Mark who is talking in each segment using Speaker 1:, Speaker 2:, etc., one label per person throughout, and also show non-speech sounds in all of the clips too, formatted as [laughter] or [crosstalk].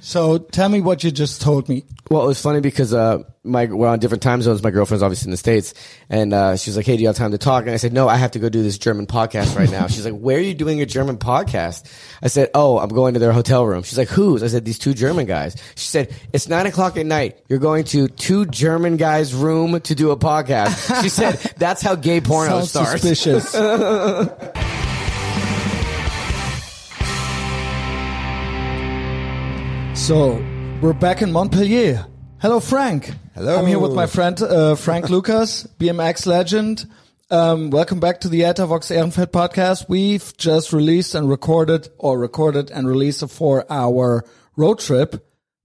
Speaker 1: So tell me what you just told me.
Speaker 2: Well, it was funny because uh, my we're on different time zones. My girlfriend's obviously in the states, and uh, she was like, "Hey, do you have time to talk?" And I said, "No, I have to go do this German podcast right now." She's like, "Where are you doing your German podcast?" I said, "Oh, I'm going to their hotel room." She's like, "Whose?" I said, "These two German guys." She said, "It's nine o'clock at night. You're going to two German guys' room to do a podcast."
Speaker 1: [laughs]
Speaker 2: She said, "That's how gay porno
Speaker 1: Sounds
Speaker 2: starts."
Speaker 3: [laughs]
Speaker 1: suspicious. so we're back in Montpellier. Hello, Frank.
Speaker 3: Hello.
Speaker 1: I'm here with my friend uh,
Speaker 3: [laughs]
Speaker 1: Frank Lucas, BMX legend. Um, welcome back to the Etavox Ehrenfeld podcast. We've just released and recorded, or recorded and released a four-hour road trip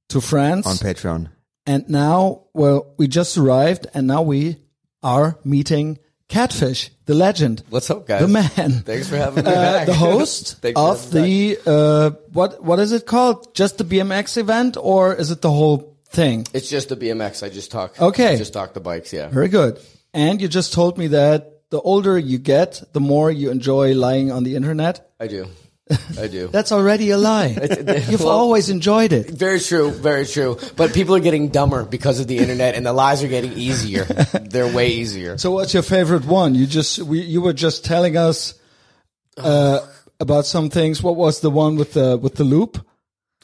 Speaker 1: to France
Speaker 3: on Patreon.
Speaker 1: and now, well, we just arrived, and now we are meeting Catfish, the legend.
Speaker 2: What's up, guys?
Speaker 1: The man.
Speaker 2: Thanks for having me
Speaker 1: Uh,
Speaker 2: back. [laughs]
Speaker 1: the host
Speaker 2: Thanks for
Speaker 1: of
Speaker 2: having me
Speaker 1: the uh, what? What is it called? Just the BMX event, or is it the whole thing?
Speaker 2: back. It's just the BMX. I just talk.
Speaker 1: Okay.
Speaker 2: Just talk the bikes. Yeah.
Speaker 1: Very good. And you just told me that the older you get, the more you enjoy lying on the internet.
Speaker 2: I do. I
Speaker 1: [laughs]
Speaker 2: do.
Speaker 1: That's already a
Speaker 2: [laughs]
Speaker 1: lie. You've
Speaker 2: well-
Speaker 1: always enjoyed it.
Speaker 2: Very true, very true. But people are getting dumber because of the internet, and the lies are
Speaker 1: [laughs]
Speaker 2: getting easier. They're way easier.
Speaker 1: So, what's your favorite one? You just we, you were just telling us uh, about some things. What was the one with the with the loop?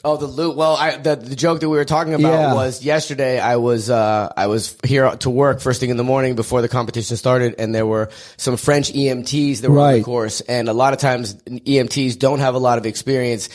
Speaker 2: Oh, the loot. Well, I, the, the joke that we were talking about
Speaker 1: Yeah.
Speaker 2: was yesterday. I was uh, I was here to work first thing in the morning before the competition started, and there were some French EMTs that were on the
Speaker 1: Right.
Speaker 2: course, and a lot of times EMTs don't have a lot of experience.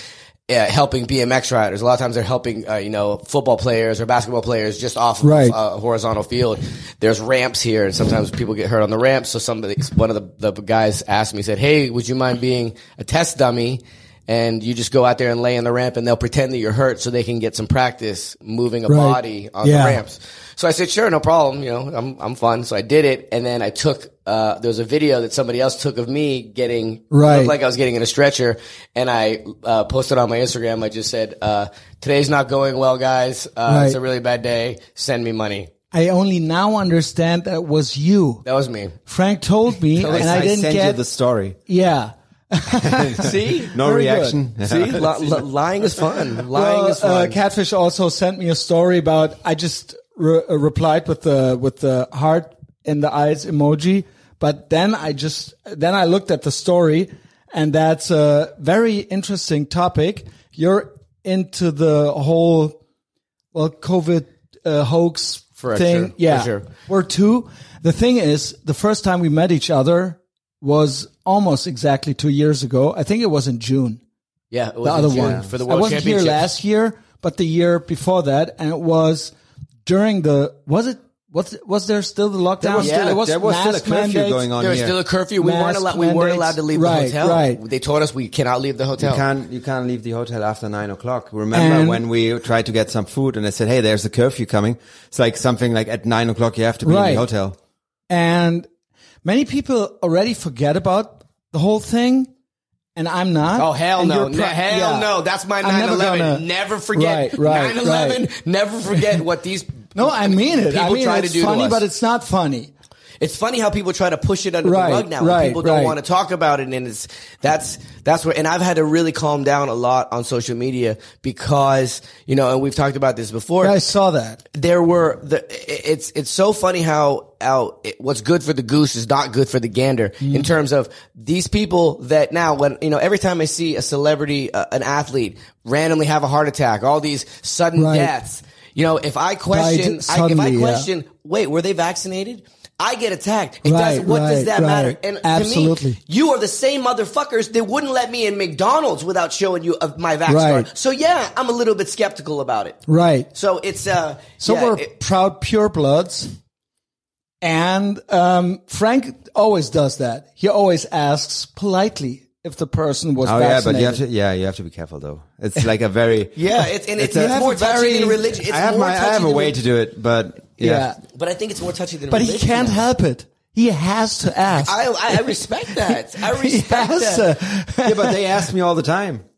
Speaker 2: Uh, helping BMX riders. A lot of times they're helping, uh, you know, football players or basketball players just off
Speaker 1: Right.
Speaker 2: of a horizontal field. There's ramps here, and sometimes people get hurt on the ramps. So somebody, one of the, the guys asked me, he said, "Hey, would you mind being a test dummy?" And you just go out there and lay on the ramp, and they'll pretend that you're hurt, so they can get some practice moving a
Speaker 1: Right.
Speaker 2: body on
Speaker 1: Yeah.
Speaker 2: the ramps. So I said, "Sure, no problem. You know, I'm I'm fun." So I did it, and then I took. Uh, there was a video that somebody else took of me getting
Speaker 1: Right.
Speaker 2: looked like I was getting in a stretcher, and I uh, posted on my Instagram. I just said, uh, "Today's not going well, guys. Uh, It's
Speaker 1: Right.
Speaker 2: a really bad day. Send me money."
Speaker 1: I only now understand that was you.
Speaker 2: That was me.
Speaker 1: Frank told me,
Speaker 3: At least
Speaker 1: and I, didn't
Speaker 3: sent you
Speaker 1: get.
Speaker 3: the story. [laughs]
Speaker 1: yeah, [laughs]
Speaker 2: See,
Speaker 3: No
Speaker 1: Very
Speaker 2: [laughs] [laughs]
Speaker 3: reaction.
Speaker 2: see, li- li- lying is fun. Lying
Speaker 1: well,
Speaker 2: is
Speaker 1: uh,
Speaker 2: fun.
Speaker 1: Catfish also sent me a story about. I just re- uh, replied with the with the heart in the eyes emoji, but then I just then I looked at the story, and that's a very interesting topic. You're into the whole well COVID uh, hoax
Speaker 2: For
Speaker 1: thing.
Speaker 2: sure, for
Speaker 1: Yeah,
Speaker 2: sure.
Speaker 1: we're two. The thing is, the first time we met each other was almost exactly two years ago. I think it was in June
Speaker 2: yeah, it was
Speaker 1: the
Speaker 2: in
Speaker 1: other
Speaker 2: June
Speaker 1: one
Speaker 2: for the world
Speaker 1: I wasn't here
Speaker 2: championship.
Speaker 1: last year, but the year before that, and it was during the was it was was there still the lockdown?
Speaker 3: There was
Speaker 2: Yeah,
Speaker 3: still a,
Speaker 1: it was
Speaker 3: there was still a
Speaker 1: mask
Speaker 3: curfew
Speaker 1: mandates.
Speaker 3: going on
Speaker 2: There was
Speaker 3: here.
Speaker 2: still a curfew. We weren't
Speaker 1: Mask
Speaker 2: allowed. We weren't
Speaker 1: mandates.
Speaker 2: allowed to leave
Speaker 1: Right,
Speaker 2: the hotel.
Speaker 1: right.
Speaker 2: They taught us we cannot leave the hotel.
Speaker 3: you can't you can't leave the hotel after nine o'clock. Remember
Speaker 1: Oh. And-
Speaker 3: when we tried to get some food and they said, "Hey, there's a curfew coming." It's like something like at nine o'clock you have to be in
Speaker 1: Right.
Speaker 3: the hotel.
Speaker 1: and many people already forget about the whole thing, and I'm not.
Speaker 2: Oh hell
Speaker 1: And
Speaker 2: no!
Speaker 1: you're
Speaker 2: Ne-
Speaker 1: pro-
Speaker 2: hell
Speaker 1: yeah.
Speaker 2: no! That's my
Speaker 1: I'm never
Speaker 2: 9/11. Never,
Speaker 1: gonna- Right,
Speaker 2: forget
Speaker 1: right,
Speaker 2: 9/11.
Speaker 1: right.
Speaker 2: Never forget what these.
Speaker 1: No, I mean it.
Speaker 2: People
Speaker 1: I mean
Speaker 2: try to
Speaker 1: it's
Speaker 2: do to
Speaker 1: funny,
Speaker 2: us.
Speaker 1: but it's not funny.
Speaker 2: It's funny how people try to push it under
Speaker 1: Right,
Speaker 2: the rug now.
Speaker 1: right,
Speaker 2: people don't
Speaker 1: right.
Speaker 2: want to talk about it, and it's that's that's where. And I've had to really calm down a lot on social media because you know, and we've talked about this before.
Speaker 1: I saw that.
Speaker 2: there were the it's it's so funny how how it, what's good for the goose is not good for the gander
Speaker 1: Hmm.
Speaker 2: in terms of these people that now when you know every time I see a celebrity uh, an athlete randomly have a heart attack all these sudden
Speaker 1: Right.
Speaker 2: deaths you know if I question I, if
Speaker 1: suddenly,
Speaker 2: I
Speaker 1: yeah.
Speaker 2: question wait were they vaccinated I get attacked it does
Speaker 1: Right,
Speaker 2: what does
Speaker 1: right,
Speaker 2: that matter
Speaker 1: right.
Speaker 2: and to
Speaker 1: Absolutely.
Speaker 2: me you are the same motherfuckers that wouldn't let me in McDonald's without showing you of my vax
Speaker 1: Right.
Speaker 2: card so yeah I'm a little bit skeptical about it
Speaker 1: Right.
Speaker 2: so it's uh
Speaker 1: So
Speaker 2: yeah,
Speaker 1: we're
Speaker 2: it-
Speaker 1: proud purebloods. And um, Frank always does that. He always asks politely if the person was
Speaker 3: Oh yeah,
Speaker 1: vaccinated.
Speaker 3: but you have to yeah you have to be careful though. It's like a very
Speaker 1: [laughs]
Speaker 2: Yeah, it's and it's,
Speaker 3: It's a-
Speaker 2: it's
Speaker 3: You have
Speaker 2: more
Speaker 1: a
Speaker 2: touchy
Speaker 1: very-
Speaker 2: than religion. It's
Speaker 3: I have
Speaker 2: more
Speaker 3: my I
Speaker 2: touchy
Speaker 3: have a
Speaker 2: than
Speaker 3: way
Speaker 2: relig-
Speaker 3: to do it, but
Speaker 1: yeah.
Speaker 3: yeah.
Speaker 2: But I think it's more touchy than.
Speaker 1: But he
Speaker 2: religion
Speaker 1: can't
Speaker 2: now.
Speaker 1: help it. He has to ask.
Speaker 2: I, I
Speaker 1: [laughs]
Speaker 2: I respect that. I
Speaker 1: he
Speaker 2: respect
Speaker 1: has
Speaker 2: that.
Speaker 1: to.
Speaker 3: yeah, but they ask me all the time.
Speaker 1: [laughs]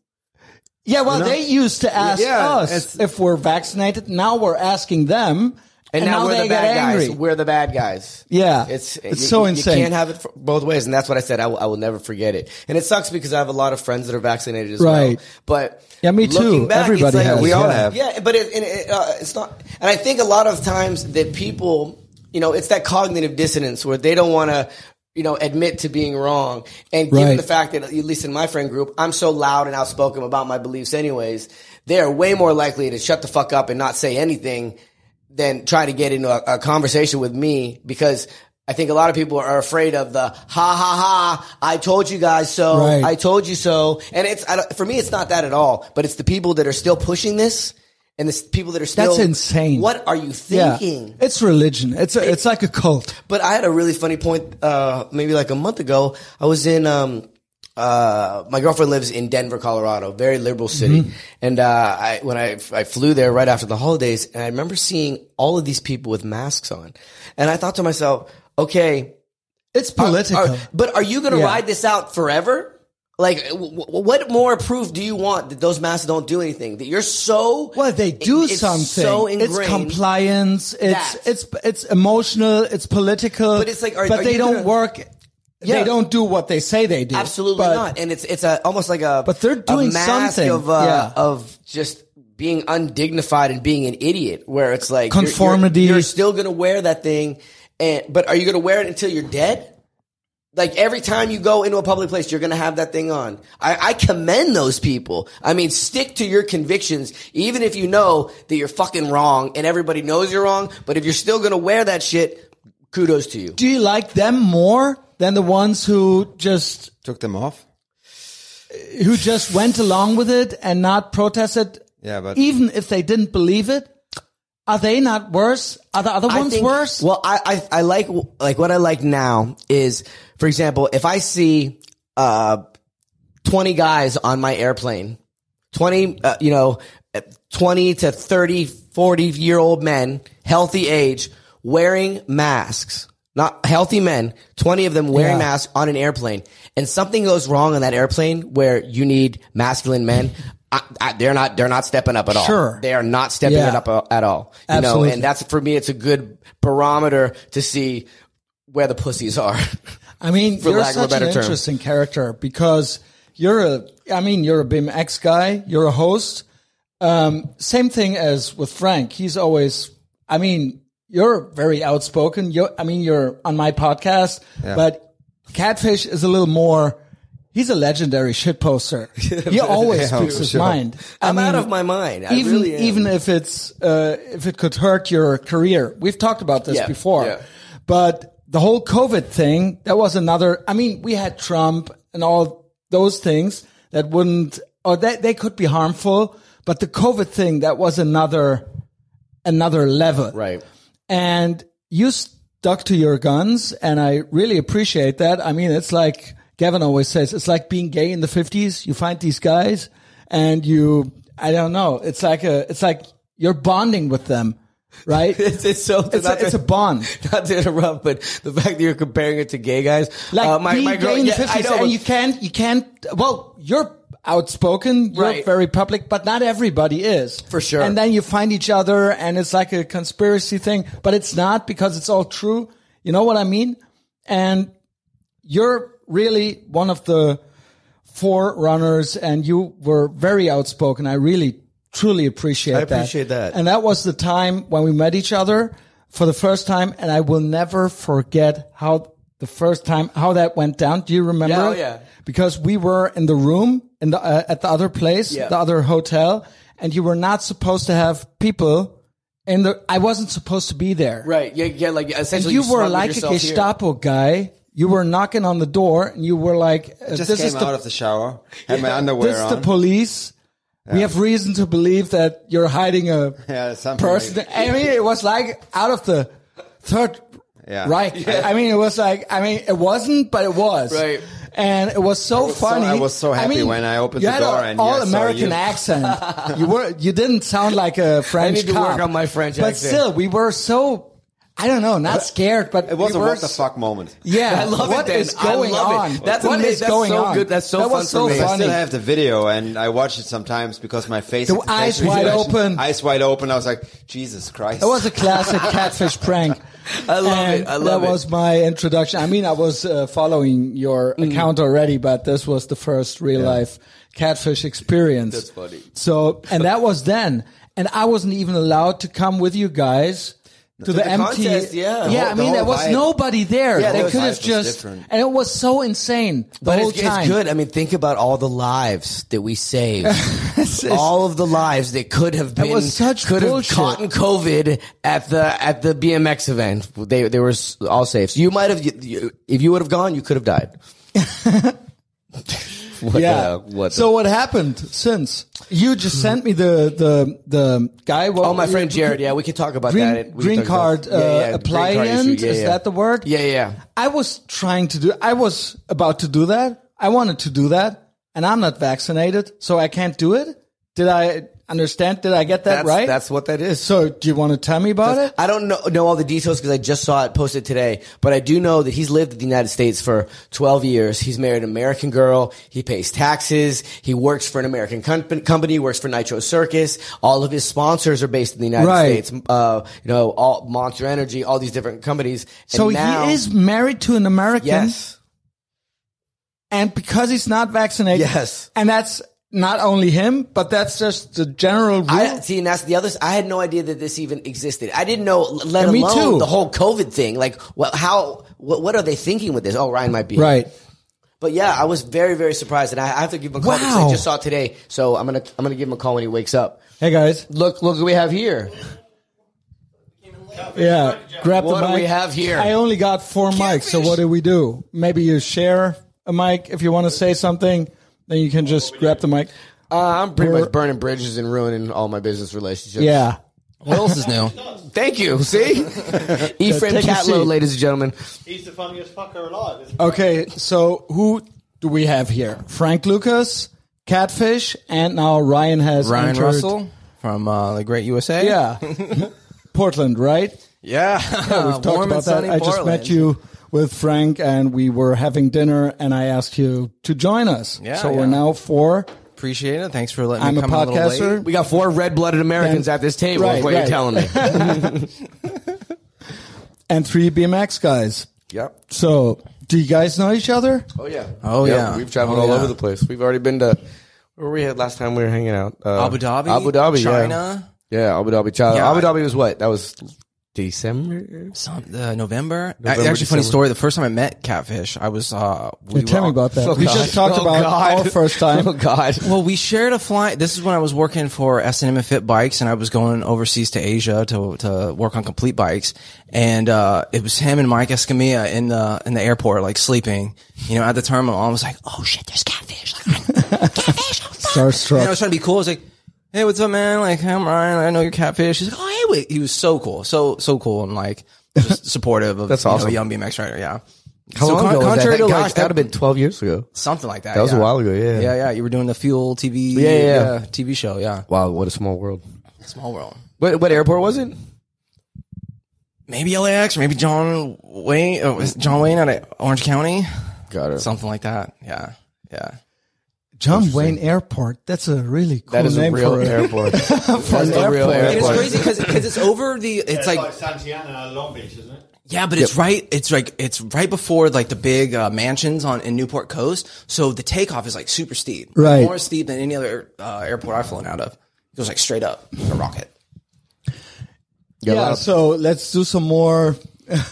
Speaker 1: Yeah, well,
Speaker 3: know?
Speaker 1: they used to ask
Speaker 3: Yeah,
Speaker 1: us
Speaker 3: it's-
Speaker 1: if we're vaccinated. Now we're asking them.
Speaker 2: And,
Speaker 1: And
Speaker 2: now,
Speaker 1: now
Speaker 2: we're
Speaker 1: they
Speaker 2: the
Speaker 1: get
Speaker 2: bad
Speaker 1: angry.
Speaker 2: guys. We're the bad guys.
Speaker 1: Yeah.
Speaker 2: It's
Speaker 1: It's
Speaker 2: you-
Speaker 1: so
Speaker 2: you-
Speaker 1: insane.
Speaker 2: You can't have it f- both ways, and that's what I said. I will- I will never forget it, and it sucks because I have a lot of friends that are vaccinated as
Speaker 1: Right.
Speaker 2: well. But
Speaker 1: Yeah, me too.
Speaker 2: looking Back, it's
Speaker 1: Everybody
Speaker 2: like-
Speaker 1: has,
Speaker 3: We all yeah. have.
Speaker 2: Yeah, but it, and it, uh, it's not. And I think a lot of times that people, you know, it's that cognitive dissonance where they don't want to. You know, admit to being wrong, and given
Speaker 1: Right.
Speaker 2: the fact that at least in my friend group, I'm so loud and outspoken about my beliefs. Anyways, they are way more likely to shut the fuck up and not say anything than try to get into a, a conversation with me because I think a lot of people are afraid of the ha ha ha. I told you guys so.
Speaker 1: Right.
Speaker 2: I told you so. And it's I don't, for me, it's not that at all. But it's the people that are still pushing this, and the s- people that are still
Speaker 1: That's insane.
Speaker 2: What are you
Speaker 1: Yeah.
Speaker 2: thinking?
Speaker 1: It's religion. It's a, it's like a cult.
Speaker 2: But I had a really funny point, uh, maybe like a month ago. I was in, um, uh, my girlfriend lives in Denver, Colorado, very liberal city.
Speaker 1: Mm-hmm.
Speaker 2: And, uh, I, when I, I flew there right after the holidays and I remember seeing all of these people with masks on. And I thought to myself, okay,
Speaker 1: It's
Speaker 2: are-
Speaker 1: political.
Speaker 2: are- but are you going to
Speaker 1: Yeah.
Speaker 2: ride this out forever? Like, w- w- what more proof do you want that those masks don't do anything? That you're so
Speaker 1: well, they do
Speaker 2: it- it's
Speaker 1: something.
Speaker 2: So
Speaker 1: it's
Speaker 2: ingrained.
Speaker 1: compliance. It's
Speaker 2: That.
Speaker 1: it's it's emotional. It's political.
Speaker 2: But it's like, are-
Speaker 1: but
Speaker 2: are
Speaker 1: they
Speaker 2: you
Speaker 1: don't
Speaker 2: gonna-
Speaker 1: work.
Speaker 2: Yeah.
Speaker 1: They don't do what they say they do.
Speaker 2: Absolutely
Speaker 1: But-
Speaker 2: not. And it's it's a almost like a
Speaker 1: But they're doing
Speaker 2: a mask
Speaker 1: something.
Speaker 2: of uh,
Speaker 1: Yeah.
Speaker 2: of just being undignified and being an idiot. Where it's like you're- you're-
Speaker 1: Conformity.
Speaker 2: You're, still gonna wear that thing, and but are you gonna wear it until you're dead? Like every time you go into a public place, you're gonna have that thing on. I, I commend those people. I mean, stick to your convictions, even if you know that you're fucking wrong and everybody knows you're wrong. But if you're still gonna wear that shit, kudos to you.
Speaker 1: Do you like them more than the ones who just
Speaker 3: Took them off.
Speaker 1: who just went along with it and not protested?
Speaker 3: Yeah, but-
Speaker 1: even if they didn't believe it, are they not worse? Are the other
Speaker 2: I
Speaker 1: ones
Speaker 2: think-
Speaker 1: worse?
Speaker 2: Well, I, I I like like what I like now is, for example, if I see uh twenty guys on my airplane, twenty uh, you know, uh, twenty to 30, 40 year old men, healthy age, wearing masks. Not healthy men, 20 of them wearing
Speaker 1: Yeah.
Speaker 2: masks on an airplane, and something goes wrong on that airplane where you need masculine men. I, I, they're not. They're not stepping up at all.
Speaker 1: Sure.
Speaker 2: they are not stepping
Speaker 1: Yeah.
Speaker 2: it up a- at all. You know,
Speaker 1: Absolutely.
Speaker 2: and that's for me. It's a good barometer to see where the pussies are.
Speaker 1: I mean,
Speaker 2: for
Speaker 1: you're
Speaker 2: lack of a
Speaker 1: such
Speaker 2: better
Speaker 1: an
Speaker 2: term.
Speaker 1: interesting character because you're a, I mean, you're a BIM X guy. You're a host. Um, same thing as with Frank. He's always, I mean, you're very outspoken. You're, I mean, you're on my podcast, but Catfish is a little more. He's a legendary shit
Speaker 2: [laughs]
Speaker 1: poster. He always
Speaker 3: Yeah,
Speaker 1: speaks his
Speaker 3: sure.
Speaker 1: mind. I
Speaker 2: I'm out
Speaker 1: mean,
Speaker 2: of my mind. I
Speaker 1: even
Speaker 2: really am.
Speaker 1: even if it's uh, if it could hurt your career. We've talked about this
Speaker 2: Yeah,
Speaker 1: before,
Speaker 2: yeah.
Speaker 1: but the whole COVID thing that was another. I mean, we had Trump and all those things that wouldn't or they they could be harmful, but the COVID thing that was another another level,
Speaker 2: Right.
Speaker 1: And you stuck to your guns, and I really appreciate that. I mean, it's like Gavin always says, it's like being gay in the fifties. You find these guys, and you, I don't know, it's like a, it's like you're bonding with them, right? it's,
Speaker 2: [laughs] It's, it's so it's
Speaker 1: a, it's a bond.
Speaker 2: [laughs] not to interrupt, but the fact that you're comparing it to gay guys,
Speaker 1: Like
Speaker 2: uh, my
Speaker 1: being
Speaker 2: my girl,
Speaker 1: gay in
Speaker 2: yeah,
Speaker 1: the
Speaker 2: I
Speaker 1: fifties,
Speaker 2: know,
Speaker 1: and
Speaker 2: but-
Speaker 1: you can't, you can't. Well, you're outspoken, you're
Speaker 2: Right.
Speaker 1: very public, but not everybody is
Speaker 2: For sure.
Speaker 1: And then you find each other, and it's like a conspiracy thing, but it's not because it's all true. You know what I mean? And you're really one of the forerunners, and you were very outspoken. I really, truly appreciate that.
Speaker 2: appreciate that.
Speaker 1: And that was the time when we met each other for the first time, and I will never forget how the first time how that went down. Do you remember?
Speaker 2: Yeah, oh,
Speaker 1: it?
Speaker 2: yeah.
Speaker 1: Because we were in the room in the uh, at the other place,
Speaker 2: Yeah.
Speaker 1: the other hotel, and you were not supposed to have people. in the I wasn't supposed to be there.
Speaker 2: right? Yeah, yeah, like essentially,
Speaker 1: You, were
Speaker 2: smuggled
Speaker 1: like a
Speaker 2: yourself here.
Speaker 1: Gestapo guy. You were knocking on the door, and you were like, uh,
Speaker 3: Just
Speaker 1: "This
Speaker 3: came
Speaker 1: is the
Speaker 3: out of the shower. Had my underwear
Speaker 1: this is
Speaker 3: on.
Speaker 1: the police. We have reason to believe that you're hiding
Speaker 2: [laughs]
Speaker 1: a
Speaker 3: Yeah, something
Speaker 1: person.
Speaker 3: like-
Speaker 1: I mean, it was like out of the third
Speaker 3: Yeah.
Speaker 1: Reich. I mean, it was like I mean, it wasn't, but it was
Speaker 2: Right.
Speaker 1: And it was so
Speaker 3: was so-
Speaker 1: funny.
Speaker 3: I was so happy
Speaker 1: mean,
Speaker 3: when I opened
Speaker 1: you
Speaker 3: the
Speaker 1: had
Speaker 3: door
Speaker 1: an
Speaker 3: and
Speaker 1: all
Speaker 3: yeah, I saw
Speaker 1: American
Speaker 3: you. [laughs]
Speaker 1: accent. You were you didn't sound like a French.
Speaker 2: need to
Speaker 1: cop.
Speaker 2: work on my French
Speaker 1: but
Speaker 2: accent.
Speaker 1: still, we were so. I don't know, not scared, but
Speaker 3: It was
Speaker 1: we
Speaker 3: a
Speaker 1: were
Speaker 3: what the fuck moment. [laughs]
Speaker 1: Yeah,
Speaker 2: I love
Speaker 1: What
Speaker 2: it. Dan.
Speaker 1: is going
Speaker 2: I love
Speaker 1: on?
Speaker 2: It. That's
Speaker 1: What
Speaker 2: amazing.
Speaker 1: is
Speaker 2: That's
Speaker 1: going
Speaker 2: so
Speaker 1: on?
Speaker 2: good. That's so
Speaker 1: That
Speaker 2: fun
Speaker 1: was so
Speaker 2: for me.
Speaker 1: fun.
Speaker 3: I still
Speaker 1: Funny.
Speaker 3: have the video, and I watch it sometimes because my face.
Speaker 1: The
Speaker 3: at the
Speaker 1: eyes
Speaker 3: facial
Speaker 1: wide
Speaker 3: expression-
Speaker 1: open.
Speaker 3: Eyes wide open. I was like, Jesus Christ.
Speaker 1: It was a
Speaker 2: [laughs]
Speaker 1: classic catfish prank.
Speaker 2: I love it. I love
Speaker 1: that
Speaker 2: it. Mm.
Speaker 1: was my introduction. I mean, I was uh, following your account already, but this was the first real life catfish experience.
Speaker 2: That's funny.
Speaker 1: So, and that was then, and I wasn't even allowed to come with you guys. To, the,
Speaker 2: the
Speaker 1: empty,
Speaker 2: contest,
Speaker 1: yeah.
Speaker 2: yeah.
Speaker 3: The
Speaker 1: I
Speaker 3: whole-
Speaker 1: mean,
Speaker 3: the
Speaker 1: there
Speaker 3: whole
Speaker 1: was
Speaker 3: vibe.
Speaker 1: nobody there.
Speaker 3: Yeah,
Speaker 1: they
Speaker 3: the
Speaker 1: could
Speaker 3: vibe
Speaker 1: have
Speaker 3: was
Speaker 1: just,
Speaker 3: different.
Speaker 1: and it was so insane the
Speaker 2: But
Speaker 1: whole
Speaker 2: it's,
Speaker 1: time.
Speaker 2: it's good. I mean, think about all the lives that
Speaker 1: [laughs]
Speaker 2: we saved. all of the lives that could have been
Speaker 1: was such
Speaker 2: could
Speaker 1: bullshit.
Speaker 2: have caught in COVID at the at the BMX event. They they were s- all safe. So you might have you- you, if you would have gone, you could have
Speaker 1: [laughs]
Speaker 2: died. what
Speaker 1: yeah.
Speaker 2: The, uh, what the-
Speaker 1: so what happened since you just sent me the the the guy? What,
Speaker 2: Oh, my friend Jared. Yeah, we can talk about
Speaker 1: uh, green,
Speaker 2: that. We can
Speaker 1: green
Speaker 2: talk
Speaker 1: card
Speaker 2: about-
Speaker 1: uh,
Speaker 2: Yeah, yeah, green
Speaker 1: appliant
Speaker 2: issue. Yeah,
Speaker 1: is
Speaker 2: yeah.
Speaker 1: that the word?
Speaker 2: Yeah, yeah.
Speaker 1: I was trying to do. I was about to do that. I wanted to do that, and I'm not vaccinated, so I can't do it. Did I understand? Did I get that
Speaker 2: That's,
Speaker 1: right?
Speaker 2: That's what that is.
Speaker 1: so. Do you want to tell me about it?
Speaker 2: I don't know, know all the details because I just saw it posted today, but I do know that he's lived in the United States for 12 years. He's married an American girl. He pays taxes. He works for an American com- company, works for Nitro Circus. All of his sponsors are based in the United
Speaker 1: Right.
Speaker 2: States. Uh, you know, all Monster Energy, all these different companies. And
Speaker 1: So
Speaker 2: now-
Speaker 1: he is married to an American,
Speaker 2: Yes.
Speaker 1: and because he's not vaccinated,
Speaker 2: Yes.
Speaker 1: and that's not only him, but that's just the general rule.
Speaker 2: I see, and that's the others. I had no idea that this even existed. I didn't know, let
Speaker 1: Yeah, me
Speaker 2: alone
Speaker 1: too.
Speaker 2: the whole COVID thing. Like, what, how, what, what are they thinking with this? Oh, Ryan might be
Speaker 1: right.
Speaker 2: But yeah, I was very, very surprised, and I I have to give him a call because
Speaker 1: Wow.
Speaker 2: I just saw it today. So I'm gonna, I'm gonna give him a call when he wakes up.
Speaker 1: Hey guys.
Speaker 2: Look, look what we have here.
Speaker 1: Yeah, grab
Speaker 2: What
Speaker 1: the
Speaker 2: do
Speaker 1: mic.
Speaker 2: we have here?
Speaker 1: I only got four mics, so what do we do? Maybe you share a mic if you want to say something. Then you can just grab the mic.
Speaker 2: Uh, I'm pretty
Speaker 1: We're-
Speaker 2: much burning bridges and ruining all my business relationships.
Speaker 1: Yeah,
Speaker 4: What else is new?
Speaker 2: Thank you.
Speaker 4: [laughs]
Speaker 2: See, Ephraim
Speaker 1: Take a seat.
Speaker 2: Catlow, ladies and gentlemen.
Speaker 5: He's the funniest fucker alive. Isn't he?
Speaker 1: Okay, so who do we have here? Frank Lucas, Catfish, and now Ryan has
Speaker 4: Ryan
Speaker 1: entered-
Speaker 4: Russell from uh, the Great USA.
Speaker 1: Yeah, Portland, right?
Speaker 4: [laughs] yeah.
Speaker 2: Uh,
Speaker 1: We've talked about that. I just met you with Frank, and we were having dinner, and I asked you to join us.
Speaker 4: Yeah,
Speaker 1: so
Speaker 4: yeah.
Speaker 1: we're now four.
Speaker 4: Appreciate it. Thanks for letting
Speaker 1: I'm
Speaker 4: me
Speaker 1: a
Speaker 4: come in a little
Speaker 1: podcaster.
Speaker 4: late.
Speaker 2: We got four red-blooded Americans
Speaker 1: Then-
Speaker 2: at this table.
Speaker 1: Right,
Speaker 2: is what
Speaker 1: right.
Speaker 2: you're telling
Speaker 1: [laughs]
Speaker 2: me?
Speaker 1: and three BMX guys.
Speaker 2: yep.
Speaker 1: So, do you guys know each other?
Speaker 2: Oh yeah.
Speaker 4: Oh,
Speaker 2: Yep,
Speaker 4: yeah.
Speaker 2: We've traveled
Speaker 4: Oh,
Speaker 2: all
Speaker 4: yeah.
Speaker 2: over the place. We've already been to where were we at last time we were hanging out. Uh,
Speaker 4: Abu Dhabi,
Speaker 2: Abu Dhabi. yeah.
Speaker 4: China.
Speaker 2: Yeah, Abu Dhabi. China.
Speaker 4: Yeah,
Speaker 2: Abu
Speaker 4: I-
Speaker 2: Dhabi was what? That was
Speaker 4: [laughs]
Speaker 2: December.
Speaker 4: Some, uh, November.
Speaker 2: November,
Speaker 4: Actually, funny
Speaker 2: December.
Speaker 4: story. The first time I met Catfish, I was. Uh, we
Speaker 1: tell
Speaker 4: were-
Speaker 1: me about that. we
Speaker 2: God.
Speaker 1: just talked
Speaker 2: Oh,
Speaker 1: about
Speaker 2: God.
Speaker 1: our [laughs] first time.
Speaker 2: Oh God.
Speaker 4: Well, we shared a flight. This is when I was working for S and M and Fit Bikes, and I was going overseas to Asia to to work on complete bikes. And uh, it was him and Mike Escamilla in the in the airport, like sleeping. You know, at the terminal, I was like, "Oh shit, there's catfish!" Like, catfish.
Speaker 1: [laughs]
Speaker 4: Oh, fuck.
Speaker 1: Starstruck.
Speaker 4: And I was trying to be cool. I was like, "Hey, what's up, man? Like, I'm Ryan. I know you're catfish." He's like, "Oh, hey, wait." He was so cool, so so cool, and like
Speaker 2: [laughs]
Speaker 4: just supportive of
Speaker 2: That's
Speaker 4: you know,
Speaker 2: awesome.
Speaker 4: a young BMX rider. Yeah.
Speaker 2: How
Speaker 4: So
Speaker 2: long
Speaker 4: con-
Speaker 2: ago was
Speaker 4: contrary
Speaker 2: that?
Speaker 4: to,
Speaker 2: Gosh,
Speaker 4: like,
Speaker 2: that would have been 12 years ago.
Speaker 4: Something like that.
Speaker 2: That was a
Speaker 4: yeah.
Speaker 2: while ago, yeah.
Speaker 4: Yeah, yeah. You were doing the Fuel TV.
Speaker 2: Yeah, yeah, yeah.
Speaker 4: TV show. Yeah.
Speaker 2: Wow, what a small world.
Speaker 4: Small world.
Speaker 2: What, what airport was it?
Speaker 4: Maybe LAX, or maybe John Wayne. Oh, is John Wayne out of Orange County,
Speaker 2: Got it.
Speaker 4: something like that. Yeah, yeah.
Speaker 1: John Wayne Airport. That's a really cool
Speaker 2: that is a
Speaker 1: name
Speaker 2: real
Speaker 1: for a
Speaker 4: [laughs]
Speaker 2: airport. That's a real
Speaker 1: airport.
Speaker 4: And it's
Speaker 2: airport.
Speaker 4: crazy because it's over the. It's
Speaker 5: It's
Speaker 4: like
Speaker 5: like Santana and Long Beach, isn't it?
Speaker 4: yeah, but it's right. It's like it's right before like the big uh, mansions on in Newport Coast. So the takeoff is like super steep,
Speaker 1: Right.
Speaker 4: More steep than any other uh, airport I've flown out of. It goes like straight up, like a rocket.
Speaker 1: Yeah, so let's do some more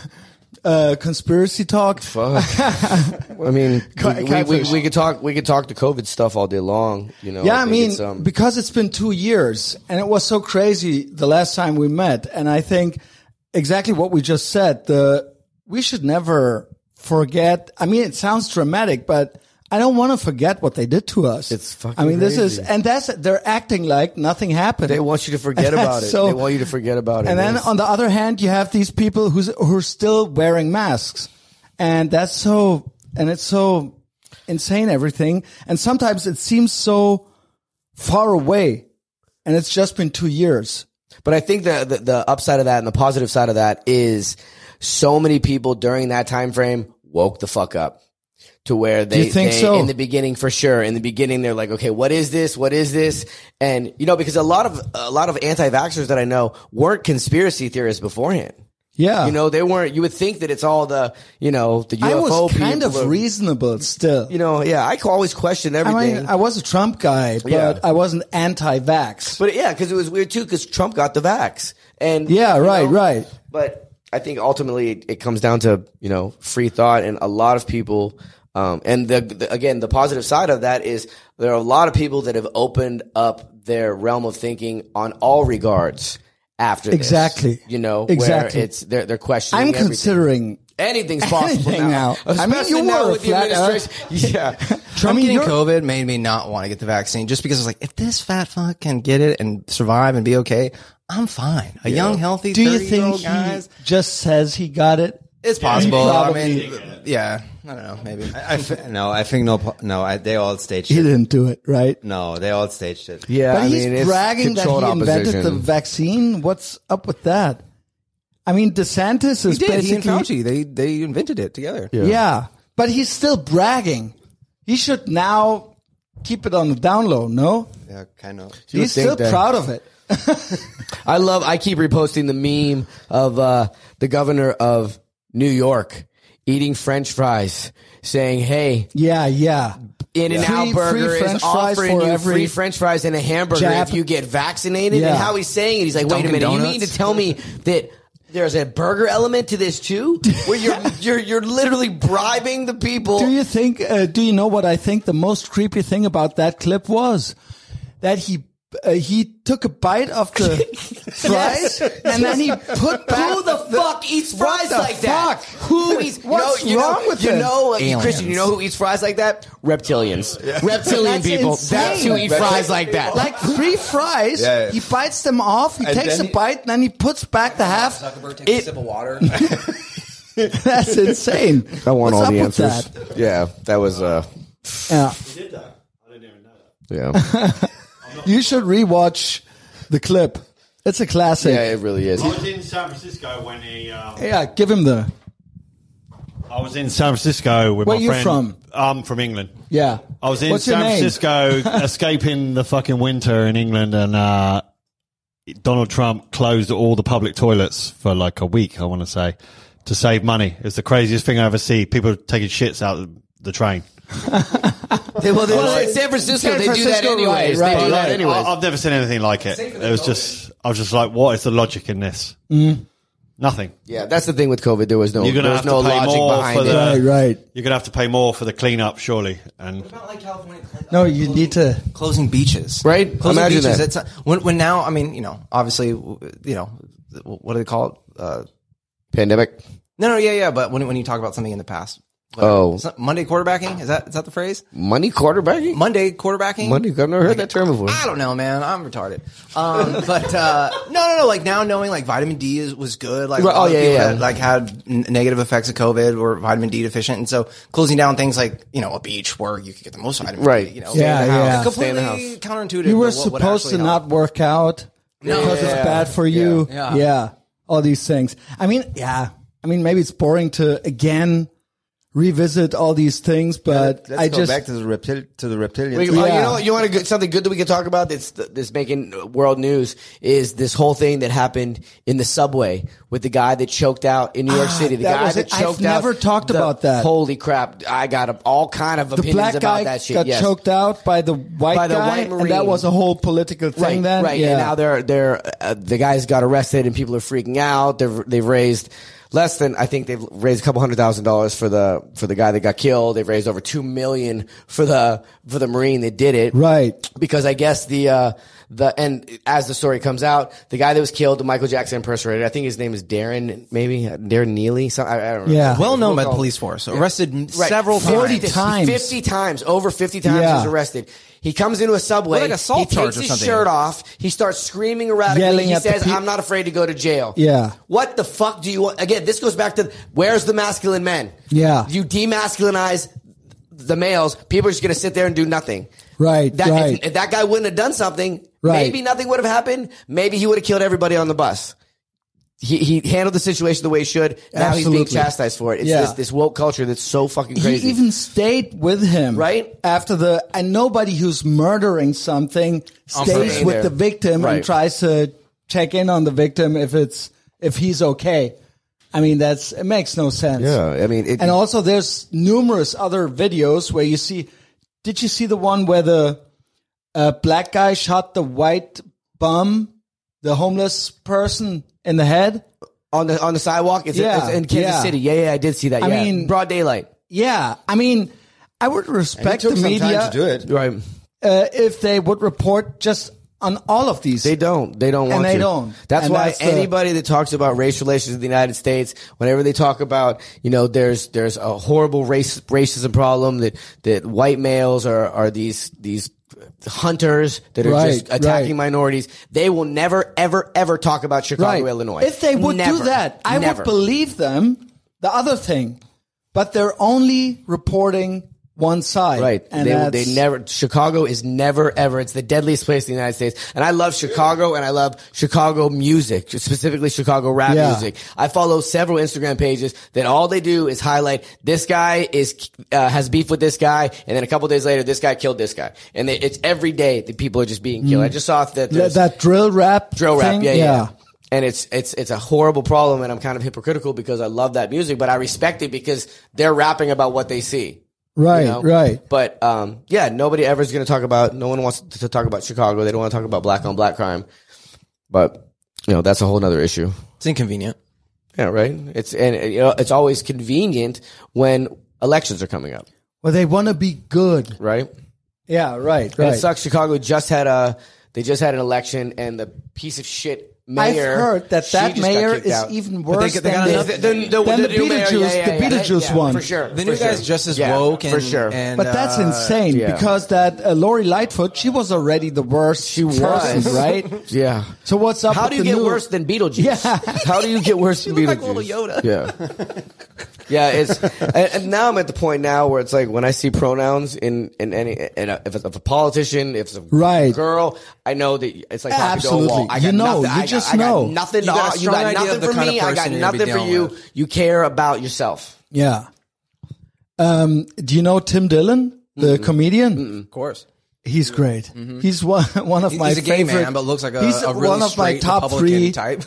Speaker 1: [laughs] uh, conspiracy talk.
Speaker 2: Fuck. I mean,
Speaker 1: Ca-
Speaker 2: we, we, we,
Speaker 1: catfish.
Speaker 2: we could talk. We could talk the COVID stuff all day long. You know.
Speaker 1: Yeah, I
Speaker 2: think
Speaker 1: mean,
Speaker 2: it's, um,
Speaker 1: because it's been two years and it was so crazy the last time we met. And I think exactly what we just said, the, we should never forget. I mean, it sounds dramatic, but I don't want to forget what they did to us.
Speaker 2: It's fucking
Speaker 1: I mean, this is,
Speaker 2: crazy.
Speaker 1: and that's, they're acting like nothing happened.
Speaker 2: they want you to
Speaker 1: [laughs]
Speaker 4: [laughs]
Speaker 2: forget about it.
Speaker 1: So-
Speaker 2: they want you to forget about it.
Speaker 1: And then
Speaker 2: Yes.
Speaker 1: on the other hand, you have these people who's, who are still wearing masks. And that's so, and it's so insane, everything. And sometimes it seems so far away. And it's just been two years.
Speaker 2: But I think the, the the upside of that and the positive side of that is so many people during that time frame woke the fuck up to where they
Speaker 1: you think
Speaker 2: they-
Speaker 1: so?
Speaker 2: in the beginning for sure in the beginning they're like okay what is this what is this and you know because a lot of a lot of anti-vaxxers that I know weren't conspiracy theorists beforehand
Speaker 1: Yeah.
Speaker 2: you know they weren't you would think that it's all the you know the UFO
Speaker 1: I was kind
Speaker 2: people
Speaker 1: of reasonable still.
Speaker 2: you know yeah I always question
Speaker 1: I
Speaker 2: everything
Speaker 1: mean, I was a Trump guy, but
Speaker 2: Yeah.
Speaker 1: I wasn't anti-vax.
Speaker 2: But yeah, because it was weird too, because Trump got the vax, and
Speaker 1: Yeah,
Speaker 2: you
Speaker 1: right, right.
Speaker 2: But I think ultimately it, it comes down to you know free thought, and a lot of people, um, and the, the again the positive side of that is there are a lot of people that have opened up their realm of thinking on all regards after this.
Speaker 1: Exactly.
Speaker 2: you know
Speaker 1: Exactly.
Speaker 2: where it's they're they're questioning.
Speaker 1: I'm
Speaker 2: everything.
Speaker 1: considering
Speaker 2: Anything's possible
Speaker 1: [laughs] anything
Speaker 2: now.
Speaker 1: now. I mean,
Speaker 2: Especially
Speaker 1: you
Speaker 2: now
Speaker 1: were a
Speaker 2: with the
Speaker 1: flat
Speaker 2: administration. Yeah,
Speaker 4: Trump
Speaker 1: I mean,
Speaker 4: getting
Speaker 1: you're-
Speaker 4: COVID made me not want to get the vaccine just because I was like, if this fat fuck can get it and survive and be okay, I'm fine. A young, healthy,
Speaker 1: Do you
Speaker 4: 30 year
Speaker 1: think
Speaker 4: old
Speaker 1: he
Speaker 4: guys.
Speaker 1: just says he got it?
Speaker 4: It's possible. I
Speaker 1: probably
Speaker 4: mean, yeah. I don't know. Maybe.
Speaker 3: I f- no, I think no, po- no. I, they all staged
Speaker 1: He
Speaker 3: it.
Speaker 1: didn't do it, right?
Speaker 3: No, they all staged it.
Speaker 2: yeah.
Speaker 1: But
Speaker 2: I
Speaker 1: he's
Speaker 2: mean, it's
Speaker 1: bragging that he
Speaker 2: controlled
Speaker 1: invented the
Speaker 2: opposition.
Speaker 1: vaccine. What's up with that? I mean, DeSantis is
Speaker 4: He did. He and
Speaker 1: basically
Speaker 4: Fauci, they, they invented it together.
Speaker 1: Yeah. but he's still bragging. He should now keep it on the down low. No,
Speaker 3: Yeah, kind of.
Speaker 2: would
Speaker 1: he's still
Speaker 2: think that-
Speaker 1: proud of it.
Speaker 2: I love. I keep reposting the meme of uh, the governor of New York eating French fries, saying, "Hey,
Speaker 1: Yeah, yeah.
Speaker 2: In and
Speaker 1: Free-
Speaker 2: Out Burger
Speaker 1: free
Speaker 2: is
Speaker 1: French fries
Speaker 2: offering
Speaker 1: for
Speaker 2: you
Speaker 1: every-
Speaker 2: free French fries and a hamburger
Speaker 1: Jap-
Speaker 2: if you get vaccinated."
Speaker 1: Yeah.
Speaker 2: And how he's saying it, he's like, "Wait a
Speaker 4: Dunkin'
Speaker 2: minute, you
Speaker 4: Donuts.
Speaker 2: mean to tell me that?" There's a burger element to this too, where
Speaker 1: [laughs]
Speaker 2: you're you're you're literally bribing the people.
Speaker 1: Do you think? Uh, do you know what I think the most creepy thing about that clip was? That he uh, he took a bite of the
Speaker 4: [laughs]
Speaker 1: fries and then he put back.
Speaker 2: Who the fuck eats fries
Speaker 1: the
Speaker 2: like that?
Speaker 1: fuck?
Speaker 2: Who eats?
Speaker 1: What's
Speaker 2: no, you
Speaker 1: wrong
Speaker 2: know,
Speaker 1: with
Speaker 2: you
Speaker 1: them?
Speaker 2: know, uh,
Speaker 4: Aliens.
Speaker 2: Christian? You know who eats fries like that? Reptilians, [laughs] reptilian
Speaker 1: That's
Speaker 2: people.
Speaker 1: insane.
Speaker 2: That's who eat
Speaker 1: Reptil-
Speaker 2: fries like that.
Speaker 1: Like three fries,
Speaker 3: Yeah.
Speaker 1: he bites them off. He
Speaker 3: And
Speaker 1: takes a
Speaker 3: then he-
Speaker 1: bite, and then he puts back the half.
Speaker 3: [laughs]
Speaker 1: [laughs]
Speaker 4: Zuckerberg takes a sip of water.
Speaker 1: That's insane. What's up with
Speaker 2: Yeah, that was uh,
Speaker 1: That?
Speaker 5: He did that. I didn't even know that.
Speaker 1: [laughs]
Speaker 2: yeah,
Speaker 1: Yeah. You should rewatch the clip. It's a classic.
Speaker 2: yeah, it really is.
Speaker 5: I
Speaker 1: Uh,
Speaker 5: was in San Francisco when he. Um,
Speaker 1: Yeah, give him the
Speaker 5: I was in San Francisco with
Speaker 1: Where
Speaker 5: my
Speaker 1: you
Speaker 5: friend.
Speaker 1: from?
Speaker 5: I'm from England.
Speaker 1: yeah.
Speaker 5: I was in
Speaker 1: What's your
Speaker 5: San
Speaker 1: name?
Speaker 5: Francisco [laughs] escaping the fucking winter in England and uh, Donald Trump closed all the public toilets for like a week, I want to say, to save money. It's the craziest thing I ever see. People taking shits out of the train.
Speaker 2: well, they, well, in San Francisco,
Speaker 1: San
Speaker 2: they do
Speaker 1: Francisco,
Speaker 2: that anyways.
Speaker 1: right,
Speaker 2: They
Speaker 1: right.
Speaker 2: do that
Speaker 5: Like,
Speaker 2: anyways.
Speaker 5: I, have never seen anything like it. It was just, I was just like, what is the logic in this? Nothing.
Speaker 2: yeah, that's the thing with COVID. There was no,
Speaker 5: You're
Speaker 2: there
Speaker 5: gonna
Speaker 2: was
Speaker 5: have
Speaker 2: no
Speaker 5: to pay
Speaker 2: logic
Speaker 5: more
Speaker 2: behind
Speaker 5: for
Speaker 2: it.
Speaker 5: [laughs] the-
Speaker 1: Right, right.
Speaker 5: You're gonna have to pay more for the cleanup, surely. And
Speaker 4: Not like California.
Speaker 1: No, you need to.
Speaker 4: closing beaches,
Speaker 2: Right?
Speaker 4: Closing
Speaker 2: Imagine
Speaker 4: beaches.
Speaker 2: that.
Speaker 4: That's when, when now, I mean, you know, obviously, you know, what do they call it? Uh,
Speaker 2: Pandemic.
Speaker 4: no, no, yeah, yeah. But when when you talk about something in the past, whatever.
Speaker 2: Oh.
Speaker 4: It's not- Monday quarterbacking is that is that the phrase?
Speaker 2: Money quarterbacking.
Speaker 4: Monday quarterbacking.
Speaker 2: Money. I've never heard that term before.
Speaker 4: I don't know, man. I'm retarded. Um, [laughs] but uh, no, no, no. Like now, knowing like vitamin D is, was good. Like
Speaker 2: Right.
Speaker 4: a lot
Speaker 2: Oh,
Speaker 4: of
Speaker 2: yeah,
Speaker 4: people
Speaker 2: yeah.
Speaker 4: Had, like had n- negative effects of COVID or vitamin D deficient, and so closing down things like you know a beach where you could get the most vitamin.
Speaker 2: Right.
Speaker 4: D, you know,
Speaker 1: Stay in the house.
Speaker 4: Like,
Speaker 2: Stay in
Speaker 4: completely
Speaker 2: the
Speaker 4: counterintuitive.
Speaker 1: You were
Speaker 4: to what would
Speaker 1: supposed to
Speaker 4: actually help.
Speaker 1: not work out because it's bad for you.
Speaker 4: Yeah.
Speaker 1: All these things. I mean, yeah. I mean, maybe it's boring to again revisit all these things, but
Speaker 3: Let's
Speaker 1: I
Speaker 3: go
Speaker 1: just
Speaker 3: back to the reptil to the reptilians.
Speaker 2: Wait,
Speaker 1: Yeah.
Speaker 2: oh, you know, you want to good, something good that we can talk about that's that's making world news is this whole thing that happened in the subway with the guy that choked out in New York
Speaker 1: Ah,
Speaker 2: City. The
Speaker 1: that
Speaker 2: guy
Speaker 1: was
Speaker 2: that
Speaker 1: it. I've
Speaker 2: choked out.
Speaker 1: never talked
Speaker 2: the-
Speaker 1: about that.
Speaker 2: Holy crap! I got a- all kind of
Speaker 1: the
Speaker 2: opinions
Speaker 1: black
Speaker 2: about
Speaker 1: guy
Speaker 2: that shit.
Speaker 1: got
Speaker 2: yes.
Speaker 1: choked out by the white
Speaker 2: By the
Speaker 1: guy,
Speaker 2: white
Speaker 1: and that
Speaker 2: Marine.
Speaker 1: was a whole political thing.
Speaker 2: Right,
Speaker 1: then,
Speaker 2: right.
Speaker 1: Yeah.
Speaker 2: And now they're they're uh, the guys got arrested, and people are freaking out. They've they've raised less than I think they've raised a couple hundred thousand dollars for the for the guy that got killed. They've raised over two million for the for the Marine that did it.
Speaker 1: Right.
Speaker 2: because I guess the uh, the and as the story comes out, the guy that was killed, the Michael Jackson impersonator, I think his name is Darren, maybe Darren Neely. Some, I, I don't know.
Speaker 1: Yeah.
Speaker 4: Well known by the police force. Arrested m
Speaker 2: Right.
Speaker 4: several
Speaker 1: 40
Speaker 4: times.
Speaker 1: times.
Speaker 2: 50 times, over 50 times
Speaker 1: Yeah.
Speaker 2: he was arrested. He comes into a subway.
Speaker 4: Well, like assault
Speaker 2: he takes
Speaker 4: charge or
Speaker 2: his
Speaker 4: something.
Speaker 2: shirt off. He starts screaming erratically.
Speaker 1: Yelling
Speaker 2: he
Speaker 1: at the
Speaker 2: says,
Speaker 1: peop-
Speaker 2: "I'm not afraid to go to jail."
Speaker 1: Yeah.
Speaker 2: What the fuck do you want? Again, this goes back to where's the masculine men?
Speaker 1: Yeah.
Speaker 2: You demasculinize the males. People are just going to sit there and do nothing.
Speaker 1: Right,
Speaker 2: That,
Speaker 1: right.
Speaker 2: If, if that guy wouldn't have done something,
Speaker 1: Right.
Speaker 2: Maybe nothing would have happened. Maybe he would have killed everybody on the bus. He, he handled the situation the way he should. Now he's
Speaker 1: Absolutely.
Speaker 2: being chastised for it. It's
Speaker 1: Yeah.
Speaker 2: this, this woke culture that's so fucking crazy.
Speaker 1: He even stayed with him,
Speaker 2: Right?
Speaker 1: after the and nobody who's murdering something stays
Speaker 2: staying
Speaker 1: with
Speaker 2: there.
Speaker 1: the victim
Speaker 2: Right.
Speaker 1: and tries to check in on the victim if it's if he's okay. I mean, that's it makes no sense.
Speaker 2: yeah, I mean, it,
Speaker 1: And also, there's numerous other videos where you see. Did you see the one where the uh, black guy shot the white bum, the homeless person in the head?
Speaker 2: on the on the sidewalk. It's,
Speaker 1: Yeah,
Speaker 2: it's in Kansas
Speaker 1: yeah.
Speaker 2: City. Yeah, yeah, I did see that.
Speaker 1: I
Speaker 2: yeah.
Speaker 1: mean-
Speaker 2: broad daylight.
Speaker 1: Yeah, I mean, I would
Speaker 3: It
Speaker 1: respect
Speaker 3: took
Speaker 1: the
Speaker 3: some
Speaker 1: media
Speaker 3: time to do it.
Speaker 2: Right.
Speaker 1: uh, if they would report just on all of these.
Speaker 2: They don't. They don't want
Speaker 1: they
Speaker 2: to.
Speaker 1: don't.
Speaker 2: That's
Speaker 1: And
Speaker 2: why
Speaker 1: that's the-
Speaker 2: anybody that talks about race relations in the United States, whenever they talk about, you know, there's there's a horrible race racism problem that that white males are are these these hunters that are just
Speaker 1: Right,
Speaker 2: attacking
Speaker 1: right.
Speaker 2: minorities. They will never ever ever talk about Chicago,
Speaker 1: Right.
Speaker 2: Illinois.
Speaker 1: If they would
Speaker 2: Never.
Speaker 1: do that, I
Speaker 2: Never.
Speaker 1: would believe them. The other thing, but they're only reporting one side,
Speaker 2: Right.
Speaker 1: And
Speaker 2: they,
Speaker 1: that's,
Speaker 2: they never, Chicago is never ever, it's the deadliest place in the United States. And I love Chicago and I love Chicago music, specifically Chicago rap
Speaker 1: Yeah.
Speaker 2: music. I follow several Instagram pages that all they do is highlight this guy is, uh, has beef with this guy. And then a couple days later, this guy killed this guy. And they, it's every day that people are just being killed. I just saw that
Speaker 1: Th-
Speaker 2: there's
Speaker 1: Mm. that drill rap,
Speaker 2: drill rap.
Speaker 1: thing,
Speaker 2: Yeah, yeah. yeah. And it's it's it's a horrible problem, and I'm kind of hypocritical because I love that music, but I respect it because they're rapping about what they see.
Speaker 1: Right,
Speaker 2: You know?
Speaker 1: right.
Speaker 2: But um, yeah, nobody ever is going to talk about. No one wants to talk about Chicago. They don't want to talk about black on black crime. But you know that's a whole other issue.
Speaker 4: It's inconvenient.
Speaker 2: Yeah, right. It's and uh, you know it's always convenient when elections are coming up,
Speaker 1: Well, they want to be good.
Speaker 2: right?
Speaker 1: Yeah, right,
Speaker 2: And
Speaker 1: right.
Speaker 2: It sucks. Chicago just had a they just had an election, and the piece of shit
Speaker 1: I've
Speaker 2: mayor.
Speaker 1: heard that
Speaker 2: she
Speaker 1: that
Speaker 2: just got
Speaker 1: mayor
Speaker 2: kicked
Speaker 1: is
Speaker 2: out.
Speaker 1: even
Speaker 4: they
Speaker 1: worse
Speaker 4: got- they got
Speaker 1: than
Speaker 4: another-
Speaker 1: the,
Speaker 2: the, the, the,
Speaker 1: than the,
Speaker 2: new mayor,
Speaker 1: Beetlejuice,
Speaker 2: yeah, yeah,
Speaker 1: the
Speaker 2: yeah,
Speaker 1: Beetlejuice
Speaker 2: yeah,
Speaker 1: one.
Speaker 2: for sure.
Speaker 4: The
Speaker 2: for
Speaker 4: new
Speaker 2: sure.
Speaker 4: guy's just as
Speaker 2: Yeah,
Speaker 4: woke and
Speaker 2: for sure.
Speaker 4: and,
Speaker 1: But that's
Speaker 4: uh,
Speaker 1: insane
Speaker 2: yeah.
Speaker 1: because that uh, Lori Lightfoot, she was already the worst she
Speaker 2: was.
Speaker 1: person,
Speaker 2: [laughs]
Speaker 1: right?
Speaker 2: yeah.
Speaker 1: So what's up?
Speaker 2: How
Speaker 1: with
Speaker 2: do you
Speaker 1: the
Speaker 2: get
Speaker 1: new-
Speaker 2: worse than Beetlejuice?
Speaker 1: Yeah.
Speaker 2: How do you get [laughs] worse than Beetlejuice?
Speaker 4: looked like a little
Speaker 2: Yeah.
Speaker 4: Yoda.
Speaker 2: [laughs] yeah. It's and, and now I'm at the point now where it's like when I see pronouns in in any in a, if it's of a politician, if it's a
Speaker 1: Right.
Speaker 2: girl, I know that it's like talking to a
Speaker 1: Absolutely.
Speaker 2: wall. I got
Speaker 1: You know,
Speaker 2: nothing-
Speaker 1: you
Speaker 2: I got-
Speaker 1: just
Speaker 2: I got
Speaker 1: know.
Speaker 2: nothing. to
Speaker 4: You got a
Speaker 2: offer- you
Speaker 4: strong
Speaker 2: got
Speaker 4: idea of
Speaker 2: nothing
Speaker 4: the
Speaker 2: for
Speaker 4: kind of
Speaker 2: me. I got
Speaker 4: person you're gonna be
Speaker 2: nothing for
Speaker 4: dealing
Speaker 2: you.
Speaker 4: with.
Speaker 2: You care about yourself.
Speaker 1: Yeah. Um, do you know Tim Dillon, the comedian?
Speaker 4: Of course.
Speaker 1: He's great. He's one [laughs] one of
Speaker 4: Mm-hmm. He's
Speaker 1: my
Speaker 4: a gay
Speaker 1: favorite.
Speaker 4: man, but looks like a,
Speaker 1: he's
Speaker 4: a really
Speaker 1: one of my
Speaker 4: straight
Speaker 1: top
Speaker 4: Republican
Speaker 1: three
Speaker 4: type.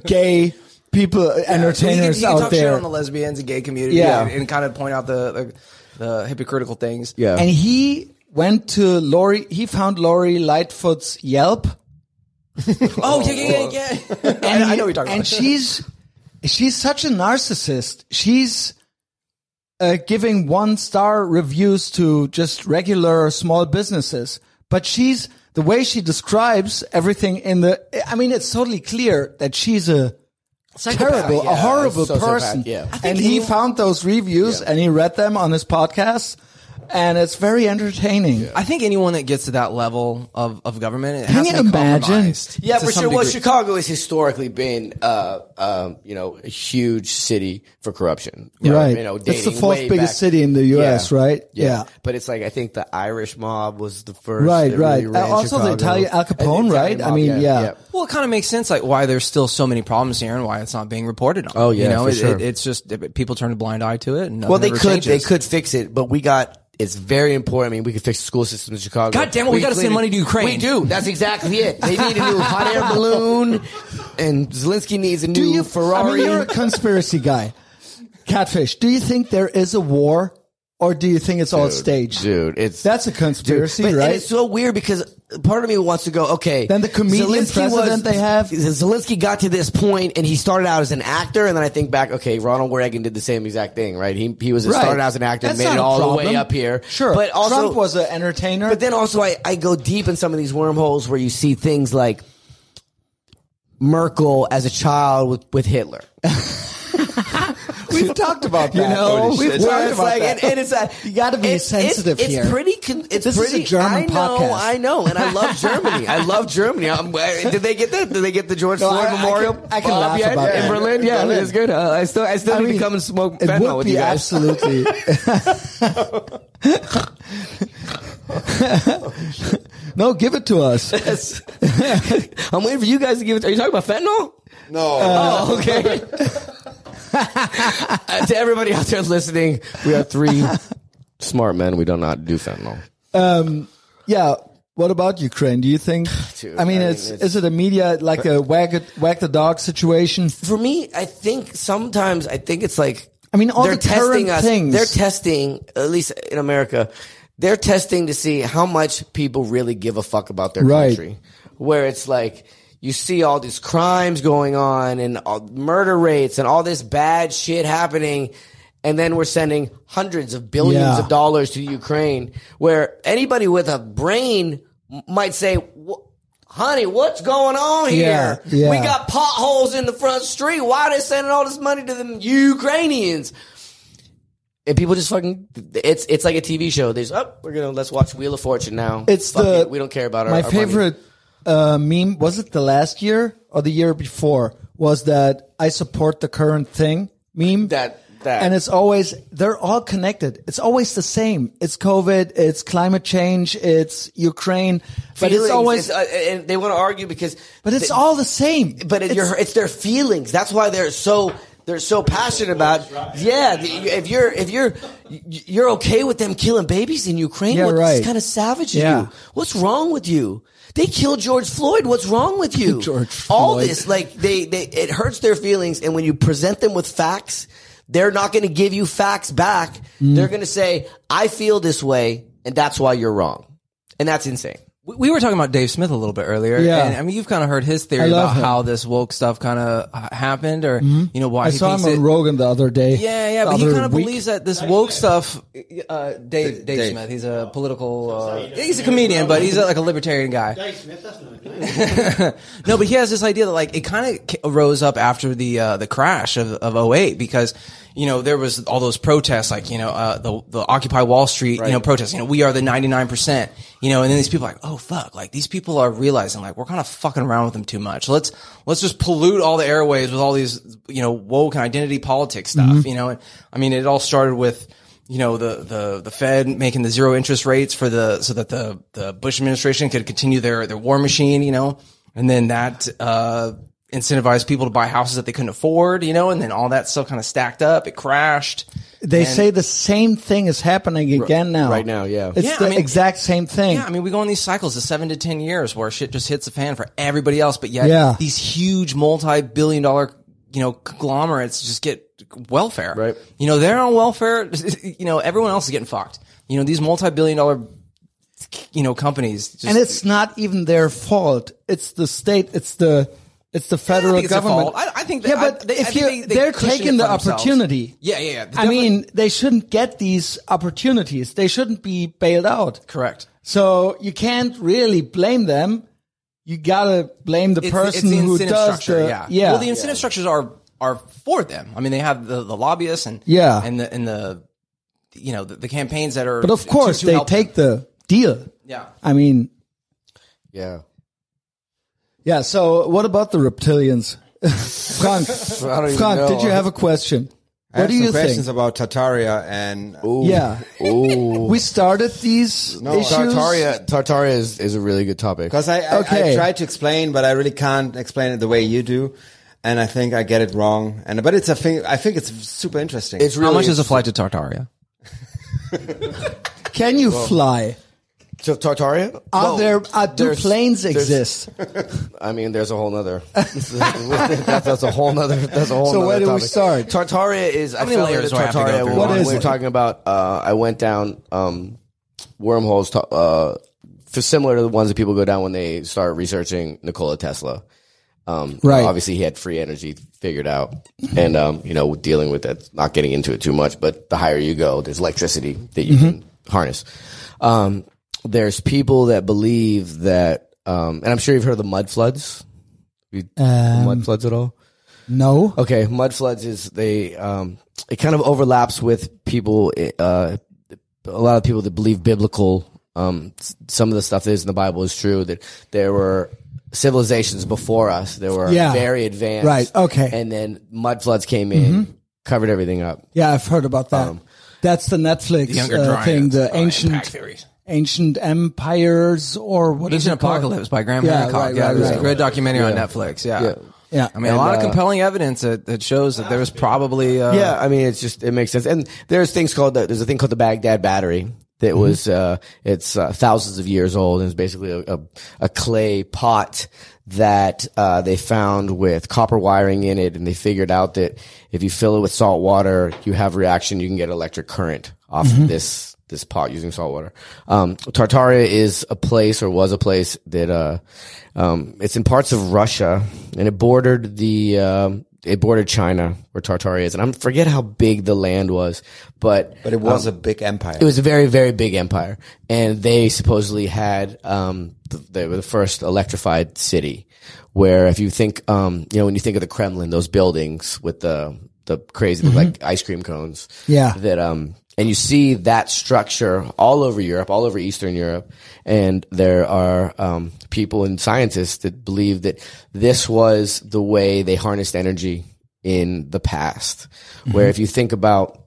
Speaker 1: [laughs]
Speaker 4: [laughs]
Speaker 1: gay people entertainers
Speaker 4: you can, you can
Speaker 1: out
Speaker 4: talk
Speaker 1: there.
Speaker 4: Shit on the lesbians and gay community
Speaker 1: Yeah.
Speaker 4: and, and kind of point out the, the the hypocritical things.
Speaker 2: Yeah.
Speaker 1: and he went to Lori. He found Lori Lightfoot's Yelp,
Speaker 4: Oh yeah yeah yeah. [laughs] yeah. I, I know what you're talking
Speaker 1: and
Speaker 4: about. [laughs]
Speaker 1: she's she's such a narcissist. She's uh, giving one star reviews to just regular small businesses, but she's the way she describes everything in the. I mean, it's totally clear that she's a terrible, a
Speaker 2: yeah,
Speaker 1: horrible
Speaker 2: sociopath,
Speaker 1: person.
Speaker 2: yeah. I think
Speaker 1: And he, found those reviews and he read them on his podcast, and it's very entertaining.
Speaker 4: I think anyone that gets to that level of, of government, it
Speaker 1: Can
Speaker 4: has
Speaker 1: you
Speaker 4: to be
Speaker 1: imagine?
Speaker 4: compromised
Speaker 2: Yeah,
Speaker 4: to
Speaker 2: for
Speaker 4: some
Speaker 2: sure. Well,
Speaker 4: degree.
Speaker 2: Chicago has historically been, uh, um, you know, a huge city for corruption. You know,
Speaker 1: Right.
Speaker 2: You know,
Speaker 1: it's the
Speaker 2: dating
Speaker 1: fourth
Speaker 2: way
Speaker 1: biggest
Speaker 2: back-
Speaker 1: city in the U.S.,
Speaker 2: Yeah.
Speaker 1: right?
Speaker 2: Yeah. but it's like I think the Irish mob was the first.
Speaker 1: Right,
Speaker 2: that really
Speaker 1: right.
Speaker 2: ran
Speaker 1: Uh, also the
Speaker 2: Chicago.
Speaker 1: Italian- Al
Speaker 2: And the
Speaker 1: Capone, right? I
Speaker 2: mob,
Speaker 1: mean, yeah.
Speaker 4: Well, it kind of makes sense, like why there's still so many problems here and why it's not being reported on.
Speaker 2: Oh, yeah,
Speaker 4: you know,
Speaker 2: for
Speaker 4: it,
Speaker 2: sure.
Speaker 4: it, it's just it- people turn a blind eye to it. And
Speaker 2: Well,
Speaker 4: nothing
Speaker 2: they
Speaker 4: ever
Speaker 2: could
Speaker 4: changes.
Speaker 2: they could fix it, but we got. It's very important. I mean, we could fix the school system in Chicago.
Speaker 4: God damn it, we gotta
Speaker 2: clean
Speaker 4: send
Speaker 2: it-
Speaker 4: money to Ukraine.
Speaker 2: We do. That's exactly it. They need a new hot air balloon, and Zelensky needs a new
Speaker 1: Do you,
Speaker 2: Ferrari.
Speaker 1: I mean, you're a conspiracy guy. Catfish, do you think there is a war or do you think it's all staged?
Speaker 2: dude. It's
Speaker 1: That's a conspiracy,
Speaker 2: But-
Speaker 1: right?
Speaker 2: And it's so weird because part of me wants to go, okay.
Speaker 1: Then the comedian president they have-
Speaker 2: [laughs] Zelensky got to this point, and he started out as an actor, and then I think back, okay, Ronald Reagan did the same exact thing, right? He he was
Speaker 1: Right.
Speaker 2: started out as an actor, and
Speaker 1: That's
Speaker 2: made
Speaker 1: not
Speaker 2: it
Speaker 1: a
Speaker 2: all the way
Speaker 1: problem.
Speaker 2: up here.
Speaker 1: Sure.
Speaker 2: but also
Speaker 1: Trump was an entertainer.
Speaker 2: but then also, I, I go deep in some of these wormholes where you see things like Merkel as a child with, with Hitler.
Speaker 1: [laughs] we've talked about that.
Speaker 2: You know,
Speaker 1: we've
Speaker 2: Where
Speaker 1: talked
Speaker 2: it's
Speaker 1: about
Speaker 2: like,
Speaker 1: that.
Speaker 2: And, and it's like,
Speaker 1: you got to be
Speaker 2: it's- it's-
Speaker 1: sensitive
Speaker 2: it's,
Speaker 1: here.
Speaker 2: pretty. Con- it's
Speaker 1: This is a
Speaker 2: pretty,
Speaker 1: German
Speaker 2: I know,
Speaker 1: podcast.
Speaker 2: I know, and I
Speaker 1: [laughs]
Speaker 2: love Germany. I love Germany. I'm, I- did they get that? Did they get the George
Speaker 1: No,
Speaker 2: Floyd
Speaker 1: I- I
Speaker 2: Memorial?
Speaker 1: can- I can
Speaker 2: Bob
Speaker 1: laugh
Speaker 2: yet?
Speaker 1: about
Speaker 2: in
Speaker 1: that.
Speaker 2: Berlin. Yeah, it's good. Uh, I still, I still
Speaker 1: I
Speaker 2: need
Speaker 1: mean,
Speaker 2: to come and smoke
Speaker 1: it
Speaker 2: [laughs]
Speaker 1: would
Speaker 2: fentanyl with
Speaker 1: be
Speaker 2: you guys.
Speaker 1: absolutely. [laughs] No, give it to us.
Speaker 2: [laughs]
Speaker 1: [laughs]
Speaker 2: I'm waiting for you guys to give it. Are you talking about fentanyl?
Speaker 3: No.
Speaker 2: Oh, okay. Uh, to everybody out there listening, we are
Speaker 1: [laughs]
Speaker 2: three smart men. We do not do fentanyl.
Speaker 1: Um, yeah. What about Ukraine? Do you think?
Speaker 2: Dude,
Speaker 1: I mean,
Speaker 2: I mean,
Speaker 1: it's,
Speaker 2: it's-
Speaker 1: is it a media like a wag it- wag the dog situation?
Speaker 2: For me, I think sometimes I think it's like
Speaker 1: I mean, all the current
Speaker 2: testing us.
Speaker 1: things-
Speaker 2: They're testing, at least in America, they're testing to see how much people really give a fuck about their
Speaker 1: Right.
Speaker 2: country. Where it's like you see all these crimes going on and all, murder rates and all this bad shit happening. And then we're sending hundreds of billions
Speaker 1: Yeah.
Speaker 2: of dollars to Ukraine, where anybody with a brain m- might say, "Wh- "Honey, what's going on here?
Speaker 1: Yeah, yeah.
Speaker 2: We got potholes in the front street. Why they sending all this money to the Ukrainians? And people just fucking. It's it's like a TV show. There's up. Oh, we're gonna let's watch Wheel of Fortune now.
Speaker 1: It's
Speaker 2: Fuck
Speaker 1: the
Speaker 2: it, we don't care about our
Speaker 1: my
Speaker 2: our money.
Speaker 1: favorite uh, meme. Was it the last year or the year before? Was that I support the current thing meme?
Speaker 2: That- that.
Speaker 1: and it's always they're all connected. It's always the same. It's COVID. It's climate change. It's Ukraine. But
Speaker 2: Feelings,
Speaker 1: it's always
Speaker 2: uh, and they want to argue because
Speaker 1: but it's
Speaker 2: they-
Speaker 1: all the same.
Speaker 2: but it,
Speaker 1: it's,
Speaker 2: you're, it's their feelings. That's why they're so they're so passionate about. Yeah, the- you- if you're if you're you're okay with them killing babies in Ukraine,
Speaker 1: Yeah,
Speaker 2: what
Speaker 1: right.
Speaker 2: kind of savage is
Speaker 1: Yeah.
Speaker 2: you? What's wrong with you? They killed George Floyd. What's wrong with
Speaker 1: [laughs]
Speaker 2: you?
Speaker 1: George
Speaker 2: All
Speaker 1: Floyd.
Speaker 2: this like they they it hurts their feelings, and when you present them with facts, they're not going to give you facts back.
Speaker 1: Mm.
Speaker 2: They're going to say, "I feel this way, and that's why you're wrong," and that's insane.
Speaker 4: We- We were talking about Dave Smith a little bit earlier.
Speaker 1: Yeah.
Speaker 4: And, I mean, you've kind of heard his
Speaker 1: I
Speaker 4: theory
Speaker 1: love
Speaker 4: about
Speaker 1: him. Mm-hmm.
Speaker 4: how this woke stuff kind of happened or, you know, why
Speaker 1: I
Speaker 4: he
Speaker 1: saw him
Speaker 4: thinks
Speaker 1: on
Speaker 4: it.
Speaker 1: Rogan the other [laughs] day.
Speaker 4: Yeah, yeah,
Speaker 1: the
Speaker 4: but he
Speaker 1: other
Speaker 4: kind of
Speaker 1: week.
Speaker 4: believes that this woke stuff. Uh, Dave, Dave,
Speaker 3: Dave.
Speaker 4: Smith, he's a political. Uh, he's a comedian, but he's a, like a libertarian guy.
Speaker 5: [laughs]
Speaker 4: no, but he has this idea that like it kind of rose up after the uh, the crash of of 08 because you know there was all those protests like you know uh, the the Occupy Wall Street you know protests you know we are the 99% you know and then these people are like oh fuck like these people are realizing like we're kind of fucking around with them too much let's let's just pollute all the airways with all these you know woke and identity politics stuff you know and I mean it all started with you know the the the Fed making the zero interest rates for the so that the the Bush administration could continue their their war machine, you know, and then that uh, incentivized people to buy houses that they couldn't afford, you know, and then all that stuff kind of stacked up. It crashed.
Speaker 1: They say the same thing is happening again now.
Speaker 2: right now, yeah.
Speaker 1: It's
Speaker 4: Yeah,
Speaker 1: the
Speaker 4: I mean-
Speaker 1: exact same thing.
Speaker 4: Yeah, I mean, we go in these cycles of seven to ten years where shit just hits the fan for everybody else, but yet
Speaker 1: Yeah.
Speaker 4: these huge multi-billion dollar, you know, conglomerates just get welfare.
Speaker 2: Right.
Speaker 4: You know, they're on welfare. [laughs] You know, everyone else is getting fucked. You know, these multi-billion dollar, you know, companies. Just,
Speaker 1: and it's not even their fault. It's the state. It's the it's the
Speaker 4: I don't
Speaker 1: federal
Speaker 4: think it's their
Speaker 1: government.
Speaker 4: fault. I, I think. That,
Speaker 1: yeah, but
Speaker 4: I, they, I
Speaker 1: if
Speaker 4: think
Speaker 1: you,
Speaker 4: they, they
Speaker 1: they're
Speaker 4: cushion
Speaker 1: taking
Speaker 4: it
Speaker 1: the
Speaker 4: for themselves.
Speaker 1: opportunity.
Speaker 4: Yeah, yeah, yeah.
Speaker 1: I
Speaker 4: Definitely-
Speaker 1: mean, they shouldn't get these opportunities. They shouldn't be bailed out.
Speaker 4: correct.
Speaker 1: So you can't really blame them. You gotta blame the person
Speaker 4: the
Speaker 1: who
Speaker 4: incentive
Speaker 1: does
Speaker 4: structure,
Speaker 1: the
Speaker 4: yeah.
Speaker 1: yeah.
Speaker 4: Well, the incentive structures are are for them. I mean, they have the, the lobbyists and
Speaker 1: Yeah.
Speaker 4: and the and the you know the, the campaigns that are.
Speaker 1: but of
Speaker 4: to-
Speaker 1: course,
Speaker 4: to
Speaker 1: they
Speaker 4: help
Speaker 1: take
Speaker 4: them.
Speaker 1: the deal.
Speaker 4: Yeah.
Speaker 1: I mean,
Speaker 2: Yeah.
Speaker 1: yeah. So what about the reptilians, [laughs] Frank?
Speaker 2: [laughs] I don't even
Speaker 1: Frank,
Speaker 2: know.
Speaker 1: did you have a question?
Speaker 3: I
Speaker 1: what
Speaker 3: have
Speaker 1: do
Speaker 3: some
Speaker 1: you
Speaker 3: questions
Speaker 1: think?
Speaker 3: about Tartaria and
Speaker 1: Yeah.
Speaker 2: Ooh.
Speaker 1: We started these issues.
Speaker 2: Tartaria, Tartaria is, is a really good topic.
Speaker 3: Because I, I,
Speaker 1: Okay.
Speaker 3: I try to explain, but I really can't explain it the way you do, and I think I get it wrong. And but it's a thing. I think it's super interesting.
Speaker 2: It's really
Speaker 4: How much is a flight to Tartaria?
Speaker 1: Can you fly?
Speaker 2: to Tartaria?
Speaker 1: Are
Speaker 2: Well,
Speaker 1: there? Are, do
Speaker 2: there's-
Speaker 1: planes
Speaker 2: there's-
Speaker 1: exist?
Speaker 2: I mean, there's a whole nother. [laughs] that, that's a whole nother. That's a whole.
Speaker 1: So
Speaker 2: nother
Speaker 1: where do we
Speaker 2: topic.
Speaker 1: start?
Speaker 2: Tartaria is. I
Speaker 4: many
Speaker 2: fell into
Speaker 4: layers do I have to go
Speaker 2: Tartaria.
Speaker 4: through?
Speaker 2: when
Speaker 1: What is
Speaker 2: we were
Speaker 1: it?
Speaker 2: talking about? Uh, I went down um, wormholes to, uh, for similar to the ones that people go down when they start researching Nikola Tesla. Um,
Speaker 1: Right.
Speaker 2: Obviously, he had free energy figured out, and um, you know, dealing with that, not getting into it too much. But the higher you go, there's electricity that you can harness. Um, there's people that believe that, um, and I'm sure you've heard of the mud floods. You, the mud floods at all?
Speaker 1: No.
Speaker 2: [laughs] Okay, mud floods is they. Um, it kind of overlaps with people. Uh, a lot of people that believe biblical. Um, s- some of the stuff that is in the Bible is true. That there were civilizations before us. that were
Speaker 1: Yeah.
Speaker 2: very advanced.
Speaker 1: Right, okay. Mm-hmm.
Speaker 2: And then mud floods came in, covered everything up. Um,
Speaker 1: Yeah, I've heard about that. That's the Netflix
Speaker 4: Younger
Speaker 1: uh,
Speaker 4: Dryas.
Speaker 1: thing, the
Speaker 4: Oh,
Speaker 1: ancient
Speaker 4: impact theories.
Speaker 1: ancient empires or what is it
Speaker 4: Ancient
Speaker 1: called?
Speaker 4: Apocalypse by Graham
Speaker 1: Yeah,
Speaker 4: Hancock.
Speaker 1: right,
Speaker 4: yeah,
Speaker 1: right,
Speaker 4: there's
Speaker 1: right.
Speaker 4: a great documentary on Netflix. Yeah.
Speaker 2: Yeah.
Speaker 1: Yeah.
Speaker 4: I mean, a
Speaker 2: And,
Speaker 4: lot of
Speaker 2: uh,
Speaker 4: compelling evidence that, that shows that there was probably uh,
Speaker 2: yeah, I mean, it's just it makes sense. And there's things called the, there's a thing called the Baghdad Battery that was uh, it's uh, thousands of years old and it's basically a, a, a clay pot that uh, they found with copper wiring in it, and they figured out that if you fill it with salt water, you have reaction, you can get electric current off this this pot using salt water. Um, Tartaria is a place or was a place that, uh, um, it's in parts of Russia and it bordered the, um, it bordered China where Tartaria is. And I forget how big the land was, but
Speaker 3: But it was a big empire.
Speaker 2: um, it was a very, very big empire. And they supposedly had, um, th- they were the first electrified city where if you think, um, you know, when you think of the Kremlin, those buildings with the, the crazy, like ice cream cones
Speaker 1: Yeah.
Speaker 2: that um and you see that structure all over Europe, all over Eastern Europe, and there are um, people and scientists that believe that this was the way they harnessed energy in the past. Where if you think about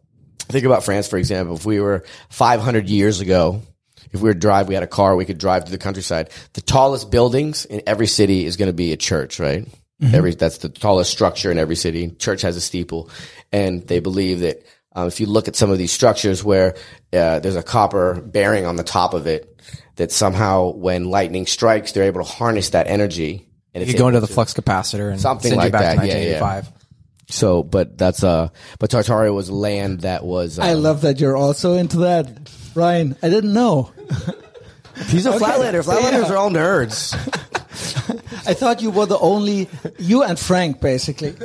Speaker 2: think about France, for example, if we were 500 years ago, if we were drive, we had a car, we could drive to the countryside. The tallest buildings in every city is going to be a church, right? Every that's the tallest structure in every city. Church has a steeple, and they believe that um, if you look at some of these structures where uh, there's a copper bearing on the top of it, that somehow when lightning strikes, they're able to harness that energy. And
Speaker 4: you
Speaker 2: it's
Speaker 4: could go into the flux capacitor and
Speaker 2: Something
Speaker 4: send
Speaker 2: like
Speaker 4: you back
Speaker 2: that.
Speaker 4: to
Speaker 2: Yeah, yeah.
Speaker 4: 1985.
Speaker 2: so, but that's uh, but Tartaria was land that was. Um,
Speaker 1: I love that you're also into that, Ryan. I didn't know.
Speaker 2: He's a flatlander. Flatlanders are all
Speaker 3: [laughs]
Speaker 2: nerds.
Speaker 1: I thought you were the only you and Frank basically,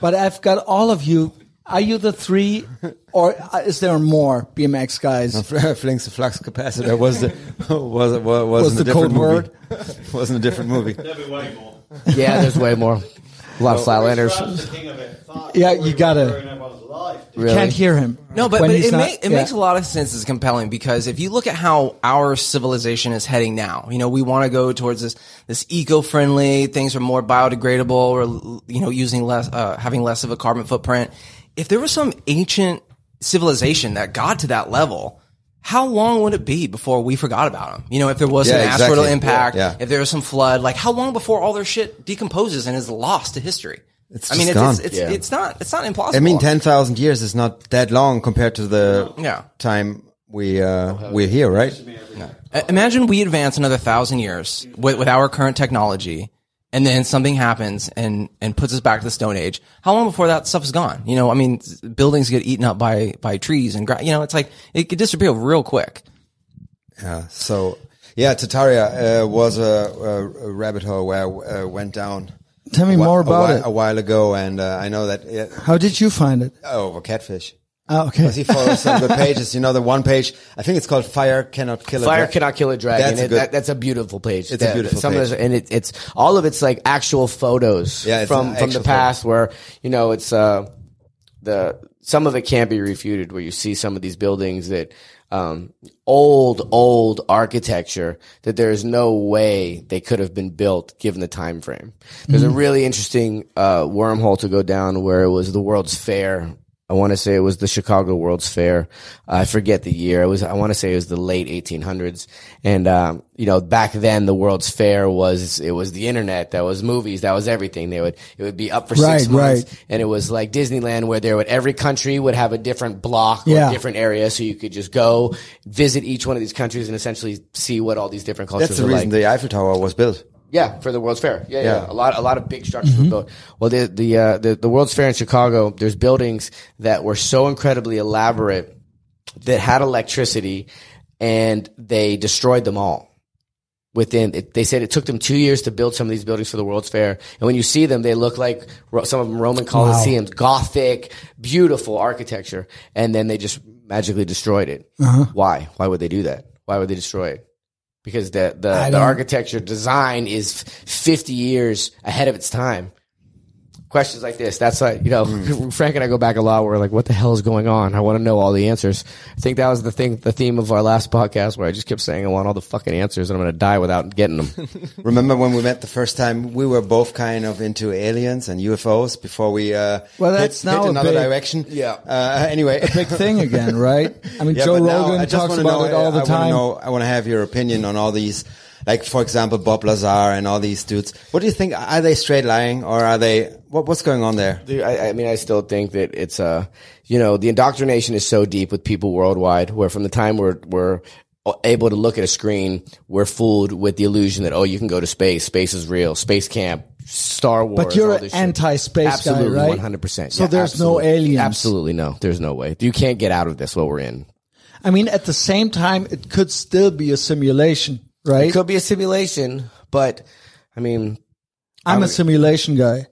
Speaker 1: but I've got all of you. Are you the three, or is there more BMX guys?
Speaker 3: Flings the flux capacitor was the, [laughs] was was, was,
Speaker 1: Was
Speaker 3: in
Speaker 1: the
Speaker 3: a different
Speaker 1: code
Speaker 3: movie. [laughs] Wasn't a different movie.
Speaker 2: Yeah, there's way more. A lot of flatlanders.
Speaker 1: Yeah, you gotta-
Speaker 2: Really?
Speaker 1: Can't hear him.
Speaker 4: No, but,
Speaker 1: When
Speaker 4: but
Speaker 1: he's
Speaker 4: it,
Speaker 1: not-
Speaker 4: ma- it
Speaker 1: yeah.
Speaker 4: makes a lot of sense. It's compelling because if you look at how our civilization is heading now, you know, we want to go towards this this eco friendly. Things are more biodegradable, or you know, using less, uh, having less of a carbon footprint. If there was some ancient civilization that got to that level, how long would it be before we forgot about them? You know, if there was
Speaker 3: Yeah,
Speaker 4: an
Speaker 3: exactly.
Speaker 4: asteroidal
Speaker 3: Yeah,
Speaker 4: impact,
Speaker 3: yeah.
Speaker 4: if there was some flood, like how long before all their shit decomposes and is lost to history?
Speaker 3: It's
Speaker 4: I mean,
Speaker 3: just
Speaker 4: it's,
Speaker 3: gone.
Speaker 4: it's, it's,
Speaker 2: Yeah.
Speaker 4: it's not it's not impossible.
Speaker 3: I mean, ten thousand years is not that long compared to the
Speaker 4: Yeah.
Speaker 3: time we uh, we're here, right?
Speaker 4: Uh, Imagine we advance another thousand years with, with our current technology, and then something happens and, and puts us back to the Stone Age. How long before that stuff is gone? You know, I mean, s- buildings get eaten up by, by trees and, gra- you know, it's like, it could disappear real quick.
Speaker 3: Yeah. Uh, So yeah, Tataria uh, was a, a, a rabbit hole where I uh, went down.
Speaker 1: Tell me
Speaker 3: a whi-
Speaker 1: more
Speaker 3: a
Speaker 1: about
Speaker 3: whi-
Speaker 1: it.
Speaker 3: A while ago, and uh, I know that. It,
Speaker 1: How did you find it?
Speaker 3: oh, a catfish.
Speaker 1: Oh, okay.
Speaker 3: Because he follows some good pages. You know, the one page. I think it's called "Fire Cannot Kill a
Speaker 2: Fire
Speaker 3: Dra-
Speaker 2: cannot kill a dragon.
Speaker 3: That's a
Speaker 2: It-
Speaker 3: good-
Speaker 2: that- that's a beautiful page.
Speaker 3: It's a
Speaker 2: That-
Speaker 3: beautiful
Speaker 2: some of
Speaker 3: page.
Speaker 2: those- and it, it's all of it's like actual photos
Speaker 3: Yeah, it's
Speaker 2: from
Speaker 3: an
Speaker 2: from the
Speaker 3: actual
Speaker 2: past where you know it's uh the some of it can be refuted where you see some of these buildings that um old old architecture that there is no way they could have been built given the time frame. There's
Speaker 1: Hmm.
Speaker 2: a really interesting uh wormhole to go down where it was the World's Fair I want to say it was the Chicago World's Fair. I forget the year. It was. I want to say it was the late 1800s. And um, you know, back then the World's Fair was it was the internet. That was movies. That was everything. They would it would be up for
Speaker 1: Right,
Speaker 2: six months,
Speaker 1: right.
Speaker 2: and it was like Disneyland, where there would every country would have a different block or
Speaker 1: Yeah.
Speaker 2: different area, so you could just go visit each one of these countries and essentially see what all these different cultures
Speaker 3: That's the
Speaker 2: are
Speaker 3: reason
Speaker 2: like.
Speaker 3: the Eiffel Tower was built.
Speaker 2: Yeah, for the World's Fair. Yeah, yeah.
Speaker 3: Yeah. Mm-hmm.
Speaker 2: A lot, a lot of big structures were built. Well, the the, uh, the the World's Fair in Chicago, there's buildings that were so incredibly elaborate that had electricity, and they destroyed them all. Within, it, they said it took them two years to build some of these buildings for the World's Fair, and when you see them, they look like Ro- some of them Roman Colosseums, Gothic, beautiful architecture, and then they just magically destroyed it. Why? Why would they do that? Why would they destroy it? because the the, the
Speaker 1: don't-
Speaker 2: architecture design is 50 years ahead of its time questions like this. That's like, you know, [laughs] Frank and I go back a lot. We're like, what the hell is going on? I want to know all the answers. I think that was the thing, the theme of our last podcast where I just kept saying I want all the fucking answers and I'm going to die without getting them.
Speaker 3: Remember when we met the first time? We were both kind of into aliens and UFOs before we uh,
Speaker 1: Well,
Speaker 3: hit-
Speaker 1: that's
Speaker 3: hit,
Speaker 1: now a
Speaker 3: another
Speaker 1: big-
Speaker 3: direction.
Speaker 2: Yeah.
Speaker 3: Uh, anyway,
Speaker 1: Big thing
Speaker 3: [laughs]
Speaker 1: again, right? I mean,
Speaker 3: Yeah,
Speaker 1: Joe
Speaker 3: but now I
Speaker 1: Rogan
Speaker 3: just
Speaker 1: talks
Speaker 3: wanna
Speaker 1: about
Speaker 3: know-
Speaker 1: it all
Speaker 3: I
Speaker 1: the
Speaker 3: wanna
Speaker 1: time.
Speaker 3: know- I want to have your opinion on all these, like for example, Bob Lazar and all these dudes. What do you think? Are they straight lying or are they? What, what's going on there?
Speaker 2: Dude, I, I mean, I still think that it's uh, you know, the indoctrination is so deep with people worldwide. Where from the time we're we're able to look at a screen, we're fooled with the illusion that oh, you can go to space, space is real, space camp, Star Wars.
Speaker 1: But you're
Speaker 2: all
Speaker 1: an
Speaker 2: this shit.
Speaker 1: anti-space guy,
Speaker 2: absolutely,
Speaker 1: right?
Speaker 2: One hundred percent.
Speaker 1: So there's no aliens.
Speaker 2: Absolutely no. There's no way. You can't get out of this. What we're in.
Speaker 1: I mean, at the same time, it could still be a simulation, right?
Speaker 2: It could be a simulation, but I mean,
Speaker 1: I'm a simulation guy.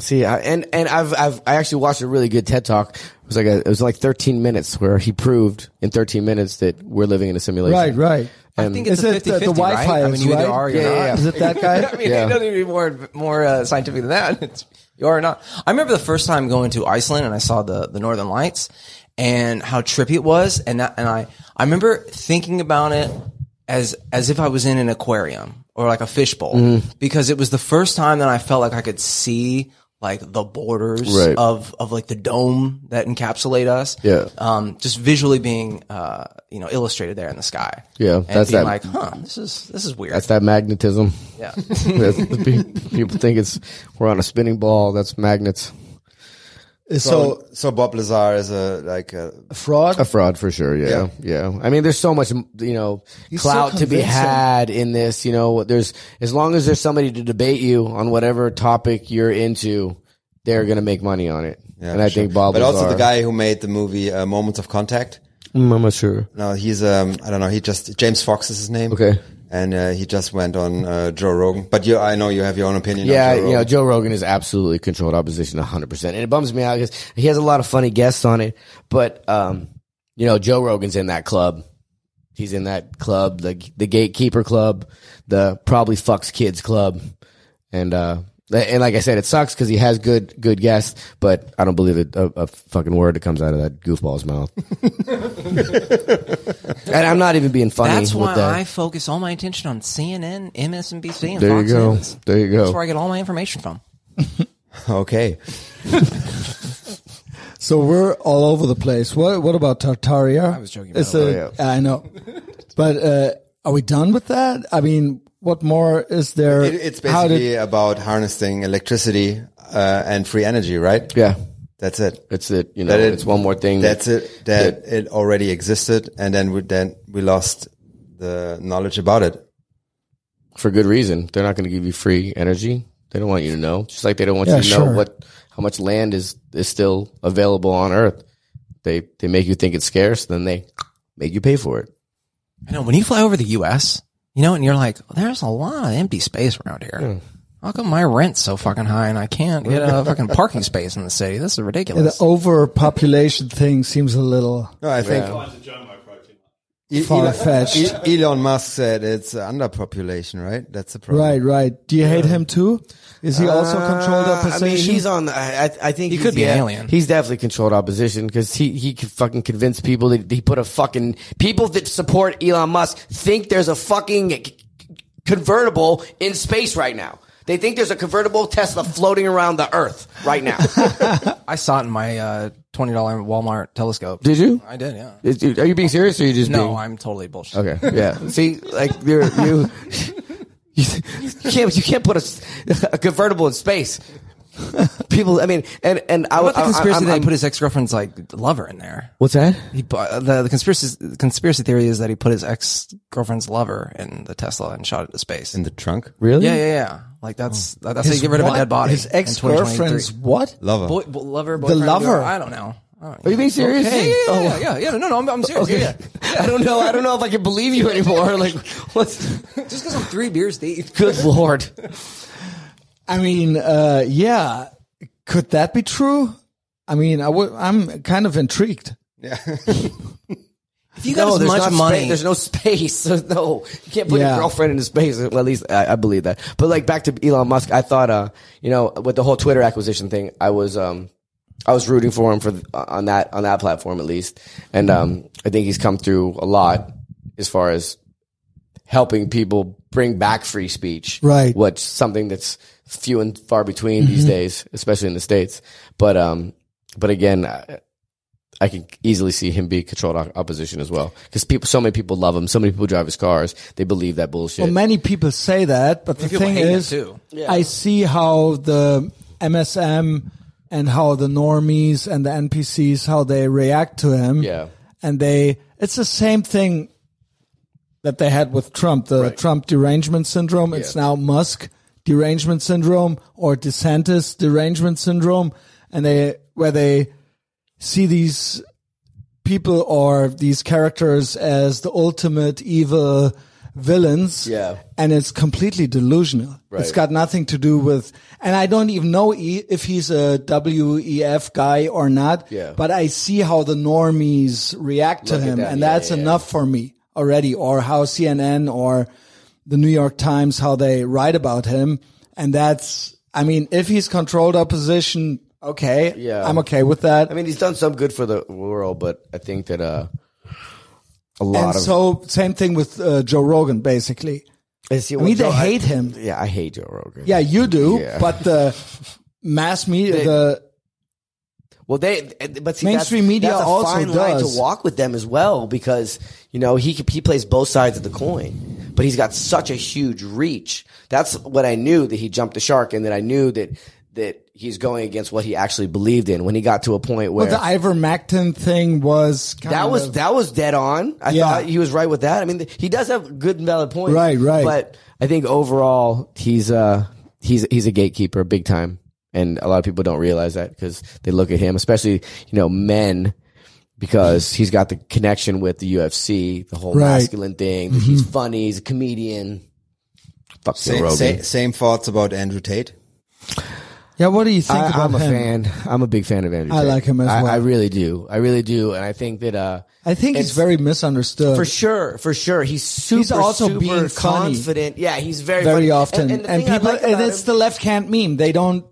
Speaker 2: See, I, and and I've I've I actually watched a really good TED talk. It was like a, it was like 13 minutes where he proved in 13 minutes that we're living in a simulation.
Speaker 1: Right, right.
Speaker 4: I think
Speaker 1: Is
Speaker 4: it's a
Speaker 1: it
Speaker 4: 50
Speaker 1: the, the Wi-Fi?
Speaker 4: right? I mean,
Speaker 1: is
Speaker 4: you either
Speaker 1: right?
Speaker 4: are or you're
Speaker 2: Yeah, yeah,
Speaker 4: not.
Speaker 2: yeah.
Speaker 1: Is it
Speaker 4: [laughs]
Speaker 1: that guy?
Speaker 4: I mean,
Speaker 2: Yeah.
Speaker 4: it doesn't be more more uh, scientific than that. [laughs] It's, you are or not. I remember the first time going to Iceland and I saw the the Northern Lights and how trippy it was, and that, and I I remember thinking about it as as if I was in an aquarium or like a fishbowl
Speaker 2: Mm.
Speaker 4: because it was the first time that I felt like I could see like the borders
Speaker 2: Right.
Speaker 4: of of like the dome that encapsulate us
Speaker 2: Yeah.
Speaker 4: um just visually being uh you know illustrated there in the sky
Speaker 2: Yeah,
Speaker 4: and
Speaker 2: that's
Speaker 4: being
Speaker 2: that-
Speaker 4: like huh this is this is weird
Speaker 2: That's that magnetism.
Speaker 4: yeah
Speaker 2: [laughs] That's the pe- people think it's we're on a spinning ball. That's magnets.
Speaker 1: So,
Speaker 3: so Bob Lazar is a like a
Speaker 1: fraud.
Speaker 2: A fraud for sure. Yeah, yeah. I mean, there's so much you know
Speaker 1: He's
Speaker 2: clout
Speaker 1: so
Speaker 2: to be
Speaker 1: convincing.
Speaker 2: had in this. You know, there's as long as there's somebody to debate you on whatever topic you're into, they're gonna make money on it.
Speaker 3: yeah,
Speaker 2: and I
Speaker 3: sure.
Speaker 2: think Bob,
Speaker 3: but also
Speaker 2: Lazar-
Speaker 3: the guy who made the movie uh, Moments of Contact.
Speaker 2: Mm, I'm not sure.
Speaker 3: No, he's um I don't know. He just James Fox is his name.
Speaker 2: Okay.
Speaker 3: and uh, he just went on uh, Joe Rogan. But you, I know you have your own opinion.
Speaker 2: Yeah,
Speaker 3: on Joe
Speaker 2: you know,
Speaker 3: Rogan.
Speaker 2: Joe Rogan is absolutely controlled opposition 100%. And it bums me out because he has a lot of funny guests on it. But, um, you know, Joe Rogan's in that club. He's in that club, the, the gatekeeper club, the probably fucks kids club. And, uh, and like I said, it sucks because he has good, good guests, but I don't believe it, a, a fucking word that comes out of that goofball's
Speaker 3: [laughs]
Speaker 2: mouth. and I'm not even being funny.
Speaker 4: That's
Speaker 2: with
Speaker 4: why
Speaker 2: that.
Speaker 4: I focus all my attention on CNN, MSNBC, and
Speaker 2: There you
Speaker 4: Fox
Speaker 2: go.
Speaker 4: News.
Speaker 2: There you go.
Speaker 4: That's where I get all my information from.
Speaker 3: okay.
Speaker 1: So we're all over the place. What what about Tartaria? I
Speaker 4: was joking
Speaker 1: It's a, I know, but uh, are we done with that? I mean, what more is there?
Speaker 3: It, it's
Speaker 1: How did-
Speaker 3: basically about harnessing electricity uh, and free energy, right?
Speaker 2: yeah. Mm.
Speaker 3: That's it.
Speaker 2: It's it. You know,
Speaker 3: That it-
Speaker 2: it's one more thing.
Speaker 3: That's
Speaker 2: that-
Speaker 3: it. That it already existed, and then we then we lost the knowledge about it.
Speaker 2: for good reason. They're not going to give you free energy. They don't want you to know. Just like they don't want
Speaker 1: Yeah,
Speaker 2: you to
Speaker 1: sure.
Speaker 2: know what how much land is is still available on Earth. They they make you think it's scarce, then they make you pay for it.
Speaker 4: I know when you fly over the U.S., you know, and you're like, "There's a lot of empty space around here.
Speaker 2: Hmm.
Speaker 4: How come my rent's so fucking high and I can't get a fucking parking space in the city? This is
Speaker 1: the
Speaker 4: ridiculous."
Speaker 1: overpopulation thing seems a little
Speaker 3: No, I think E-
Speaker 1: far
Speaker 3: E-
Speaker 1: fetched.
Speaker 3: Elon Musk said it's underpopulation, right? That's the problem.
Speaker 1: Right, right. Do you hate him too? Is he also
Speaker 4: Uh,
Speaker 1: controlled opposition?
Speaker 2: Uh, I mean, he's on. the- I, I- I think he
Speaker 4: could be an alien.
Speaker 2: He's definitely controlled opposition because he he could fucking convince people that he put a fucking people that support Elon Musk think there's a fucking c- convertible in space right now. They think there's a convertible Tesla floating around the Earth
Speaker 1: [laughs]
Speaker 2: right now.
Speaker 4: I saw it in my uh, twenty dollar Walmart telescope.
Speaker 2: Did you?
Speaker 4: I did. Yeah.
Speaker 2: Is- are you being serious or are you just
Speaker 4: No,
Speaker 2: being?
Speaker 4: I'm totally bullshit.
Speaker 2: okay, yeah. See, like you're, you, [laughs] you, can't you can't put a, s- a convertible in space. People, I mean, and and I would
Speaker 4: What about the conspiracy
Speaker 2: I,
Speaker 4: that he put his ex girlfriend's like lover in there?
Speaker 2: What's that?
Speaker 4: He bu- uh, the, the conspiracy the conspiracy theory is that he put his ex girlfriend's lover in the Tesla and Oh. shot it to space.
Speaker 3: in the trunk.
Speaker 2: Really?
Speaker 4: Yeah, yeah, yeah. Like that's that- that's how you get rid of a
Speaker 1: What?
Speaker 4: dead body.
Speaker 1: His
Speaker 4: in
Speaker 1: ex girlfriend's
Speaker 4: 2023.
Speaker 1: what?
Speaker 3: Lover.
Speaker 4: boy, bo- lover, boyfriend,
Speaker 1: lover?
Speaker 4: whatever. I don't know. I don't know.
Speaker 2: Are you being serious?
Speaker 4: Yeah, yeah,
Speaker 1: Oh,
Speaker 4: yeah,
Speaker 1: [laughs]
Speaker 4: yeah, yeah, yeah. No, no, I'm, I'm serious. Yeah, yeah.
Speaker 2: I don't know. I don't know if I can believe you anymore. Like, what's?
Speaker 4: [laughs] Just because I'm three beers deep.
Speaker 1: [laughs]
Speaker 2: Good lord.
Speaker 1: I mean, uh, yeah. Could that be true? I mean, I w- I'm kind of intrigued.
Speaker 3: Yeah.
Speaker 4: If you got as
Speaker 2: there's
Speaker 4: much
Speaker 2: not spa-
Speaker 4: money-
Speaker 2: there's no [laughs] space. There's no, you can't put
Speaker 1: Yeah.
Speaker 2: a girlfriend into space. Well, at least I, I believe that. But like back to Elon Musk, I thought, uh, you know, with the whole Twitter acquisition thing, I was, um, I was rooting for him for uh, on that on that platform at least, and um, I think he's come through a lot as far as helping people bring back free speech.
Speaker 1: Right.
Speaker 2: What's something that's few and far between
Speaker 4: Mm-hmm.
Speaker 2: these days, especially in the States. But, um, but again, uh, I, I can easily see him be controlled op- opposition as well. Cause people, so many people love him. So many people drive his cars. They believe that bullshit.
Speaker 1: Well, many people say that, but the
Speaker 4: people
Speaker 1: thing
Speaker 4: hate it
Speaker 1: is,
Speaker 4: too.
Speaker 1: I see how the MSM and how the normies and the NPCs how they react to him.
Speaker 2: Yeah.
Speaker 1: and they it's the same thing that they had with Trump, the Trump derangement syndrome. It's now Musk derangement syndrome or DeSantis derangement syndrome, and they where they see these people or these characters as the ultimate evil villains.
Speaker 2: Yeah.
Speaker 1: And it's completely delusional. It's
Speaker 2: Right.
Speaker 1: got nothing to do with, and I don't even know e- if he's a WEF guy or not.
Speaker 2: Yeah.
Speaker 1: But I see how the normies react to
Speaker 2: Look at
Speaker 1: him.
Speaker 2: that.
Speaker 1: And
Speaker 2: Yeah,
Speaker 1: that's
Speaker 2: yeah, yeah.
Speaker 1: enough for me already. Or how CNN or the New York Times, how they write about him. And that's, I mean, if he's controlled opposition, okay.
Speaker 2: Yeah.
Speaker 1: I'm okay with that.
Speaker 2: I mean, he's done some good for the world, but I think that, uh, a lot
Speaker 1: and
Speaker 2: of,
Speaker 1: so same thing with uh, Joe Rogan, basically.
Speaker 2: Is he-
Speaker 1: I mean,
Speaker 2: Joe,
Speaker 1: they hate him.
Speaker 2: yeah, I hate Joe Rogan.
Speaker 1: Yeah, you do,
Speaker 2: Yeah.
Speaker 1: but the mass media,
Speaker 2: They-
Speaker 1: the
Speaker 2: Well, they but see,
Speaker 1: Mainstream
Speaker 2: that's,
Speaker 1: media
Speaker 2: that's a
Speaker 1: also
Speaker 2: fine line
Speaker 1: does.
Speaker 2: to walk with them as well because you know he could- he plays both sides of the coin, but he's got such a huge reach. That's what I knew that he jumped the shark, and that I knew that that he's going against what he actually believed in when he got to a point where
Speaker 1: the ivermectin thing was kind
Speaker 2: that was
Speaker 1: of-
Speaker 2: that was dead on. I
Speaker 1: Yeah.
Speaker 2: thought he was right with that. I mean, th- he does have good and valid points,
Speaker 1: Right, right.
Speaker 2: But I think overall, he's uh he's he's a gatekeeper, big time, and a lot of people don't realize that because they look at him, especially you know men, because he's got the connection with the UFC, the whole
Speaker 1: Right. Mm-hmm.
Speaker 2: masculine thing. that He's funny, he's a comedian. Fuck Joe
Speaker 3: Same,
Speaker 2: Rogan.
Speaker 3: same, same thoughts about Andrew Tate.
Speaker 1: yeah. What do you think
Speaker 2: I,
Speaker 1: about
Speaker 2: I'm a
Speaker 1: him?
Speaker 2: fan. I'm a big fan of Andrew.
Speaker 1: I
Speaker 2: Tate.
Speaker 1: like him as
Speaker 2: I-
Speaker 1: well.
Speaker 2: I really do. I really do, and I think that uh,
Speaker 1: I think he's
Speaker 2: It's-
Speaker 1: very misunderstood.
Speaker 2: For sure, for sure. He's super,
Speaker 1: also
Speaker 2: super
Speaker 1: being funny.
Speaker 2: confident. Yeah, he's very,
Speaker 1: very
Speaker 2: funny.
Speaker 1: often, and,
Speaker 2: the thing I
Speaker 1: people,
Speaker 2: like
Speaker 1: and
Speaker 2: about
Speaker 1: it's
Speaker 2: him-
Speaker 1: the left hand meme. They don't,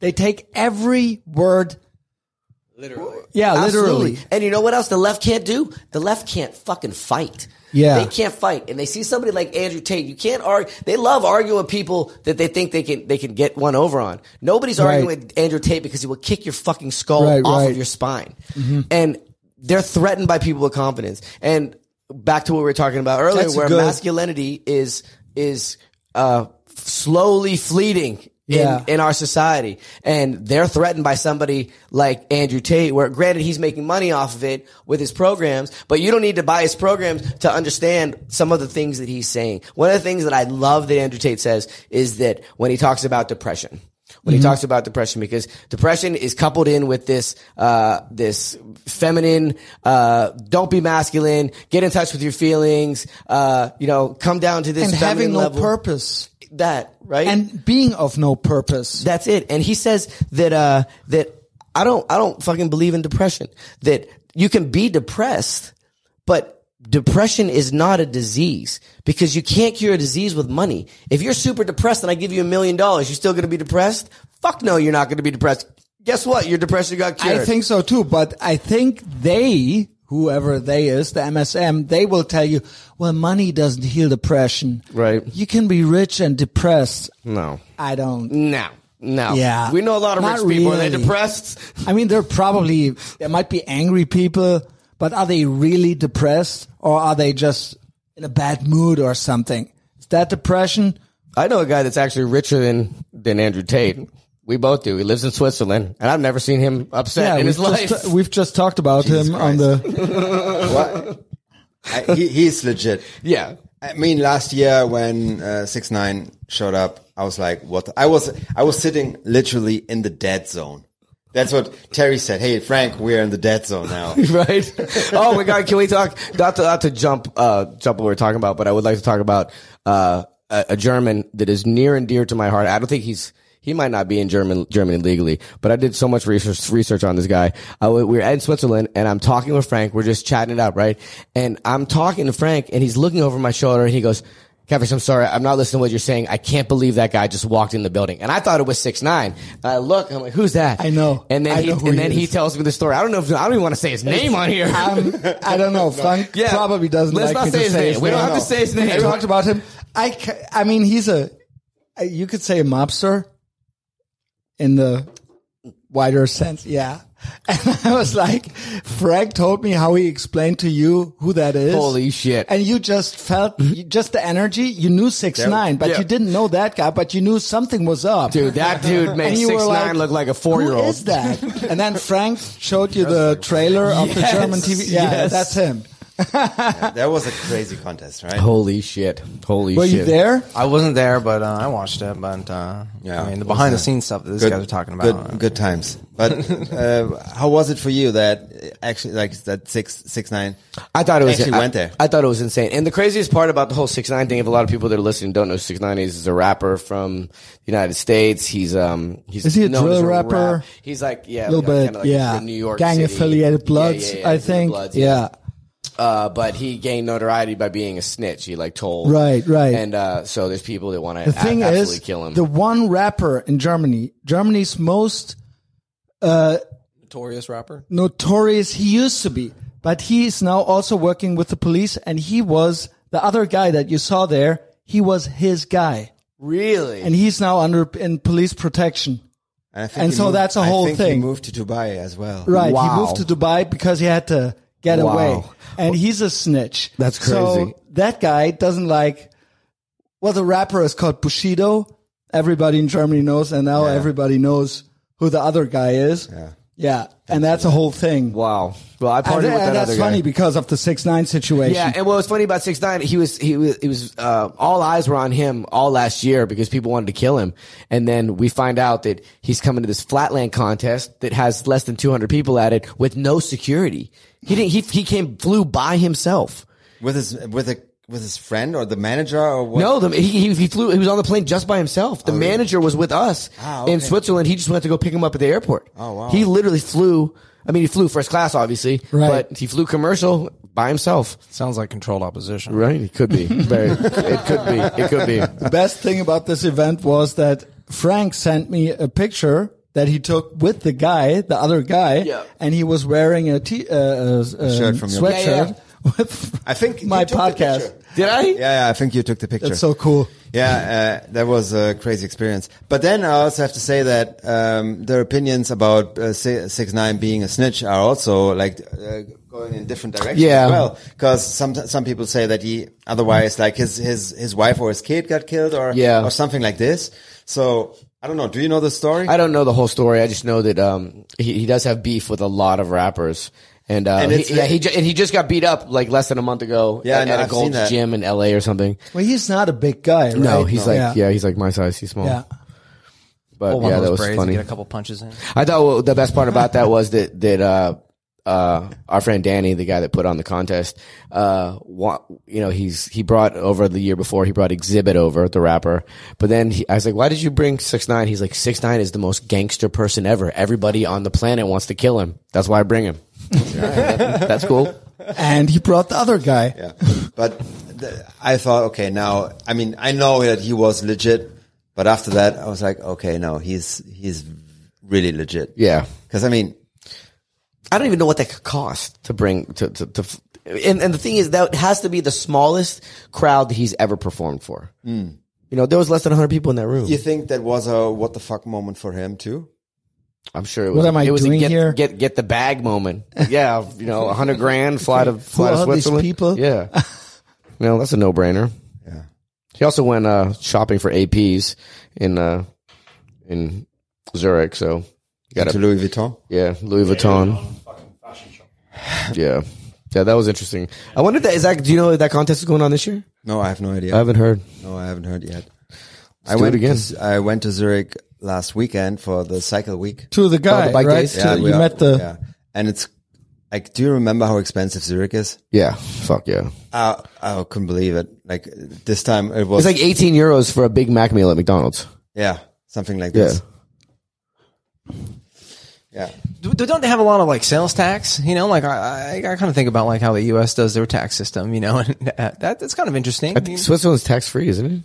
Speaker 1: they take every word. Literally. Yeah,
Speaker 2: Absolutely.
Speaker 1: literally.
Speaker 2: And you know what else the left can't do? The left can't fucking fight.
Speaker 1: Yeah.
Speaker 2: They can't fight. And they see somebody like Andrew Tate. You can't argue. They love arguing with people that they think they can they can get one over on. Nobody's arguing
Speaker 1: Right.
Speaker 2: with Andrew Tate because he will kick your fucking skull
Speaker 1: Right,
Speaker 2: off
Speaker 1: right. Mm-hmm.
Speaker 2: of your spine. And they're threatened by people with confidence. And back to what we were talking about earlier
Speaker 1: That's
Speaker 2: where
Speaker 1: good.
Speaker 2: masculinity is is uh slowly fleeting
Speaker 1: Yeah.
Speaker 2: in, in our society. And they're threatened by somebody like Andrew Tate, where granted he's making money off of it with his programs, but you don't need to buy his programs to understand some of the things that he's saying. One of the things that I love that Andrew Tate says is that when he talks about depression, when
Speaker 1: Mm-hmm.
Speaker 2: he talks about depression, because depression is coupled in with this, uh, this feminine, uh, don't be masculine, get in touch with your feelings, uh, you know, come down to this
Speaker 1: And having
Speaker 2: feminine
Speaker 1: no
Speaker 2: level.
Speaker 1: purpose
Speaker 2: That, right?
Speaker 1: and being of no purpose.
Speaker 2: That's it. And he says that uh that I don't I don't fucking believe in depression. That you can be depressed, but depression is not a disease because you can't cure a disease with money. If you're super depressed and I give you a million dollars, you're still going to be depressed? Fuck no, you're not going to be depressed. Guess what? Your depression got cured.
Speaker 1: I think so too, but I think they, whoever they is, the MSM, they will tell you, well, money doesn't heal depression.
Speaker 2: Right.
Speaker 1: You can be rich and depressed.
Speaker 2: no.
Speaker 1: I don't.
Speaker 2: No. No.
Speaker 1: Yeah.
Speaker 2: We know a lot of
Speaker 1: Not
Speaker 2: rich people and they're
Speaker 1: really.
Speaker 2: depressed.
Speaker 1: I mean, there are probably, there might be angry people, but are they really depressed or are they just in a bad mood or something? Is that depression?
Speaker 2: I know a guy that's actually richer than than Andrew Tate. We both do. He lives in Switzerland, and I've never seen him upset in
Speaker 1: we've
Speaker 2: his life.
Speaker 1: just, we've just talked about him on the,
Speaker 3: [laughs] What? I, he, he's legit.
Speaker 2: yeah, [laughs]
Speaker 3: I mean, last year when uh, Six Nine showed up, I was like, "What?" I was I was sitting literally in the dead zone. That's what Terry said. Hey, Frank, we're in the dead zone
Speaker 1: [laughs]
Speaker 3: now.
Speaker 2: right. Oh my God, can we talk? Not to not to jump uh, jump what we we're talking about, but I would like to talk about uh, a, a German that is near and dear to my heart. I don't think he's. He might not be in German, Germany legally, but I did so much research, research on this guy. I w we were in Switzerland and I'm talking with Frank. We're just chatting it up, right? And I'm talking to Frank and he's looking over my shoulder and he goes, Kevish, I'm sorry. I'm not listening to what you're saying. I can't believe that guy just walked in the building. And I thought it was six nine. I look, I'm like, who's that?
Speaker 1: I know.
Speaker 2: And then
Speaker 1: I
Speaker 2: he,
Speaker 1: know
Speaker 2: and
Speaker 1: who he
Speaker 2: then he
Speaker 1: is.
Speaker 2: tells me the story. I don't know if I don't even want to say his name on here.
Speaker 1: Um, I don't
Speaker 2: [laughs]
Speaker 1: know. Frank
Speaker 2: Yeah.
Speaker 1: probably doesn't
Speaker 2: Let's
Speaker 1: like
Speaker 2: not
Speaker 1: me
Speaker 2: say
Speaker 1: to
Speaker 2: his
Speaker 1: say
Speaker 2: name.
Speaker 1: his
Speaker 2: We don't
Speaker 1: name.
Speaker 2: have to say his
Speaker 1: We
Speaker 2: name.
Speaker 1: talked about him. I, ca- I mean, he's a uh, you could say a mobster in the wider sense. Yeah. [laughs] And I was like, Frank told me how he explained to you who that is.
Speaker 2: Holy shit. Mm-hmm.
Speaker 1: And you just felt you, just the energy. You knew six nine, but
Speaker 2: Yeah.
Speaker 1: you didn't know that guy. But you knew something was up.
Speaker 2: [laughs] Dude, that dude made
Speaker 1: And you
Speaker 2: six
Speaker 1: were like,
Speaker 2: nine look like a four year
Speaker 1: Who
Speaker 2: old.
Speaker 1: is that? And
Speaker 2: [laughs]
Speaker 1: then Frank showed you the trailer of the
Speaker 2: Yes,
Speaker 1: German TV. Yeah,
Speaker 2: yes.
Speaker 1: that's him.
Speaker 3: That was a crazy contest, right?
Speaker 2: Holy shit! Holy
Speaker 1: Were
Speaker 2: shit!
Speaker 1: you there?
Speaker 4: [laughs] I wasn't there, but uh, I watched it. But uh,
Speaker 3: Yeah.
Speaker 4: I mean, the behind the scenes stuff that these guys are talking about. uh,
Speaker 3: Good, good times.
Speaker 4: [laughs]
Speaker 3: But uh, how was it for you that uh, actually, like that six six nine?
Speaker 2: I thought it was.
Speaker 3: actually
Speaker 2: I,
Speaker 3: went there.
Speaker 2: I thought it was insane. And the craziest part about the whole six nine thing, if a lot of people that are listening don't know, six nine is is a rapper from the United States. He's um he's
Speaker 1: Is he a
Speaker 2: known as
Speaker 1: drill rapper?
Speaker 2: rap- He's like yeah,
Speaker 1: A little
Speaker 2: like,
Speaker 1: bit,
Speaker 2: kinda like
Speaker 1: yeah.
Speaker 2: from New York
Speaker 1: Gang
Speaker 2: City.
Speaker 1: affiliated
Speaker 2: Yeah,
Speaker 1: Bloods,
Speaker 2: yeah, yeah,
Speaker 1: I
Speaker 2: he's in the
Speaker 1: think.
Speaker 2: Bloods,
Speaker 1: yeah.
Speaker 2: Uh, but he gained notoriety by being a snitch. He like told
Speaker 1: Right, right.
Speaker 2: And uh, so there's people that want to
Speaker 1: The thing
Speaker 2: absolutely
Speaker 1: is,
Speaker 2: kill him.
Speaker 1: the one rapper in Germany, Germany's most
Speaker 4: Notorious rapper.
Speaker 1: notorious he used to be, but he is now also working with the police. And he was the other guy that you saw there. He was his guy,
Speaker 2: really?
Speaker 1: and he's now under in police protection.
Speaker 3: And, I think
Speaker 1: And
Speaker 3: he
Speaker 1: so that's a
Speaker 3: I
Speaker 1: whole
Speaker 3: think He
Speaker 1: thing.
Speaker 3: moved to Dubai as well.
Speaker 1: Right.
Speaker 2: Wow.
Speaker 1: He moved to Dubai because he had to get
Speaker 2: Wow.
Speaker 1: away. And he's a snitch.
Speaker 2: That's crazy.
Speaker 1: So that guy doesn't like, well, the rapper is called Bushido. Everybody in Germany knows. And now everybody knows who the other guy is. Yeah. And that's a whole thing.
Speaker 2: Wow. Well, I
Speaker 1: And,
Speaker 2: partied with that
Speaker 1: and that's
Speaker 2: other guy.
Speaker 1: funny because of the 6 9 situation.
Speaker 2: Yeah, and what was funny about six nine, he was he was he was uh, all eyes were on him all last year because people wanted to kill him, and then we find out that he's coming to this flatland contest that has less than two hundred people at it with no security. He didn't. He he came flew by himself.
Speaker 3: With his with a with his friend or the manager or what?
Speaker 2: No, the, he, he he flew. He was on the plane just by himself. The manager was with us
Speaker 3: Ah, okay.
Speaker 2: in Switzerland. He just went to go pick him up at the airport.
Speaker 3: Oh, wow.
Speaker 2: He literally flew. I mean, he flew first class, obviously,
Speaker 1: Right.
Speaker 2: but he flew commercial by himself.
Speaker 4: Sounds like controlled opposition.
Speaker 2: Right? It
Speaker 3: [laughs]
Speaker 2: could be. Very. it could be. It could be.
Speaker 1: The best thing about this event was that Frank sent me a picture that he took with the guy, the other guy,
Speaker 2: Yeah.
Speaker 1: and he was wearing a, t- uh, uh, a
Speaker 3: shirt from your-
Speaker 1: sweatshirt
Speaker 2: Yeah,
Speaker 1: with
Speaker 3: I think you
Speaker 1: my
Speaker 3: took the
Speaker 1: podcast.
Speaker 3: picture.
Speaker 2: Did I?
Speaker 3: Yeah, yeah, I think you took the picture.
Speaker 1: That's so cool.
Speaker 3: Yeah, uh, that was a crazy experience. But then I also have to say that um, their opinions about uh, six nine being a snitch are also like uh, going in different directions
Speaker 2: Yeah.
Speaker 3: as well. Because some some people say that he otherwise like his his his wife or his kid got killed or
Speaker 2: Yeah.
Speaker 3: or something like this. So I don't know. Do you know the story?
Speaker 2: I don't know the whole story. I just know that um, he, he does have beef with a lot of rappers. And, uh,
Speaker 3: And
Speaker 2: he,
Speaker 3: it's-
Speaker 2: yeah, he ju- and he just got beat up like less than a month ago
Speaker 3: Yeah, I
Speaker 2: at,
Speaker 3: know,
Speaker 2: at a
Speaker 3: I've seen
Speaker 2: Gold's
Speaker 3: that.
Speaker 2: gym in LA or something.
Speaker 1: Well, he's not a big guy, right?
Speaker 2: No, he's like, yeah. he's like my size. He's small.
Speaker 1: yeah.
Speaker 2: But
Speaker 3: Oh,
Speaker 4: Pull one
Speaker 2: yeah,
Speaker 4: of
Speaker 2: that
Speaker 4: those
Speaker 2: was
Speaker 4: braids
Speaker 2: funny.
Speaker 4: and get a couple punches in.
Speaker 2: I thought well, the best part about that was that that uh, uh, our friend Danny, the guy that put on the contest, uh, wa- you know, he's he brought over the year before he brought Exhibit over the rapper, but then he, I was like, why did you bring Six Nine? He's like, Six Nine is the most gangster person ever. Everybody on the planet wants to kill him. That's why I bring [laughs] him. That's cool.
Speaker 1: And he brought the other guy.
Speaker 3: Yeah, but th- I thought, okay, now I mean, I know that he was legit, but after that, I was like, okay, no, he's he's really legit.
Speaker 2: Yeah.
Speaker 3: because I mean,
Speaker 2: I don't even know what that could cost to bring to to. to f- and, and the thing is, that has to be the smallest crowd that he's ever performed for. You know, there was less than 100 people in that room.
Speaker 3: you think that was a what the fuck moment for him too?
Speaker 2: I'm sure it was.
Speaker 1: What am I
Speaker 2: it was a
Speaker 1: doing
Speaker 2: get,
Speaker 1: here?
Speaker 2: Get get the bag
Speaker 1: [laughs]
Speaker 2: moment. Yeah, you know, a hundred grand, fly to fly to
Speaker 1: are these
Speaker 2: Switzerland.
Speaker 1: people? [laughs]
Speaker 2: Yeah, no, that's a no brainer.
Speaker 3: Yeah.
Speaker 2: He also went uh, shopping for APs in uh, in Zurich. So you got
Speaker 3: To
Speaker 2: a,
Speaker 3: Louis Vuitton.
Speaker 2: yeah, Louis Vuitton. [sighs] Yeah, yeah, that was interesting. I wonder if that is that. Do you know if that contest is going on this year?
Speaker 3: No, I have no idea.
Speaker 2: I haven't heard.
Speaker 3: no, I haven't heard yet. I
Speaker 2: do it
Speaker 3: went
Speaker 2: again.
Speaker 3: To, Z- I went to Zurich last weekend for the cycle week.
Speaker 1: To the guy,
Speaker 2: the bike
Speaker 1: right?
Speaker 2: days?
Speaker 1: To-
Speaker 2: Yeah,
Speaker 1: you
Speaker 3: we are-
Speaker 1: met the.
Speaker 3: yeah. and it's like, do you remember how expensive Zurich is?
Speaker 2: Yeah, fuck yeah.
Speaker 3: Uh, I couldn't believe it. Like this time it was
Speaker 2: It's like 18 euros for a Big Mac meal at McDonald's.
Speaker 3: yeah. something like this. Yeah.
Speaker 4: Do, do- don't they have a lot of like sales tax? You know, like I, I, I kind of think about like how the U.S. does their tax system. You know, [laughs] and that, that's kind of interesting.
Speaker 2: I think Switzerland's tax free, isn't it?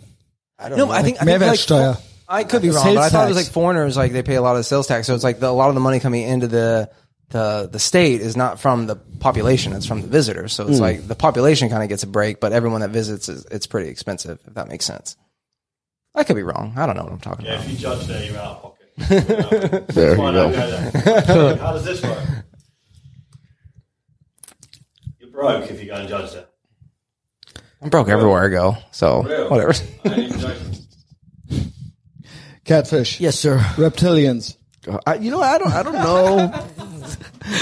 Speaker 3: I don't
Speaker 4: no,
Speaker 3: know.
Speaker 4: I think I think like,
Speaker 1: Mehrwertsteuer.
Speaker 4: I could be wrong,
Speaker 1: uh, Sales
Speaker 4: but I thought it was
Speaker 1: tax.
Speaker 4: like foreigners like they pay a lot of sales tax. So it's like the, a lot of the money coming into the the the state is not from the population; it's from the visitors. So it's
Speaker 2: Hmm.
Speaker 4: like the population kind of gets a break, but everyone that visits is it's pretty expensive. If that makes sense, I could be wrong. I don't know what I'm talking about.
Speaker 5: If you judge there, you're out of pocket.
Speaker 2: [laughs] There you
Speaker 5: Why
Speaker 2: go.
Speaker 5: not go there? How does this work? You're broke if you go and judge there.
Speaker 4: I'm broke everywhere I go, so
Speaker 5: Real.
Speaker 4: whatever.
Speaker 5: I ain't joking.
Speaker 1: Catfish.
Speaker 2: Yes, sir.
Speaker 1: Reptilians.
Speaker 2: I, you know, I don't. I don't
Speaker 4: [laughs]
Speaker 2: know.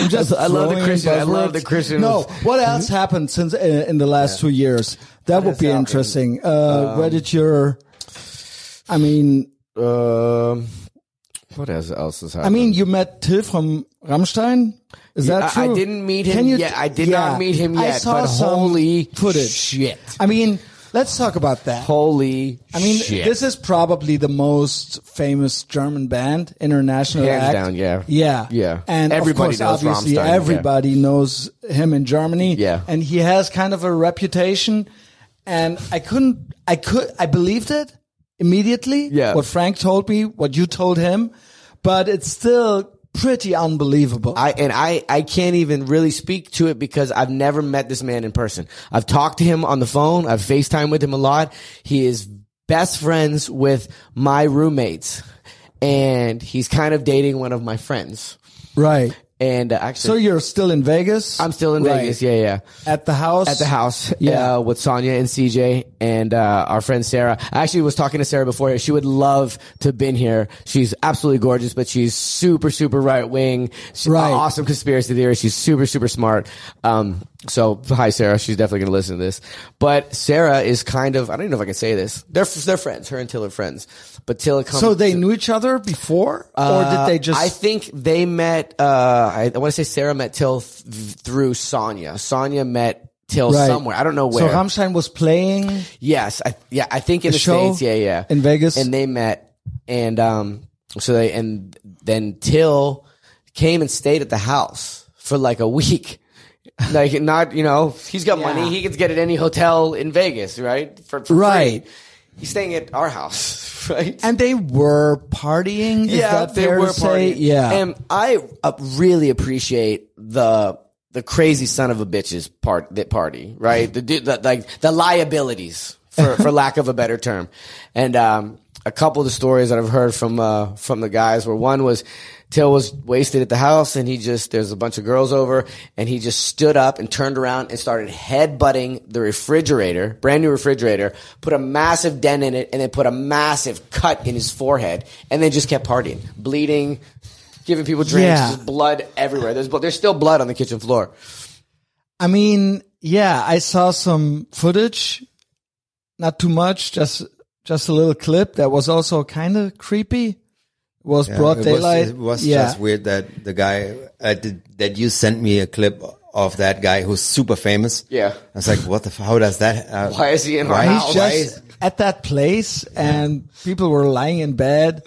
Speaker 1: Just
Speaker 2: I love the
Speaker 1: throwing
Speaker 2: Christian- I love
Speaker 1: buzzwords.
Speaker 2: the Mm-hmm. Christian-
Speaker 1: No, what else happened since uh, in the last two years? That would be
Speaker 4: happened?
Speaker 1: interesting. Uh, where did your? I mean,
Speaker 2: um, what else, else is
Speaker 1: I
Speaker 2: happening?
Speaker 1: mean, you met Till from Rammstein. Is
Speaker 2: I-
Speaker 1: that true?
Speaker 2: I, didn't meet him
Speaker 1: Can you
Speaker 2: yet.
Speaker 1: t-
Speaker 2: I did
Speaker 1: yeah.
Speaker 2: not meet him
Speaker 1: I
Speaker 2: yet.
Speaker 1: saw
Speaker 2: but
Speaker 1: some
Speaker 2: holy
Speaker 1: footage.
Speaker 2: shit!
Speaker 1: I mean, let's talk about that.
Speaker 2: Holy.
Speaker 1: I mean,
Speaker 2: shit.
Speaker 1: this is probably the most famous German band, international
Speaker 2: Hands
Speaker 1: act.
Speaker 2: down, yeah.
Speaker 1: yeah,
Speaker 2: Yeah.
Speaker 1: And
Speaker 2: Everybody
Speaker 1: of course,
Speaker 2: knows
Speaker 1: obviously,
Speaker 2: Rammstein, yeah.
Speaker 1: everybody knows him in Germany.
Speaker 2: Yeah.
Speaker 1: and he has kind of a reputation. And I couldn't, I could, I believed it immediately.
Speaker 2: Yeah.
Speaker 1: what Frank told me, what you told him, but it's still pretty unbelievable.
Speaker 2: I and I I can't even really speak to it because I've never met this man in person. I've talked to him on the phone. I've FaceTime with him a lot. He is best friends with my roommates, and he's kind of dating one of my friends.
Speaker 1: right.
Speaker 2: And uh,
Speaker 1: So
Speaker 2: actually,
Speaker 1: you're still in Vegas?
Speaker 2: I'm still in
Speaker 1: Right.
Speaker 2: Vegas. Yeah, yeah.
Speaker 1: At the house.
Speaker 2: At the house,
Speaker 1: Yeah.
Speaker 2: yeah, with Sonia and CJ and uh, our friend Sarah. I actually was talking to Sarah before. She would love to have been here. She's absolutely gorgeous, but she's super, super right wing. She's an
Speaker 1: Right.
Speaker 2: awesome conspiracy theorist. She's super, super smart. Um, so hi, Sarah. She's definitely gonna listen to this. But Sarah is kind of I don't even know if I can say this. They're they're friends. Her and Till are friends. But Till comes.
Speaker 1: So they knew each other before, or did they just?
Speaker 2: Uh, I think they met. Uh, I, I want to say Sarah met Till th- through Sonia. Sonia met Till
Speaker 1: Right.
Speaker 2: somewhere. I don't know where.
Speaker 1: So Rammstein was playing.
Speaker 2: Yes, I, yeah, I think in
Speaker 1: The
Speaker 2: the,
Speaker 1: show
Speaker 2: states, yeah, yeah,
Speaker 1: in Vegas?
Speaker 2: and they met, and um, so they and then Till came and stayed at the house for like a week, [laughs] like not you know he's got money he can get at any hotel in Vegas right for, for free.
Speaker 1: Right.
Speaker 2: he's staying at our house [laughs] right
Speaker 1: And they were partying. Is that fair to say?
Speaker 2: partying.
Speaker 1: Yeah.
Speaker 2: and I uh, really appreciate the the crazy son of a bitch's part that party, right? The, dude- the like the liabilities for for lack of a better term, and um, a couple of the stories that I've heard from uh, from the guys where one was. Till was wasted at the house and he just, there's a bunch of girls over and he just stood up and turned around and started headbutting the refrigerator, brand new refrigerator, put a massive dent in it and then put a massive cut in his forehead and then just kept partying, bleeding, giving people drinks,
Speaker 1: Yeah.
Speaker 2: just blood everywhere. There's blood. There's still blood on the kitchen floor. [laughs]
Speaker 1: I mean, yeah, I saw some footage. Not too much, just just a little clip that was also kind of creepy. It was broad
Speaker 3: it
Speaker 1: daylight.
Speaker 3: Was, it was
Speaker 1: yeah.
Speaker 3: just weird that the guy uh, did, that you sent me a clip of that guy who's super famous.
Speaker 2: Yeah.
Speaker 3: I was like, what the? F- how does that? Uh,
Speaker 2: Why is he in
Speaker 3: why
Speaker 2: our
Speaker 3: is-
Speaker 2: house?
Speaker 1: He's
Speaker 3: why
Speaker 1: just
Speaker 3: is-
Speaker 1: at that place, and people were lying in bed,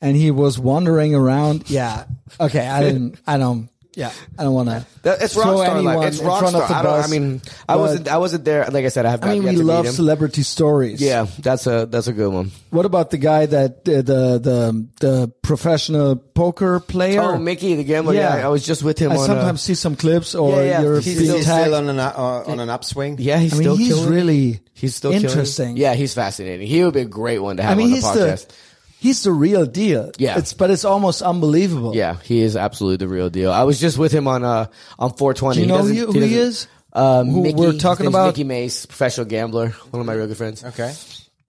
Speaker 1: and he was wandering around. Yeah. Okay. I didn't. I don't. Yeah. I don't want to.
Speaker 2: That- It's rock star life. It's rock star. I, don't, I mean, I wasn't. I wasn't there. Like I said, I have.
Speaker 1: I mean,
Speaker 2: yet
Speaker 1: we
Speaker 2: to meet
Speaker 1: love
Speaker 2: him.
Speaker 1: celebrity stories.
Speaker 2: Yeah, that's a that's a good one.
Speaker 1: What about the guy that uh, the the the professional poker player?
Speaker 2: Oh, Mickey the gambler. Yeah,
Speaker 1: Yeah.
Speaker 2: I was just with him.
Speaker 1: I
Speaker 2: on uh,
Speaker 1: sometimes
Speaker 2: A,
Speaker 1: see some clips, or
Speaker 2: Yeah, yeah.
Speaker 1: you're
Speaker 2: He's
Speaker 1: being
Speaker 3: He's
Speaker 1: tagged.
Speaker 3: still on an uh, uh, on an upswing.
Speaker 2: yeah, he's
Speaker 1: I mean,
Speaker 2: still
Speaker 1: he's
Speaker 2: killing.
Speaker 1: really
Speaker 2: he's still killing.
Speaker 1: interesting.
Speaker 2: Yeah, he's fascinating. He would be a great one to have
Speaker 1: I mean,
Speaker 2: on the
Speaker 1: he's
Speaker 2: podcast.
Speaker 1: the he's the real deal.
Speaker 2: Yeah.
Speaker 1: it's but it's almost unbelievable.
Speaker 2: yeah, he is absolutely the real deal. I was just with him on uh on 420.
Speaker 1: do you know who,
Speaker 2: doesn't-
Speaker 1: you- who he
Speaker 2: doesn't-
Speaker 1: is?
Speaker 2: Uh,
Speaker 1: Who
Speaker 2: Mickey,
Speaker 1: we're
Speaker 2: his
Speaker 1: talking
Speaker 2: name's
Speaker 1: about?
Speaker 2: Mickey Mace, professional gambler, one of my real good friends.
Speaker 4: [laughs] Okay,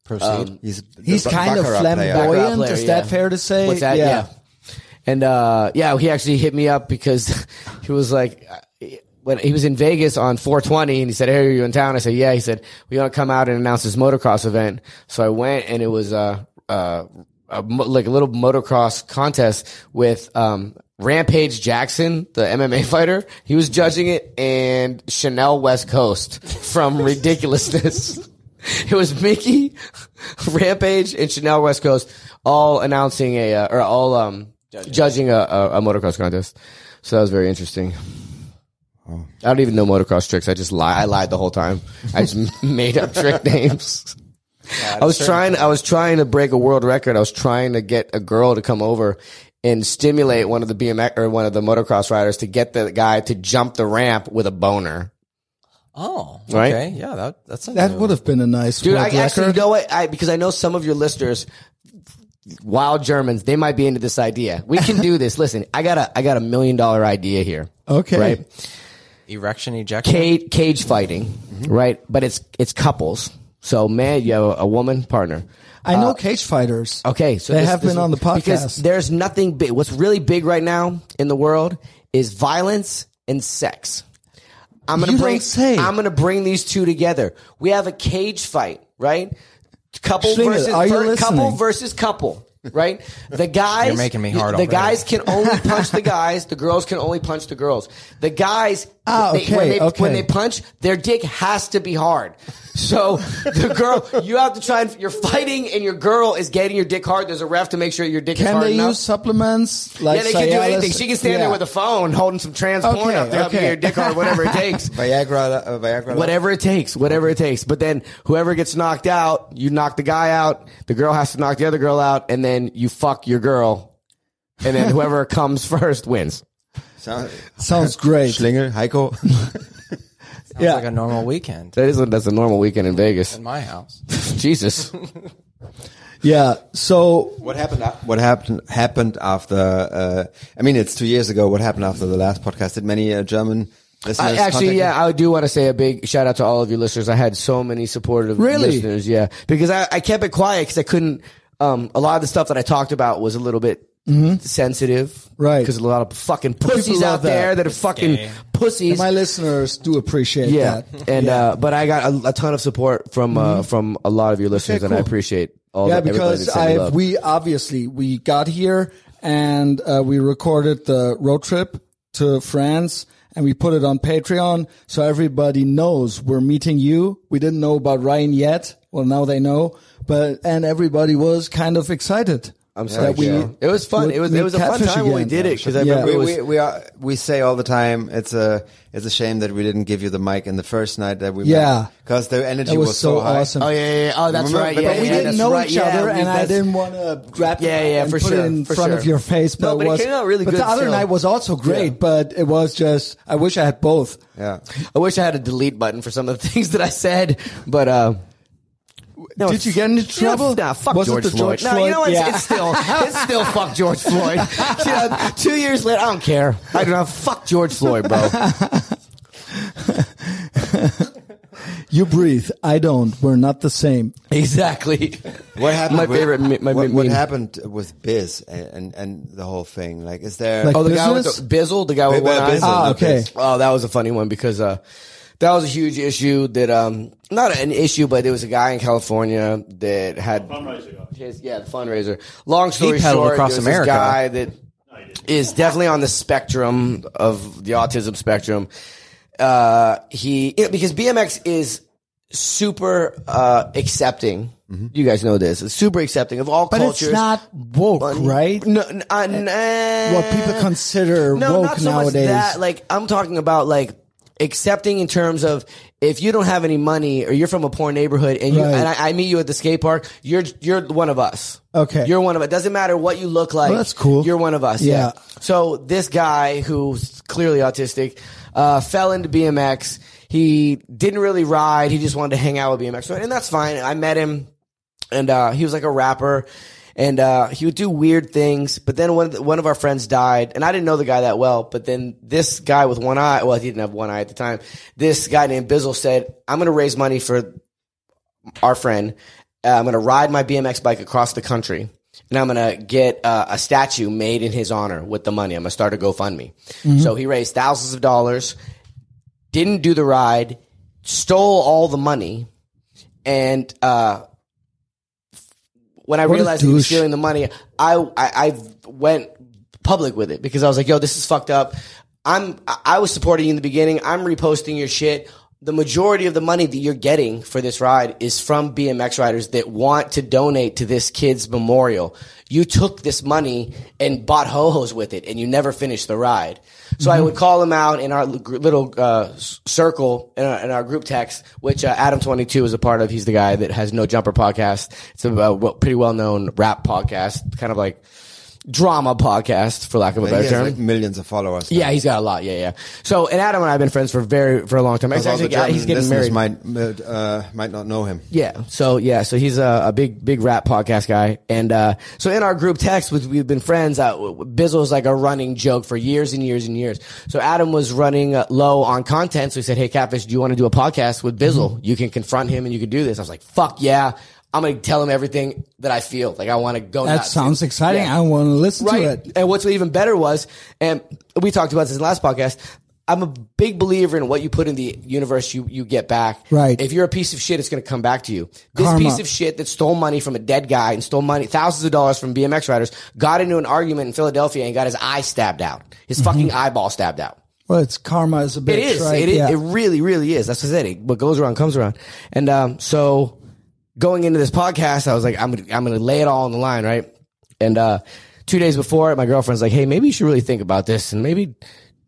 Speaker 4: proceed.
Speaker 2: Um,
Speaker 3: He's
Speaker 1: He's
Speaker 3: the
Speaker 1: kind of
Speaker 3: Baccarat player.
Speaker 1: flamboyant.
Speaker 2: Baccarat player,
Speaker 1: is that
Speaker 2: yeah.
Speaker 1: fair to say?
Speaker 2: What's that? Yeah. And uh, yeah, he actually hit me up because [laughs] he was like, uh, when he was in Vegas on 420, and he said, "Hey, are you in town?" I said, "Yeah." He said, "We want to come out and announce this motocross event." So I went, and it was uh, uh, a mo- like a little motocross contest with um, Rampage Jackson, the MMA [laughs] fighter. He was judging it, and Chanel West Coast from [laughs] Ridiculousness. [laughs] It was Mickey, [laughs] Rampage, and Chanel West Coast all announcing a uh, or all um judging, a, a, a motocross contest. So that was very interesting. I don't even know motocross tricks. I just lie. I lied the whole time. I just [laughs] made up trick names. I was trying. I was trying to break a world record. I was trying to get a girl to come over and stimulate one of the BMX or one of the motocross riders to get the guy to jump the ramp with a boner.
Speaker 4: Oh,
Speaker 2: Right?
Speaker 4: okay. Yeah, that that's a
Speaker 1: That
Speaker 4: new-
Speaker 1: would have been a nice
Speaker 2: Dude, I
Speaker 1: world
Speaker 2: actually
Speaker 1: record.
Speaker 2: know what I because I know some of your listeners, wild Germans, they might be into this idea. We can do this. Listen, I got a I got a million dollar idea here.
Speaker 1: Okay.
Speaker 2: Right.
Speaker 4: erection ejection.
Speaker 2: Cage, cage fighting,
Speaker 1: Mm-hmm.
Speaker 2: right? But it's it's couples. So man, you have a, a woman partner.
Speaker 1: I know cage fighters.
Speaker 2: Okay, so
Speaker 1: they
Speaker 2: this-
Speaker 1: have
Speaker 2: this
Speaker 1: been
Speaker 2: is-
Speaker 1: on the
Speaker 2: Because
Speaker 1: podcast.
Speaker 2: there's nothing big. What's really big right now in the world is violence and sex. I'm gonna
Speaker 1: You
Speaker 2: bring.
Speaker 1: don't say.
Speaker 2: I'm gonna bring these two together. We have a cage fight, right? Couple
Speaker 1: Schlingel,
Speaker 2: versus
Speaker 1: are you
Speaker 2: ver- couple
Speaker 1: listening?
Speaker 2: versus couple, right? The guys
Speaker 4: [laughs] You're making me
Speaker 2: The
Speaker 4: hard already.
Speaker 2: guys
Speaker 4: [laughs]
Speaker 2: can only punch the guys. The girls can only punch the girls. The guys,
Speaker 1: Ah,
Speaker 2: they- when,
Speaker 1: okay,
Speaker 2: they,
Speaker 1: okay.
Speaker 2: when they punch, their dick has to be hard. So [laughs] the girl, you have to try and you're fighting, and your girl is getting your dick hard. There's a ref to make sure your dick is
Speaker 1: Can
Speaker 2: hard
Speaker 1: they
Speaker 2: enough.
Speaker 1: use supplements? Like
Speaker 2: yeah, they can do
Speaker 1: Cialis?
Speaker 2: anything. She can stand
Speaker 1: Yeah.
Speaker 2: there with a phone, holding some trans porn
Speaker 1: Okay,
Speaker 2: up there,
Speaker 1: okay.
Speaker 2: your dick
Speaker 1: [laughs]
Speaker 2: hard, whatever it takes.
Speaker 3: Viagra, uh, Viagra.
Speaker 2: Whatever it takes, whatever it takes. But then whoever gets knocked out, you knock the guy out. The girl has to knock the other girl out, and then you fuck your girl, and then whoever [laughs] comes first wins.
Speaker 3: Sound-
Speaker 1: Sounds
Speaker 2: [laughs]
Speaker 1: great.
Speaker 3: Schlingel, Heiko.
Speaker 1: yeah.
Speaker 4: Like a normal weekend
Speaker 2: That is a, that's a normal weekend in Vegas.
Speaker 4: in my house.
Speaker 2: Jesus,
Speaker 1: yeah. So
Speaker 3: what happened? a- What happened happened after? Uh, I mean, it's two years ago. What happened after the last podcast? Did many uh, German listeners?
Speaker 2: I,
Speaker 3: contact you?
Speaker 2: actually, yeah, I do want to say a big shout out to all of you listeners. I had so many supportive
Speaker 1: Really?
Speaker 2: listeners, yeah, because I, I kept it quiet because I couldn't. Um, a lot of the stuff that I talked about was a little bit sensitive,
Speaker 1: Mm-hmm. Right.
Speaker 2: Because a lot of fucking pussies
Speaker 1: love
Speaker 2: out there
Speaker 1: that.
Speaker 2: that are fucking pussies.
Speaker 1: my listeners do appreciate
Speaker 2: yeah,
Speaker 1: that. Mm-hmm.
Speaker 2: and uh, but I got a, a ton of support from uh, from a lot of you listeners, and I
Speaker 1: cool.
Speaker 2: appreciate all.
Speaker 1: yeah,
Speaker 2: the, everybody
Speaker 1: because
Speaker 2: that sent me
Speaker 1: I
Speaker 2: love.
Speaker 1: we obviously we got here and uh, we recorded the road trip to France and we put it on Patreon so everybody knows we're meeting you. We didn't know about Ryan yet. Well, now they know, but and everybody was kind of excited.
Speaker 2: I'm sorry,
Speaker 1: that we
Speaker 2: Joe. It was fun.
Speaker 1: would
Speaker 2: It was
Speaker 1: meet
Speaker 2: it was a fun
Speaker 1: Catfish
Speaker 2: time when we
Speaker 1: again.
Speaker 2: did it because I
Speaker 1: Yeah.
Speaker 2: remember
Speaker 3: we,
Speaker 2: it was
Speaker 3: we, we are we say all the time it's a it's a shame that we didn't give you the mic in the first night that we
Speaker 1: Yeah.
Speaker 3: because the energy
Speaker 1: That was, so
Speaker 3: high.
Speaker 1: awesome.
Speaker 2: Oh yeah, [laughs] yeah, yeah. oh that's
Speaker 3: Remember?
Speaker 2: right.
Speaker 3: But
Speaker 2: Yeah,
Speaker 1: But we
Speaker 2: yeah,
Speaker 1: didn't
Speaker 2: that's
Speaker 1: know
Speaker 2: right.
Speaker 1: each
Speaker 2: Yeah,
Speaker 1: other,
Speaker 2: we-
Speaker 1: and I
Speaker 2: that's-
Speaker 1: didn't want to grab it
Speaker 2: Yeah, yeah,
Speaker 1: and
Speaker 2: for
Speaker 1: put
Speaker 2: sure,
Speaker 1: it in
Speaker 2: for
Speaker 1: front
Speaker 2: sure.
Speaker 1: of your face. But,
Speaker 2: No, but it
Speaker 1: was,
Speaker 2: came out really
Speaker 1: but
Speaker 2: good
Speaker 1: the other
Speaker 2: still.
Speaker 1: night was also great, but it was just I wish I had both.
Speaker 3: yeah
Speaker 2: I wish I had a delete button for some of the [laughs] things that I said, but. uh no,
Speaker 1: Did you get into
Speaker 2: you know,
Speaker 1: trouble?
Speaker 2: nah, fuck
Speaker 1: Was it
Speaker 2: George,
Speaker 1: the
Speaker 2: Floyd.
Speaker 1: George
Speaker 2: No, you know what?
Speaker 1: Floyd?
Speaker 2: It's,
Speaker 1: Yeah.
Speaker 2: it's [laughs] still, it's still fuck George [laughs] Floyd. You know, two years later, I don't care. I don't know. Fuck George Floyd, [laughs] bro.
Speaker 1: You breathe, I don't. We're not the same.
Speaker 2: Exactly.
Speaker 3: what happened
Speaker 2: My
Speaker 3: with-
Speaker 2: favorite. mi- My,
Speaker 3: what,
Speaker 2: meme.
Speaker 3: what happened with Biz and, and and the whole thing like is there
Speaker 1: Like-
Speaker 2: Oh, the guy
Speaker 1: Business?
Speaker 2: with the Bizzle, the guy with one
Speaker 3: Yeah,
Speaker 2: eye.
Speaker 3: Bizzle, Ah,
Speaker 1: not okay. Biz.
Speaker 2: Oh, that was a funny one because uh, that was a huge issue. That um, not an issue, but there was a guy in California that had his yeah the fundraiser. Long story
Speaker 4: pedaled
Speaker 2: short,
Speaker 4: across
Speaker 2: there was
Speaker 4: America.
Speaker 2: this guy that is definitely on the spectrum of the autism spectrum. Uh, he you know, because BMX is super uh, accepting. You guys know this. It's super accepting of all
Speaker 1: Mm-hmm. But
Speaker 2: cultures.
Speaker 1: it's not woke, right?
Speaker 2: No, n- uh, n-
Speaker 1: What people consider
Speaker 2: no,
Speaker 1: woke
Speaker 2: not so
Speaker 1: nowadays.
Speaker 2: much that. Like I'm talking about like accepting in terms of if you don't have any money or you're from a poor neighborhood and you
Speaker 1: Right.
Speaker 2: and I, I meet you at the skate park, you're you're one of us.
Speaker 1: Okay.
Speaker 2: you're one of us. Doesn't matter what you look like.
Speaker 1: Well, that's cool.
Speaker 2: You're one of us. Yeah.
Speaker 1: Yeah.
Speaker 2: So this guy who's clearly autistic uh, fell into BMX. He didn't really ride. He just wanted to hang out with BMX, and that's fine. I met him and uh, he was like a rapper, and uh, he would do weird things. But then one of the, one of our friends died, and I didn't know the guy that well. But then this guy with one eye, well, he didn't have one eye at the time. This guy named Bizzle said, "I'm going to raise money for our friend. Uh, I'm going to ride my BMX bike across the country." And I'm gonna get uh, a statue made in his honor with the money. I'm gonna start a GoFundMe. So he raised thousands of dollars, didn't do the ride, stole all the money, and uh, when I
Speaker 1: a
Speaker 2: realized he was
Speaker 1: douche.
Speaker 2: stealing the money, I, I I went public with it because I was like, "Yo, this is fucked up." I'm I I was supporting you in the beginning. I'm reposting your shit. the majority of the money that you're getting for this ride is from BMX riders that want to donate to this kid's memorial. You took this money and bought ho-hos with it and you never finished the ride. So
Speaker 3: Mm-hmm.
Speaker 2: I would call them out in our l- gr- little uh, s- circle in our, in our group text, which uh, Adam22 is a part of. He's the guy that has No Jumper podcast. It's a uh, well, pretty well-known rap podcast, kind of like drama podcast, for lack of a
Speaker 3: He
Speaker 2: better
Speaker 3: has
Speaker 2: term.
Speaker 3: like millions of followers. now.
Speaker 2: Yeah, he's got a lot. Yeah, yeah. So, and Adam and I have been friends for very for a long time.
Speaker 3: Because all
Speaker 2: Actually,
Speaker 3: the German
Speaker 2: he's getting
Speaker 3: listeners
Speaker 2: married.
Speaker 3: Might uh, might not know him.
Speaker 2: yeah. So yeah. So he's a, a big big rap podcast guy. And uh, so in our group text, with we've been friends. Uh, Bizzle is like a running joke for years and years and years. So Adam was running uh, low on content. So he said, "Hey, Catfish, do you want to do a podcast with Bizzle? You can confront him and you can do this." I was like, "Fuck yeah." I'm gonna tell him everything that I feel. Like I want to go.
Speaker 1: That
Speaker 2: nuts.
Speaker 1: sounds exciting.
Speaker 2: Yeah.
Speaker 1: I want to listen to
Speaker 2: Right.
Speaker 1: it.
Speaker 2: And what's even better was, and we talked about this in the last podcast. I'm a big believer in what you put in the universe, you you get back.
Speaker 1: Right.
Speaker 2: If you're a piece of shit, it's going to come back to you. This
Speaker 1: Karma.
Speaker 2: piece of shit that stole money from a dead guy and stole money, thousands of dollars from BMX riders, got into an argument in Philadelphia and got his eye stabbed out, his
Speaker 1: Mm-hmm.
Speaker 2: fucking eyeball stabbed out.
Speaker 1: Well, it's karma is a bitch,
Speaker 2: It is.
Speaker 1: right?
Speaker 2: It is.
Speaker 1: Yeah.
Speaker 2: It really, really is. That's what I said. It- What goes around comes around. And um, so going into this podcast, I was like, I'm gonna, I'm gonna lay it all on the line, right? And uh, two days before, my girlfriend's like, Hey, maybe you should really think about this, and maybe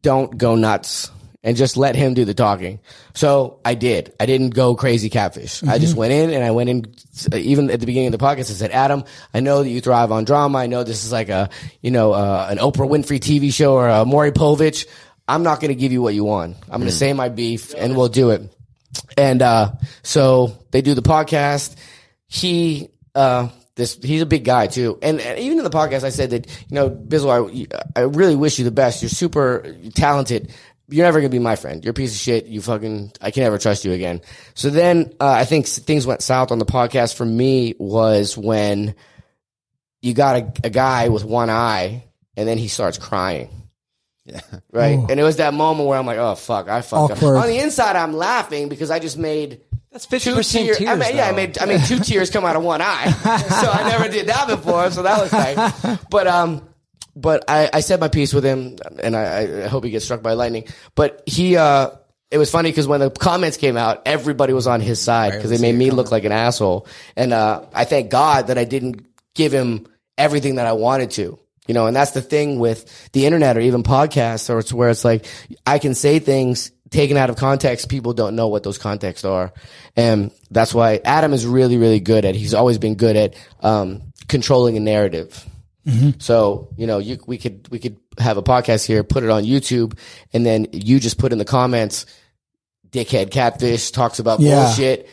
Speaker 2: don't go nuts. And just let him do the talking. So I did. I didn't go crazy catfish. I
Speaker 1: Mm-hmm.
Speaker 2: just went in and I went in uh, even at the beginning of the podcast. I said, Adam, I know that you thrive on drama. I know this is like a, you know, uh, an Oprah Winfrey TV show or a Maury Povich. I'm not going to give you what you want. I'm going to say my beef and we'll do it. And uh, so they do the podcast. He uh, this he's a big guy too. And, and even in the podcast, I said that you know Bizzle, I I really wish you the best. You're super talented. You're never gonna be my friend. You're a piece of shit. You fucking I can never trust you again. So then uh, I think s- things went south on the podcast for me was when you got a, a guy with one eye and then he starts crying. Yeah. Right. And it was that moment where I'm like, oh fuck, I fucked
Speaker 1: Awkward.
Speaker 2: up. On the inside, I'm laughing because I just made
Speaker 4: That's
Speaker 2: two
Speaker 4: 50%
Speaker 2: tear- I
Speaker 4: tears,
Speaker 2: made, yeah, I
Speaker 4: though.
Speaker 2: made I made
Speaker 4: [laughs]
Speaker 2: two tears come out of one eye. so I never did that before. So that was
Speaker 4: [laughs]
Speaker 2: nice. But um, but I, I said my piece with him, and I, I hope he gets struck by lightning. But he uh, it was funny because when the comments came out, everybody was on his side because they made me look like an asshole. And uh, I thank God that I didn't give him everything that I wanted to. You know, and that's the thing with the internet or even podcasts or it's where it's like I can say things taken out of context. People don't know what those contexts are. And that's why Adam is really, really good at, he's always been good at, um, controlling a narrative. Mm-hmm. So, you know, you, we could, we could have a podcast here, put it on YouTube and then you just put in the comments, dickhead catfish talks about
Speaker 1: Yeah.
Speaker 2: bullshit.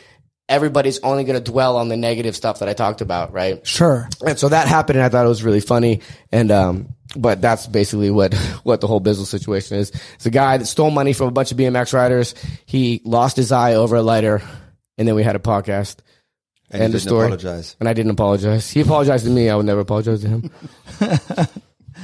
Speaker 2: Everybody's only going to dwell on the negative stuff that I talked about, right?
Speaker 1: Sure.
Speaker 2: And so that happened, and I thought it was really funny. And um, but that's basically what [laughs] what the whole business situation is. It's a guy that stole money from a bunch of BMX riders. He lost his eye over a lighter, and then we had a podcast.
Speaker 3: And he
Speaker 2: End of
Speaker 3: didn't
Speaker 2: story.
Speaker 3: apologize.
Speaker 2: And I didn't apologize. He apologized to me. I would never apologize to him.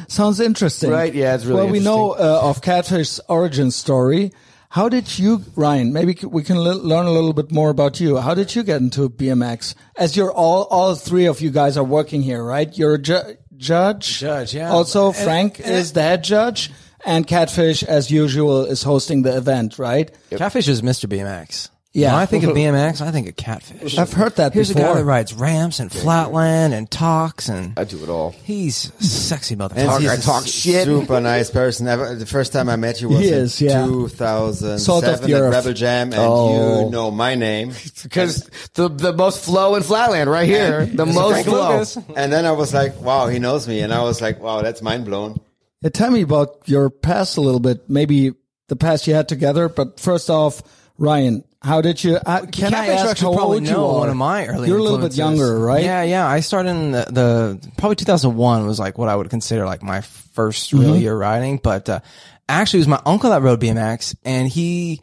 Speaker 1: Sounds interesting.
Speaker 2: Right, yeah, it's really
Speaker 1: Well, we know uh, of Catfish's origin story. How did you, Ryan? Maybe c- we can le- learn a little bit more about you. How did you get into BMX? As you're all, all three of you guys are working here, right? You're a ju- judge.
Speaker 4: Judge, yeah.
Speaker 1: Also,
Speaker 4: And-
Speaker 1: Frank is the head judge, and Catfish, as usual, is hosting the event, right?
Speaker 4: Catfish is Mr. BMX.
Speaker 1: Yeah.
Speaker 4: When I
Speaker 2: [laughs]
Speaker 4: think of BMX, I think of catfish.
Speaker 1: I've heard that
Speaker 4: Here's a
Speaker 1: before.
Speaker 4: guy that rides ramps and flatland and talks and
Speaker 2: I do it all.
Speaker 4: he's a sexy motherfucker.
Speaker 3: And he's
Speaker 2: I
Speaker 3: a
Speaker 2: talk
Speaker 3: su-
Speaker 2: shit.
Speaker 3: Super nice person. Ever. The first time I met you was
Speaker 1: He is,
Speaker 3: in
Speaker 1: yeah. Salt of
Speaker 3: 2007
Speaker 1: the
Speaker 3: at
Speaker 1: earth.
Speaker 3: Rebel Jam, and
Speaker 2: Oh.
Speaker 3: you know my
Speaker 2: [laughs]
Speaker 3: name.
Speaker 2: Because the the most flow in Flatland
Speaker 1: [laughs]
Speaker 2: right here. The most
Speaker 4: Frank
Speaker 2: flow.
Speaker 4: Lucas.
Speaker 3: And then I was like, wow, he knows me. And I was like, wow, that's mind blown.
Speaker 1: Yeah, tell me about your past a little bit. Maybe the past you had together. But first off, Ryan, how did you? Uh, can I
Speaker 4: Catfish
Speaker 1: ask
Speaker 4: actually
Speaker 1: how
Speaker 4: probably
Speaker 1: old you
Speaker 4: know
Speaker 1: are?
Speaker 4: one of my early
Speaker 1: You're a little bit
Speaker 4: influences.
Speaker 1: younger, right?
Speaker 4: Yeah, yeah. I started in the, the probably 2001 was like what I would consider like my first
Speaker 1: Mm-hmm.
Speaker 4: real year riding. But uh, actually, it was my uncle that rode BMX, and he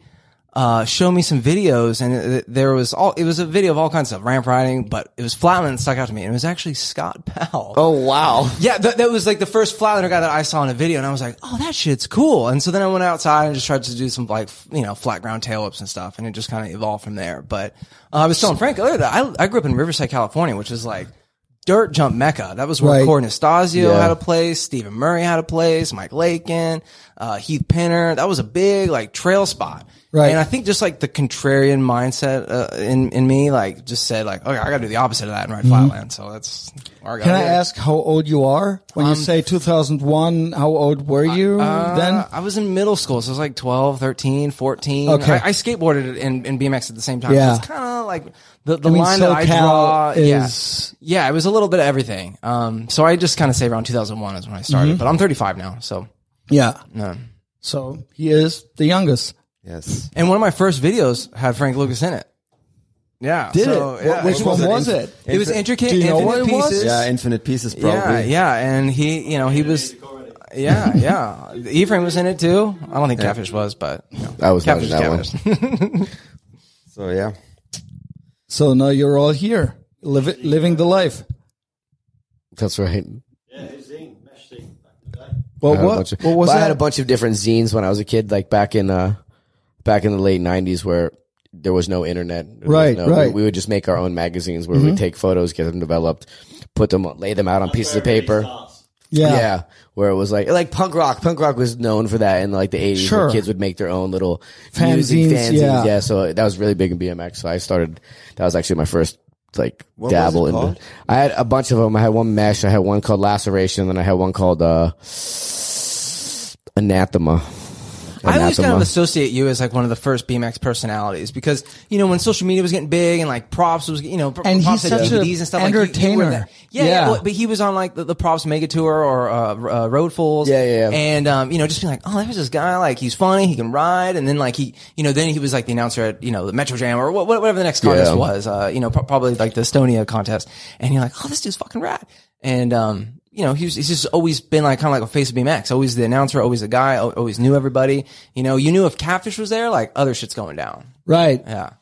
Speaker 4: uh, showed me some videos, and it, it- there was all it was a video of all kinds of ramp riding, but it was flatland that stuck out to me, and it was actually Scott Powell.
Speaker 2: Oh wow.
Speaker 4: Yeah, that, that was like the first flatliner guy that I saw in a video, and I was like, "Oh, that shit's cool." And so then I went outside and just tried to do some like f- you know flat ground tail whips and stuff, and it just kind of evolved from there. But uh, I was telling Frank earlier that I, I grew up in Riverside, California, which is like dirt jump mecca. That was where
Speaker 1: Right.
Speaker 4: Cord Nastasio
Speaker 2: Yeah.
Speaker 4: had a place, Stephen Murray had a place, Mike Lakin, uh, Heath Pinner. That was a big like trail spot.
Speaker 1: Right.
Speaker 4: And I think just like the contrarian mindset uh, in in me, like just said like, okay, I got to do the opposite of that and ride flatland. So that's where I got
Speaker 1: Mm-hmm. Can I
Speaker 4: it.
Speaker 1: ask how old you are? When
Speaker 4: Um,
Speaker 1: you say 2001, how old were you
Speaker 4: Uh,
Speaker 1: then?
Speaker 4: I was in middle school, so it was like 12, 13, 14.
Speaker 1: Okay.
Speaker 4: I, I skateboarded and, and BMX at the same time.
Speaker 1: Yeah.
Speaker 4: So it's kind of like the, the
Speaker 1: I mean,
Speaker 4: line that I
Speaker 1: SoCal
Speaker 4: draw.
Speaker 1: is-
Speaker 4: yeah. yeah, it was a little bit of everything. Um, so I just kind of say around 2001 is when I started,
Speaker 1: Mm-hmm.
Speaker 4: but I'm 35 now. So,
Speaker 1: Yeah.
Speaker 4: no.
Speaker 1: So he is the youngest.
Speaker 3: Yes.
Speaker 4: And one of my first videos had Frank Lucas in it. Yeah.
Speaker 1: Did
Speaker 4: so,
Speaker 1: it?
Speaker 4: Yeah,
Speaker 1: Which
Speaker 4: it
Speaker 1: one
Speaker 4: was-
Speaker 1: was it?
Speaker 4: It was intricate,
Speaker 1: Do you know
Speaker 4: infinite
Speaker 1: what it was?
Speaker 4: pieces.
Speaker 3: Yeah, Infinite Pieces
Speaker 4: Yeah,
Speaker 3: probably.
Speaker 4: yeah, and he, you know, he was, yeah, yeah. Ephraim was in it too. I don't think Catfish was, but you know.
Speaker 2: I was not in
Speaker 4: Catfish,
Speaker 2: that one.
Speaker 4: Catfish.
Speaker 3: [laughs] So yeah.
Speaker 1: So now you're all here, liv- living the life.
Speaker 2: That's right. I
Speaker 1: Well,
Speaker 2: had a
Speaker 1: what,
Speaker 2: bunch of-
Speaker 1: what was
Speaker 2: but
Speaker 1: that?
Speaker 2: I had a bunch of different zines when I was a kid, like back in uh back in the late '90s, where there was no internet. There was
Speaker 1: Right,
Speaker 2: no- we-
Speaker 1: right. Mm-hmm.
Speaker 2: We, would just make our own magazines where we'd take photos, get them developed, put them, lay them out on pieces of paper.
Speaker 1: yeah.
Speaker 2: Yeah. where it was like like punk rock. Punk rock was known for that in like the eighties.
Speaker 1: Sure.
Speaker 2: where kids would make their own little
Speaker 1: Fanzines,
Speaker 2: music fanzines.
Speaker 1: yeah.
Speaker 2: Yeah. so that was really big in BMX. So I started. That was actually my first like
Speaker 3: What was
Speaker 2: dabble
Speaker 3: it
Speaker 2: in.
Speaker 3: called?
Speaker 2: I had a bunch of them. I had one mesh. I had one called Laceration. Then I had one called uh, Anathema.
Speaker 4: I always kind
Speaker 2: Anathema.
Speaker 4: of associate you as like one of the first BMX personalities because you know when social media was getting big and like props was you know pr-
Speaker 1: And
Speaker 4: props
Speaker 1: he's
Speaker 4: had
Speaker 1: such a
Speaker 4: DVDs and stuff like, you- you were
Speaker 1: entertainer.
Speaker 4: that- yeah,
Speaker 1: Yeah.
Speaker 4: yeah. well, but he was on like the, the props mega tour or uh, R- uh, Road Fools
Speaker 2: Yeah, yeah, yeah.
Speaker 4: and um, you know just being like oh there's this guy like he's funny he can ride and then like he you know then he was like the announcer at you know the Metro Jam or wha- wha- whatever the next contest
Speaker 2: Yeah.
Speaker 4: was uh, you know pro- probably like the Estonia contest and you're like oh this dude's fucking rad and um. You know, he's, he's just always been like kind of like a face of BMX, always the announcer, always the guy, al- always knew everybody. You know, you knew if Catfish was there, like other shit's going down.
Speaker 1: Right.
Speaker 4: Yeah.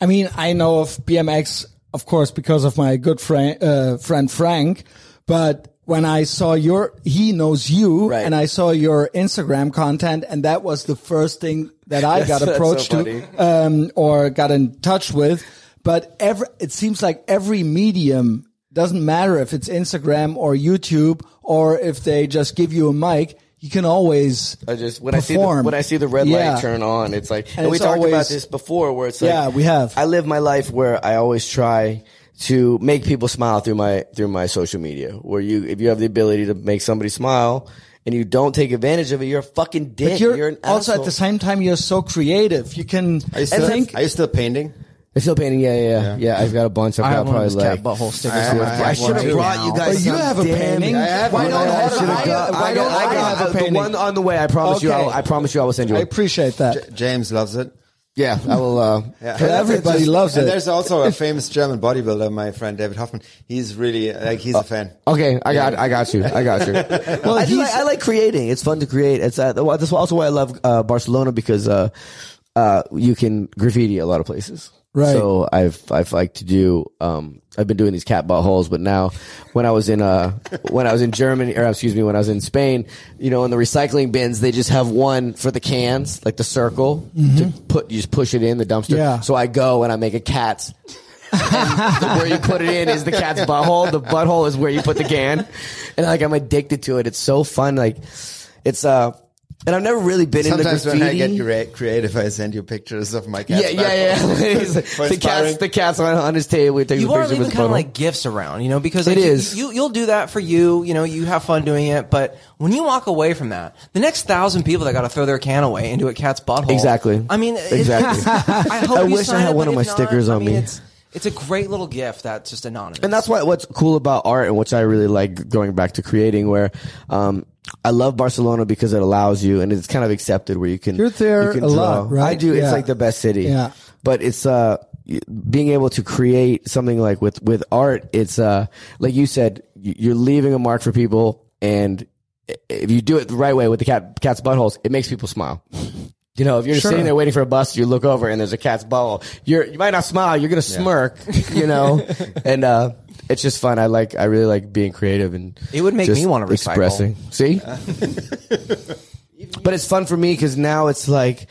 Speaker 1: I mean, I know of BMX, of course, because of my good friend, uh, friend Frank, but when I saw your, he knows you
Speaker 2: Right.
Speaker 1: and I saw your Instagram content and that was the first thing that I
Speaker 3: [laughs]
Speaker 1: got
Speaker 2: that's so
Speaker 1: approached
Speaker 2: funny.
Speaker 1: to, um, or got in touch with. But every, it seems like every medium doesn't matter if it's Instagram or YouTube or if they just give you a mic, you can always
Speaker 2: I just when I see the,
Speaker 1: perform.
Speaker 2: when I see the red
Speaker 1: Yeah.
Speaker 2: light turn on, it's like
Speaker 1: And
Speaker 2: and, we
Speaker 1: it's
Speaker 2: talked about
Speaker 1: always-
Speaker 2: this before, where it's like
Speaker 1: Yeah, we have.
Speaker 2: I live my life where I always try to make people smile through my through my social media. Where you, if you have the ability to make somebody smile and you don't take advantage of it, you're a fucking dick.
Speaker 1: But you're,
Speaker 2: an
Speaker 1: also
Speaker 2: asshole.
Speaker 1: at the same time you're so creative. You can
Speaker 3: Are you still,
Speaker 1: think
Speaker 3: are you still painting?
Speaker 2: It's still painting. Yeah, yeah, yeah, yeah. I've got a bunch. I've
Speaker 4: I
Speaker 2: got
Speaker 4: have one
Speaker 2: probably
Speaker 4: of those
Speaker 2: like
Speaker 4: cat butthole stickers.
Speaker 3: I-
Speaker 4: with
Speaker 3: I-
Speaker 4: black
Speaker 2: [laughs]
Speaker 3: I
Speaker 2: I
Speaker 3: should've
Speaker 2: should have
Speaker 4: ones.
Speaker 2: brought you guys.
Speaker 1: But you
Speaker 2: some
Speaker 1: have a
Speaker 2: damn-
Speaker 1: painting. I
Speaker 3: have
Speaker 2: Why
Speaker 3: one.
Speaker 2: don't
Speaker 3: I
Speaker 2: I,
Speaker 3: should've
Speaker 2: I-
Speaker 1: got-
Speaker 2: why don't I, have a painting? The one on the way. I promise you. I'll,
Speaker 1: Okay.
Speaker 2: I promise you. I will send you.
Speaker 1: I
Speaker 2: One.
Speaker 1: appreciate that.
Speaker 3: J- James
Speaker 2: [laughs]
Speaker 3: loves it.
Speaker 2: yeah, I will. Uh, yeah.
Speaker 1: But everybody
Speaker 3: Just-
Speaker 1: loves
Speaker 3: and
Speaker 1: it.
Speaker 3: There's also a famous German bodybuilder, my friend David Hoffman. He's really like he's a fan.
Speaker 2: Okay, I got, I got you, I [laughs] got you. well, I, do like, I like creating. It's fun to create. It's uh, that's also why I love uh, Barcelona because uh, uh, you can graffiti a lot of places.
Speaker 1: Right.
Speaker 2: So I've I've liked to do. Um, I've been doing these cat butt holes, but now when I was in uh when I was in Germany or excuse me when I was in Spain, you know, in the recycling bins they just have one for the cans, like the circle to put. You just push it in the dumpster.
Speaker 1: Yeah.
Speaker 2: So I go and I make a cat's the- where you put it in is the cat's butthole. The butthole is where you put the can. And like I'm addicted to it. It's so fun. Like it's uh and I've never really been
Speaker 3: Sometimes
Speaker 2: into
Speaker 3: when I
Speaker 2: graffiti.
Speaker 3: get crea- creative, I send you pictures of my cat.
Speaker 2: yeah, yeah, [laughs]
Speaker 3: [laughs]
Speaker 2: yeah. He's- the cat's the cat's on, on his table. He takes a
Speaker 4: You are
Speaker 2: picture
Speaker 4: leaving
Speaker 2: with his
Speaker 4: kind of
Speaker 2: butthole.
Speaker 4: like gifts around, you know, because
Speaker 2: It
Speaker 4: like, you-
Speaker 2: is.
Speaker 4: You, you'll do that for you, you know, you have fun doing it. But when you walk away from that, the next thousand people that got to throw their can away into a cat's butthole.
Speaker 2: Exactly.
Speaker 4: I mean, it-
Speaker 2: Exactly.
Speaker 4: [laughs] I
Speaker 2: [laughs]
Speaker 4: hope
Speaker 2: I
Speaker 4: you
Speaker 2: wish I
Speaker 4: sign
Speaker 2: had
Speaker 4: it,
Speaker 2: one
Speaker 4: but
Speaker 2: of my
Speaker 4: if not,
Speaker 2: stickers
Speaker 4: I
Speaker 2: on
Speaker 4: mean,
Speaker 2: me.
Speaker 4: It's, it's a great little gift that's just anonymous.
Speaker 2: and that's why what's cool about art and which I really like going back to creating where um I love Barcelona because it allows you and it's kind of accepted where you can
Speaker 1: You're there
Speaker 2: you can
Speaker 1: a lot,
Speaker 2: draw.
Speaker 1: right?
Speaker 2: I do.
Speaker 1: Yeah.
Speaker 2: It's like the best city.
Speaker 1: Yeah.
Speaker 2: But it's uh y- being able to create something like with with art, it's uh like you said, y- you're leaving a mark for people and i- if you do it the right way with the cat cat's buttholes, it makes people smile. You know, if you're just
Speaker 1: Sure.
Speaker 2: sitting there waiting for a bus, you look over and there's a cat's butthole. You're you might not smile, you're gonna smirk, you
Speaker 4: [laughs]
Speaker 2: know. and uh it's just fun. I like I really like being creative and
Speaker 4: It would make
Speaker 2: just
Speaker 4: me wanna recycle. [laughs]
Speaker 2: expressing. See? but it's fun for me because now it's like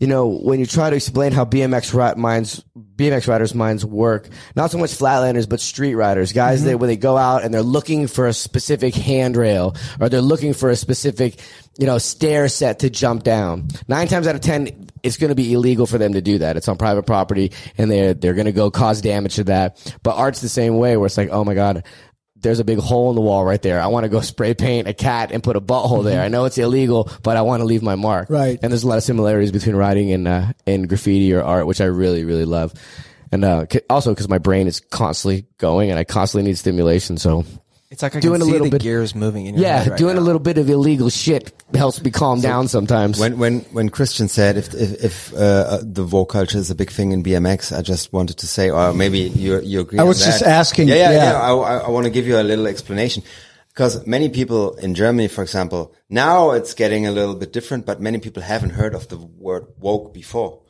Speaker 2: you know, when you try to explain how BMX ri- minds, BMX riders' minds work, not so much flatlanders, but street riders, guys that when they go out and they're looking for a specific handrail or they're looking for a specific, you know, stair set to jump down. Nine times out of ten, it's going to be illegal for them to do that. It's on private property and they're, they're going to go cause damage to that. But art's the same way where it's like, oh my God, there's a big hole in the wall right there. I want to go spray paint a cat and put a butthole there. I know it's illegal, but I want to leave my mark.
Speaker 1: Right.
Speaker 2: And there's a lot of similarities between writing and uh, and graffiti or art, which I really really love. And uh, c- also because my brain is constantly going and I constantly need stimulation. So
Speaker 4: It's like I
Speaker 2: Doing
Speaker 4: can
Speaker 2: a
Speaker 4: see
Speaker 2: little
Speaker 4: the
Speaker 2: bit-
Speaker 4: gears moving. In your
Speaker 2: yeah,
Speaker 4: head right
Speaker 2: doing
Speaker 4: now.
Speaker 2: a little bit of illegal shit helps me calm down sometimes.
Speaker 3: When when when Christian said if if, if uh, uh, the war culture is a big thing in BMX, I just wanted to say, or maybe you you agree.
Speaker 1: I
Speaker 3: on
Speaker 1: was
Speaker 3: that.
Speaker 1: just asking,
Speaker 3: Yeah, yeah.
Speaker 1: yeah.
Speaker 3: yeah. I, want to give you a little explanation because many people in Germany, for example, now it's getting a little bit different, but many people haven't heard of the word woke before.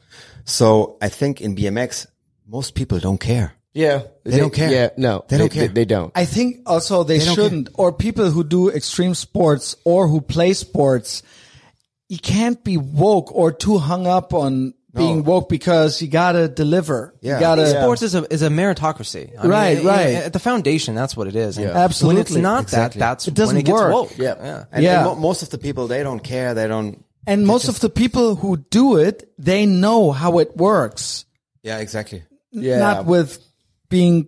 Speaker 3: So I think in BMX, most people don't care.
Speaker 2: yeah, they,
Speaker 3: don't care.
Speaker 2: Yeah, no,
Speaker 3: They don't
Speaker 2: they,
Speaker 3: care.
Speaker 2: They, don't.
Speaker 1: I think also they,
Speaker 3: don't
Speaker 1: shouldn't, or people who do extreme sports or who play sports, you can't be woke or too hung up on being woke because you gotta deliver.
Speaker 3: Yeah.
Speaker 1: You gotta,
Speaker 4: Sports is a is a meritocracy, I
Speaker 1: Right,
Speaker 4: you know,
Speaker 1: right.
Speaker 4: At the foundation, that's what it is. And When it's
Speaker 1: Absolutely.
Speaker 4: not
Speaker 1: Exactly.
Speaker 4: that, that's
Speaker 1: It doesn't
Speaker 4: when it gets
Speaker 1: work.
Speaker 4: woke.
Speaker 2: Yeah.
Speaker 4: yeah.
Speaker 3: And,
Speaker 1: Yeah.
Speaker 3: and mo- most of the people they don't care. They don't.
Speaker 1: and most of the people who do it, they know how it works.
Speaker 3: Yeah, exactly.
Speaker 2: Yeah.
Speaker 1: Not with being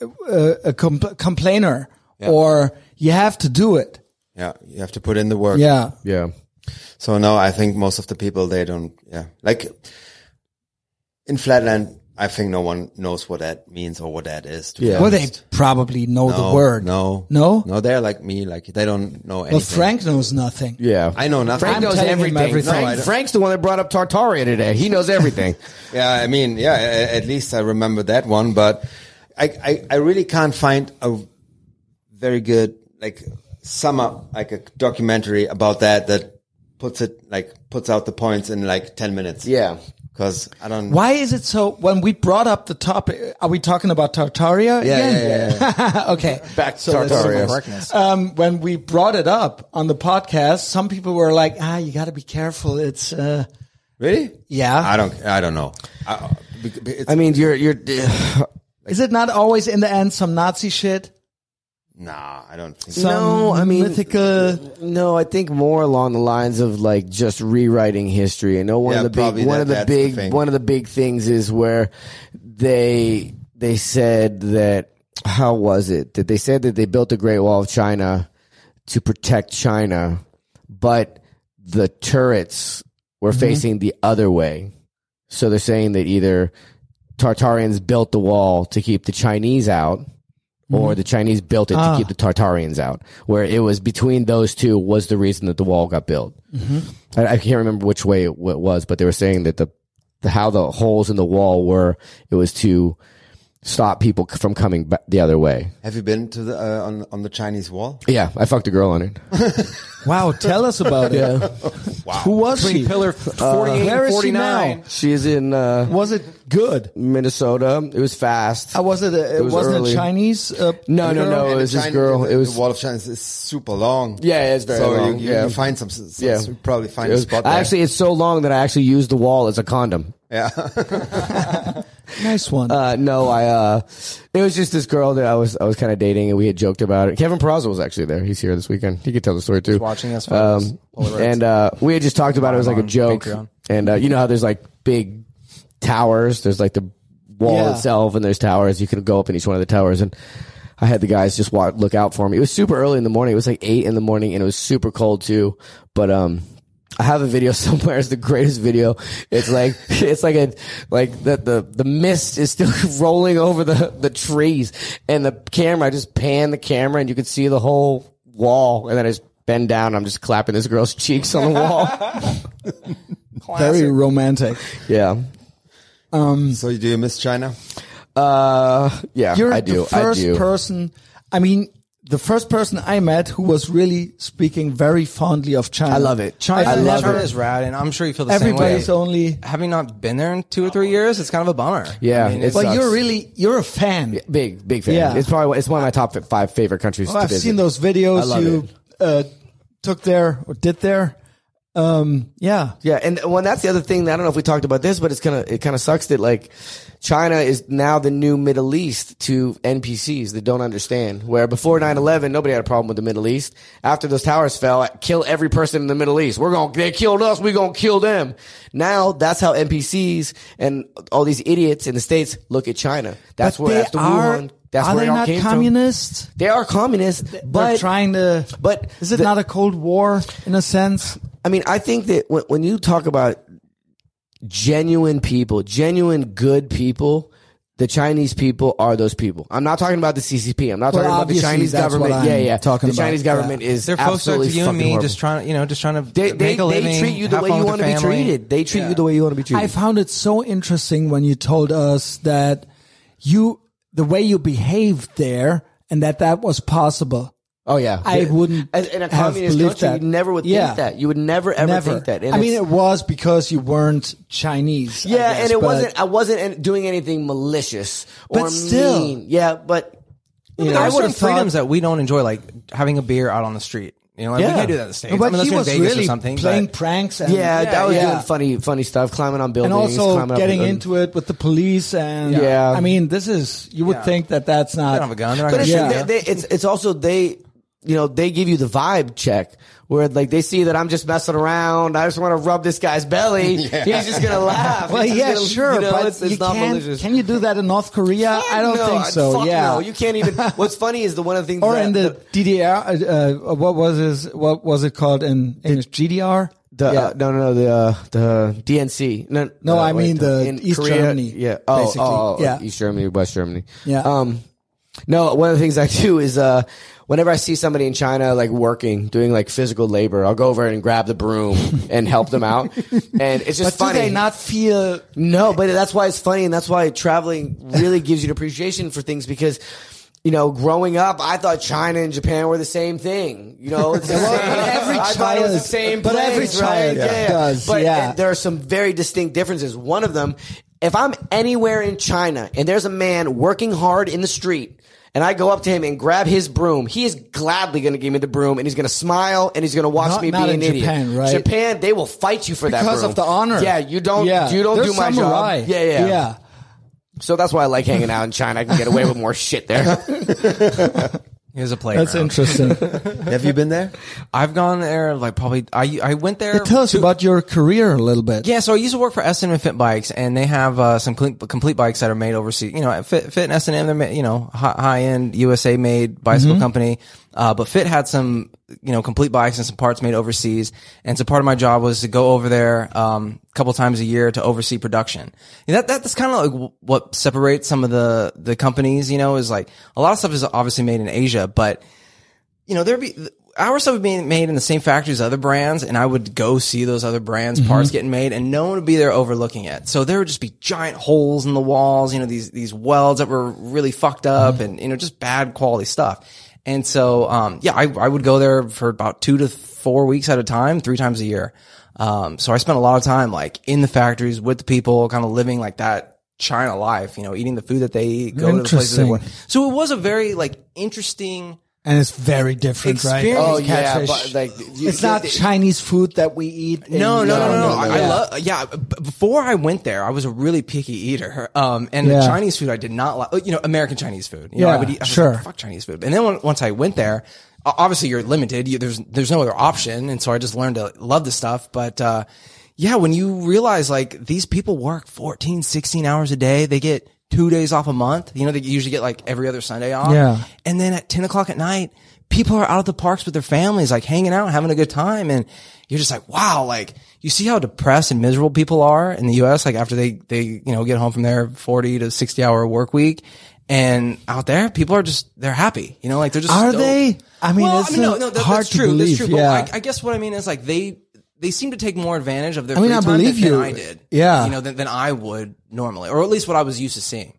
Speaker 1: a, a compl- complainer or you have to do it.
Speaker 3: Yeah, you have to put in the work.
Speaker 1: Yeah.
Speaker 2: yeah,
Speaker 3: So no, I think most of the people they don't. Yeah, like in Flatland, I think no one knows what that means or what that is. to be
Speaker 2: Yeah.
Speaker 1: Well, they
Speaker 3: honest.
Speaker 1: probably know
Speaker 3: no,
Speaker 1: the word.
Speaker 3: No,
Speaker 1: No?
Speaker 3: no. They're like me. Like they don't know anything.
Speaker 1: Well, Frank knows nothing.
Speaker 2: yeah.
Speaker 3: I know nothing.
Speaker 2: Frank
Speaker 1: I'm
Speaker 2: knows
Speaker 1: telling him
Speaker 2: everything.
Speaker 1: everything.
Speaker 2: Frank-
Speaker 1: No, I
Speaker 3: don't-
Speaker 2: Frank's the one that brought up Tartaria today. He knows everything.
Speaker 3: Yeah, I mean, yeah. a- At least I remember that one, but I, I, I really can't find a very good like sum up like a documentary about that that puts it like puts out the points in like ten minutes.
Speaker 2: Yeah.
Speaker 3: because I don't.
Speaker 1: Why is it so? When we brought up the topic, are we talking about Tartaria again?
Speaker 3: yeah,
Speaker 1: [laughs] okay.
Speaker 2: Back to
Speaker 1: let's-
Speaker 2: Tartaria.
Speaker 1: Um, when we brought it up on the podcast, some people were like, "Ah, you got to be careful. It's uh,
Speaker 3: Really?
Speaker 1: Yeah.
Speaker 3: I don't. I don't know.
Speaker 2: uh,
Speaker 3: I, be- be- it's,
Speaker 2: I mean, you're you're.
Speaker 1: is it not always in the end some Nazi shit?
Speaker 3: nah, I don't think.
Speaker 1: Some
Speaker 2: No, I mean-
Speaker 1: mythical.
Speaker 2: No, I think more along the lines of like just rewriting history. I know one
Speaker 3: Yeah,
Speaker 2: of the
Speaker 3: probably
Speaker 2: big one
Speaker 3: that-
Speaker 2: of the
Speaker 3: that's the
Speaker 2: big
Speaker 3: thing.
Speaker 2: one of the big things is where they they said that how was it that they said that they built the Great Wall of China to protect China, but the turrets were
Speaker 3: Mm-hmm.
Speaker 2: facing the other way. So they're saying that either Tartarians built the wall to keep the Chinese out, or
Speaker 3: Mm-hmm.
Speaker 2: the Chinese built it
Speaker 3: Ah.
Speaker 2: to keep the Tartarians out. Where it was between those two was the reason that the wall got built.
Speaker 3: Mm-hmm.
Speaker 2: I, I can't remember which way it w- was, but they were saying that the, the how the holes in the wall were. It was to stop people c- from coming ba- the other way.
Speaker 3: Have you been to the uh, on on the Chinese wall?
Speaker 2: Yeah, I fucked a girl on it.
Speaker 1: Wow, tell us about
Speaker 3: [laughs]
Speaker 1: it. Who was she? Uh,
Speaker 4: Pillar 48
Speaker 1: where is she
Speaker 4: 49.
Speaker 1: now?
Speaker 2: She is in uh,
Speaker 1: Was it good?
Speaker 2: Minnesota. It was fast.
Speaker 1: I Uh, was it. A, it,
Speaker 2: was
Speaker 1: was not
Speaker 2: early.
Speaker 1: a Chinese. Uh,
Speaker 2: no, no, no. It
Speaker 3: And
Speaker 2: was
Speaker 3: the
Speaker 2: Oh, this
Speaker 3: China-
Speaker 2: girl.
Speaker 3: The,
Speaker 2: It was
Speaker 3: the wall of China is, is super long.
Speaker 2: Yeah, it's very
Speaker 3: so
Speaker 2: long,
Speaker 3: You, you,
Speaker 2: yeah.
Speaker 3: you find some. some
Speaker 2: Yeah.
Speaker 3: you probably find
Speaker 2: It
Speaker 3: a
Speaker 2: was-
Speaker 3: spot. There.
Speaker 2: Actually, it's so long that I actually used the wall as a condom.
Speaker 1: nice one.
Speaker 2: Uh, no, I. Uh, it was just this girl that I was I was kind of dating, and we had joked about it. Kevin Perazzo was actually there. He's here this weekend. He could tell the story too.
Speaker 4: watching us from his
Speaker 2: Um,
Speaker 4: Polaroids.
Speaker 2: and uh, we had just talked about it. It was like a
Speaker 4: On
Speaker 2: joke,
Speaker 4: Patreon.
Speaker 2: and uh, you know how there's like big towers. There's like the wall
Speaker 1: Yeah.
Speaker 2: itself, and there's towers. You can go up in each one of the towers, and. I had the guys just walk, look out for me. It was super early in the morning. It was like eight in the morning, and it was super cold too. But um, I have a video [laughs] somewhere. It's the greatest video. It's like [laughs] it's like a like the the, the mist is still [laughs] rolling over the the trees, and the camera. I just pan the camera, and you can see the whole wall, and then I just bend down. I'm just clapping this girl's [laughs] cheeks on the wall.
Speaker 1: Very romantic.
Speaker 2: yeah.
Speaker 3: so you, do you miss China?
Speaker 2: Uh,
Speaker 1: [laughs]
Speaker 2: yeah,
Speaker 1: You're
Speaker 2: I do.
Speaker 1: the first
Speaker 2: I do.
Speaker 1: person. I mean, the first person I met who was really speaking very fondly of China.
Speaker 2: I love it.
Speaker 1: China,
Speaker 2: I love
Speaker 4: China
Speaker 2: it.
Speaker 4: is rad, and I'm sure you feel the
Speaker 1: Everybody's
Speaker 4: same way.
Speaker 1: only.
Speaker 4: Having not been there in two or three years, it's kind of a bummer.
Speaker 2: Yeah,
Speaker 4: I mean,
Speaker 2: it's-
Speaker 4: it's,
Speaker 1: But
Speaker 2: sucks.
Speaker 1: you're really you're a fan.
Speaker 2: big, big fan.
Speaker 1: Yeah.
Speaker 2: It's probably it's one of my top five favorite countries
Speaker 1: Oh,
Speaker 2: to
Speaker 1: I've
Speaker 2: visit.
Speaker 1: seen those videos you uh, took there or did there. Um, yeah.
Speaker 2: Yeah, and well, that's the other thing. I don't know if we talked about this, but it's kind of it kind of sucks that like China is now the new Middle East to NPCs that don't understand. Where before 9-11, nobody had a problem with the Middle East. After those towers fell, kill every person in the Middle East. We're gonna they killed us. We're gonna kill them. Now that's how NPCs and all these idiots in the states look at China. That's
Speaker 1: But
Speaker 2: where
Speaker 1: they
Speaker 2: after
Speaker 1: are,
Speaker 2: Wuhan, that's
Speaker 1: are
Speaker 2: where
Speaker 1: they
Speaker 2: it all
Speaker 1: not
Speaker 2: came
Speaker 1: communists?
Speaker 2: from. They are communists,
Speaker 1: They're
Speaker 2: but
Speaker 1: trying to.
Speaker 2: but
Speaker 1: is it
Speaker 2: the-
Speaker 1: not a cold war in a sense?
Speaker 2: I mean, I think that when, when you talk about genuine people, genuine good people, the Chinese people are those people. I'm not talking about the CCP. I'm not
Speaker 1: Well,
Speaker 2: talking about the
Speaker 1: obviously,
Speaker 2: Chinese
Speaker 1: that's what
Speaker 2: government.
Speaker 1: I'm
Speaker 2: yeah, yeah.
Speaker 1: talking
Speaker 2: the
Speaker 1: about.
Speaker 2: Chinese government is
Speaker 4: They're folks like
Speaker 2: absolutely
Speaker 4: you and
Speaker 2: fucking
Speaker 4: me,
Speaker 2: horrible.
Speaker 4: just trying to you know, just trying to
Speaker 2: they, they,
Speaker 4: make a
Speaker 2: they
Speaker 4: living.
Speaker 2: treat you the
Speaker 4: have
Speaker 2: way
Speaker 4: fun
Speaker 2: you
Speaker 4: with
Speaker 2: want to
Speaker 4: your
Speaker 2: be
Speaker 4: family.
Speaker 2: treated. They treat you the way you want to be treated.
Speaker 1: I found it so interesting when you told us that you the way you behaved there and that that was possible.
Speaker 2: oh yeah,
Speaker 1: I wouldn't
Speaker 2: In, in a
Speaker 1: have
Speaker 2: communist
Speaker 1: believed
Speaker 2: country,
Speaker 1: that.
Speaker 2: you never would
Speaker 1: Yeah.
Speaker 2: think that. You would never ever
Speaker 1: Never.
Speaker 2: think that. And
Speaker 1: I mean,
Speaker 2: it's-
Speaker 1: it was because you weren't Chinese. I
Speaker 2: Yeah,
Speaker 1: guess,
Speaker 2: and it
Speaker 1: but-
Speaker 2: wasn't. I wasn't an- doing anything malicious or
Speaker 1: But still.
Speaker 2: mean. Yeah, but
Speaker 4: But
Speaker 1: I
Speaker 4: there are
Speaker 1: would've
Speaker 4: certain freedoms
Speaker 1: thought-
Speaker 4: that we don't enjoy, like having a beer out on the street. You know, like,
Speaker 2: Yeah.
Speaker 4: we can't do that in the states.
Speaker 1: But
Speaker 4: I mean,
Speaker 1: he
Speaker 4: let's go to
Speaker 1: was
Speaker 4: Vegas
Speaker 1: really
Speaker 4: or something.
Speaker 1: playing
Speaker 4: but
Speaker 1: pranks. And,
Speaker 2: Yeah, I was
Speaker 1: yeah.
Speaker 2: doing funny, funny stuff, climbing on
Speaker 1: and
Speaker 2: buildings,
Speaker 1: also
Speaker 2: climbing
Speaker 1: getting
Speaker 2: up,
Speaker 1: into it with the police. And
Speaker 2: Yeah.
Speaker 1: I mean, this is you would
Speaker 4: Yeah.
Speaker 1: think that that's not.
Speaker 4: they don't have a gun. They're not
Speaker 2: But
Speaker 4: gonna
Speaker 2: it's,
Speaker 4: shoot
Speaker 1: Yeah.
Speaker 4: you.
Speaker 2: they, they, it's it's also they, you know, they give you the vibe check where like they see that I'm just messing around. I just want to rub this
Speaker 1: [laughs]
Speaker 2: guy's belly. He's just gonna laugh.
Speaker 4: [laughs]
Speaker 1: Well,
Speaker 2: He's just
Speaker 1: yeah,
Speaker 2: gonna-
Speaker 1: sure,
Speaker 2: You know,
Speaker 1: but
Speaker 2: it's, it's
Speaker 1: you
Speaker 2: not
Speaker 1: can,
Speaker 2: malicious.
Speaker 1: can you do that in North Korea? I don't
Speaker 2: No,
Speaker 1: think so.
Speaker 2: fuck
Speaker 1: Yeah,
Speaker 2: no, you
Speaker 1: [laughs]
Speaker 2: can't even. What's funny is the one of the things
Speaker 1: or
Speaker 2: that-
Speaker 1: in the DDR, uh, uh, what was his, what was it called in English? GDR?
Speaker 2: The,
Speaker 1: Yeah.
Speaker 2: uh, no, no, no, the uh, the DNC. No,
Speaker 1: No,
Speaker 2: uh,
Speaker 1: I mean the
Speaker 2: in
Speaker 1: East Germany,
Speaker 2: Yeah. Oh,
Speaker 1: basically.
Speaker 2: oh, oh,
Speaker 1: Yeah.
Speaker 2: East Germany, West Germany.
Speaker 1: Yeah.
Speaker 2: Um, no, one of the things I do is uh, whenever I see somebody in China like working, doing like physical labor, I'll go over and grab the broom
Speaker 1: [laughs]
Speaker 2: and help them out, and it's
Speaker 1: but
Speaker 2: just
Speaker 1: do
Speaker 2: funny.
Speaker 1: they not feel?
Speaker 2: No, but that's why it's funny, and that's why traveling really gives you an appreciation for things because. You know, growing up, I thought China and Japan were the same thing. You
Speaker 1: [laughs]
Speaker 2: know, it's the
Speaker 1: Well,
Speaker 2: same-
Speaker 1: every
Speaker 2: I thought it was the
Speaker 1: child-
Speaker 2: same
Speaker 1: but every
Speaker 2: place,
Speaker 1: child
Speaker 2: right?
Speaker 1: does,
Speaker 2: But
Speaker 1: yeah.
Speaker 2: uh, there are some very distinct differences. One of them, if I'm anywhere in China and there's a man working hard in the street, and I go up to him and grab his broom, he is gladly going to give me the broom, and he's going to smile and he's going to watch
Speaker 1: Not-
Speaker 2: me
Speaker 1: not
Speaker 2: be
Speaker 1: in
Speaker 2: an idiot.
Speaker 1: Japan, right?
Speaker 2: Japan, they will fight you for that
Speaker 1: Because
Speaker 2: broom.
Speaker 1: of the honor.
Speaker 2: Yeah, you don't.
Speaker 1: Yeah.
Speaker 2: You don't
Speaker 1: They're
Speaker 2: do my
Speaker 1: samurai.
Speaker 2: job. Yeah, yeah,
Speaker 1: yeah.
Speaker 2: So that's why I like hanging out in China. I can get away with more shit there.
Speaker 4: Here's a playground.
Speaker 1: That's
Speaker 4: [laughs]
Speaker 1: interesting.
Speaker 3: Have you been
Speaker 2: [laughs]
Speaker 3: there?
Speaker 4: I've gone there like probably I I went there.
Speaker 1: Tell us about your career a little bit.
Speaker 4: Yeah, so I used to work for S&M and Fit Bikes, and they have uh, some complete, complete bikes that are made overseas. You know, Fit, Fit and S&M, they're ma- you know high, high end USA made bicycle company, uh, but Fit had some you know complete bikes and some parts made overseas. And so part of my job was to go over there um, a couple times a year to oversee production. And that that's kind of like what separates some of the the companies. You know, is like a lot of stuff is obviously made in Asia, but you know, there'd be our stuff would be made in the same factory as other brands, and I would go see those other brands' parts getting made, and no one would be there overlooking it. So there would just be giant holes in the walls, you know, these these welds that were really fucked up, and you know, just bad quality stuff. And so, um, yeah, I, I would go there for about two to four weeks at a time, three times a year. Um, so I spent a lot of time like in the factories with the people, kind of living like that China life, you know, eating the food that they eat, go to the places they
Speaker 1: Interesting.
Speaker 4: went. So it was a very like interesting.
Speaker 1: And it's very different, right?
Speaker 4: Experience. Oh,
Speaker 2: yeah,
Speaker 1: Catfish.
Speaker 2: but, like, you-
Speaker 1: it's not
Speaker 2: they-
Speaker 1: Chinese food that we eat. in-
Speaker 4: No, no, no, no. no. I,
Speaker 1: yeah.
Speaker 4: I love. Yeah, b- before I went there, I was a really picky eater, um, and
Speaker 1: Yeah.
Speaker 4: the Chinese food I did not like. You know, American Chinese food. You know,
Speaker 1: Yeah,
Speaker 4: I would eat. I was
Speaker 1: sure.
Speaker 4: Like, Fuck Chinese food. And then when, once I went there, o- obviously you're limited. You, there's there's no other option, and so I just learned to love the stuff. But uh, yeah, when you realize like these people work 14, 16 hours a day, they get two days off a month. You know, they usually get like every other Sunday off.
Speaker 1: Yeah.
Speaker 4: And then at 10 o'clock at night, people are out at the parks with their families, like hanging out, having a good time. And you're just like, wow, like you see how depressed and miserable people are in the US, like after they, they, you know, get home from their 40 to 60 hour work week. And out there, people are just, they're happy, you know, like they're just,
Speaker 1: Are
Speaker 4: so-
Speaker 1: they? I mean,
Speaker 4: well,
Speaker 1: it's
Speaker 4: I mean, no, no,
Speaker 1: uh,
Speaker 4: that,
Speaker 1: hard
Speaker 4: that's
Speaker 1: to
Speaker 4: true.
Speaker 1: believe,
Speaker 4: that's true. But
Speaker 1: yeah.
Speaker 4: I, I guess what I mean is like they, they seem to take more advantage of their
Speaker 1: I mean,
Speaker 4: free
Speaker 1: I
Speaker 4: time
Speaker 1: believe
Speaker 4: than,
Speaker 1: you.
Speaker 4: than I did.
Speaker 1: Yeah.
Speaker 4: You know, than, than I would normally, or at least what I was used to seeing.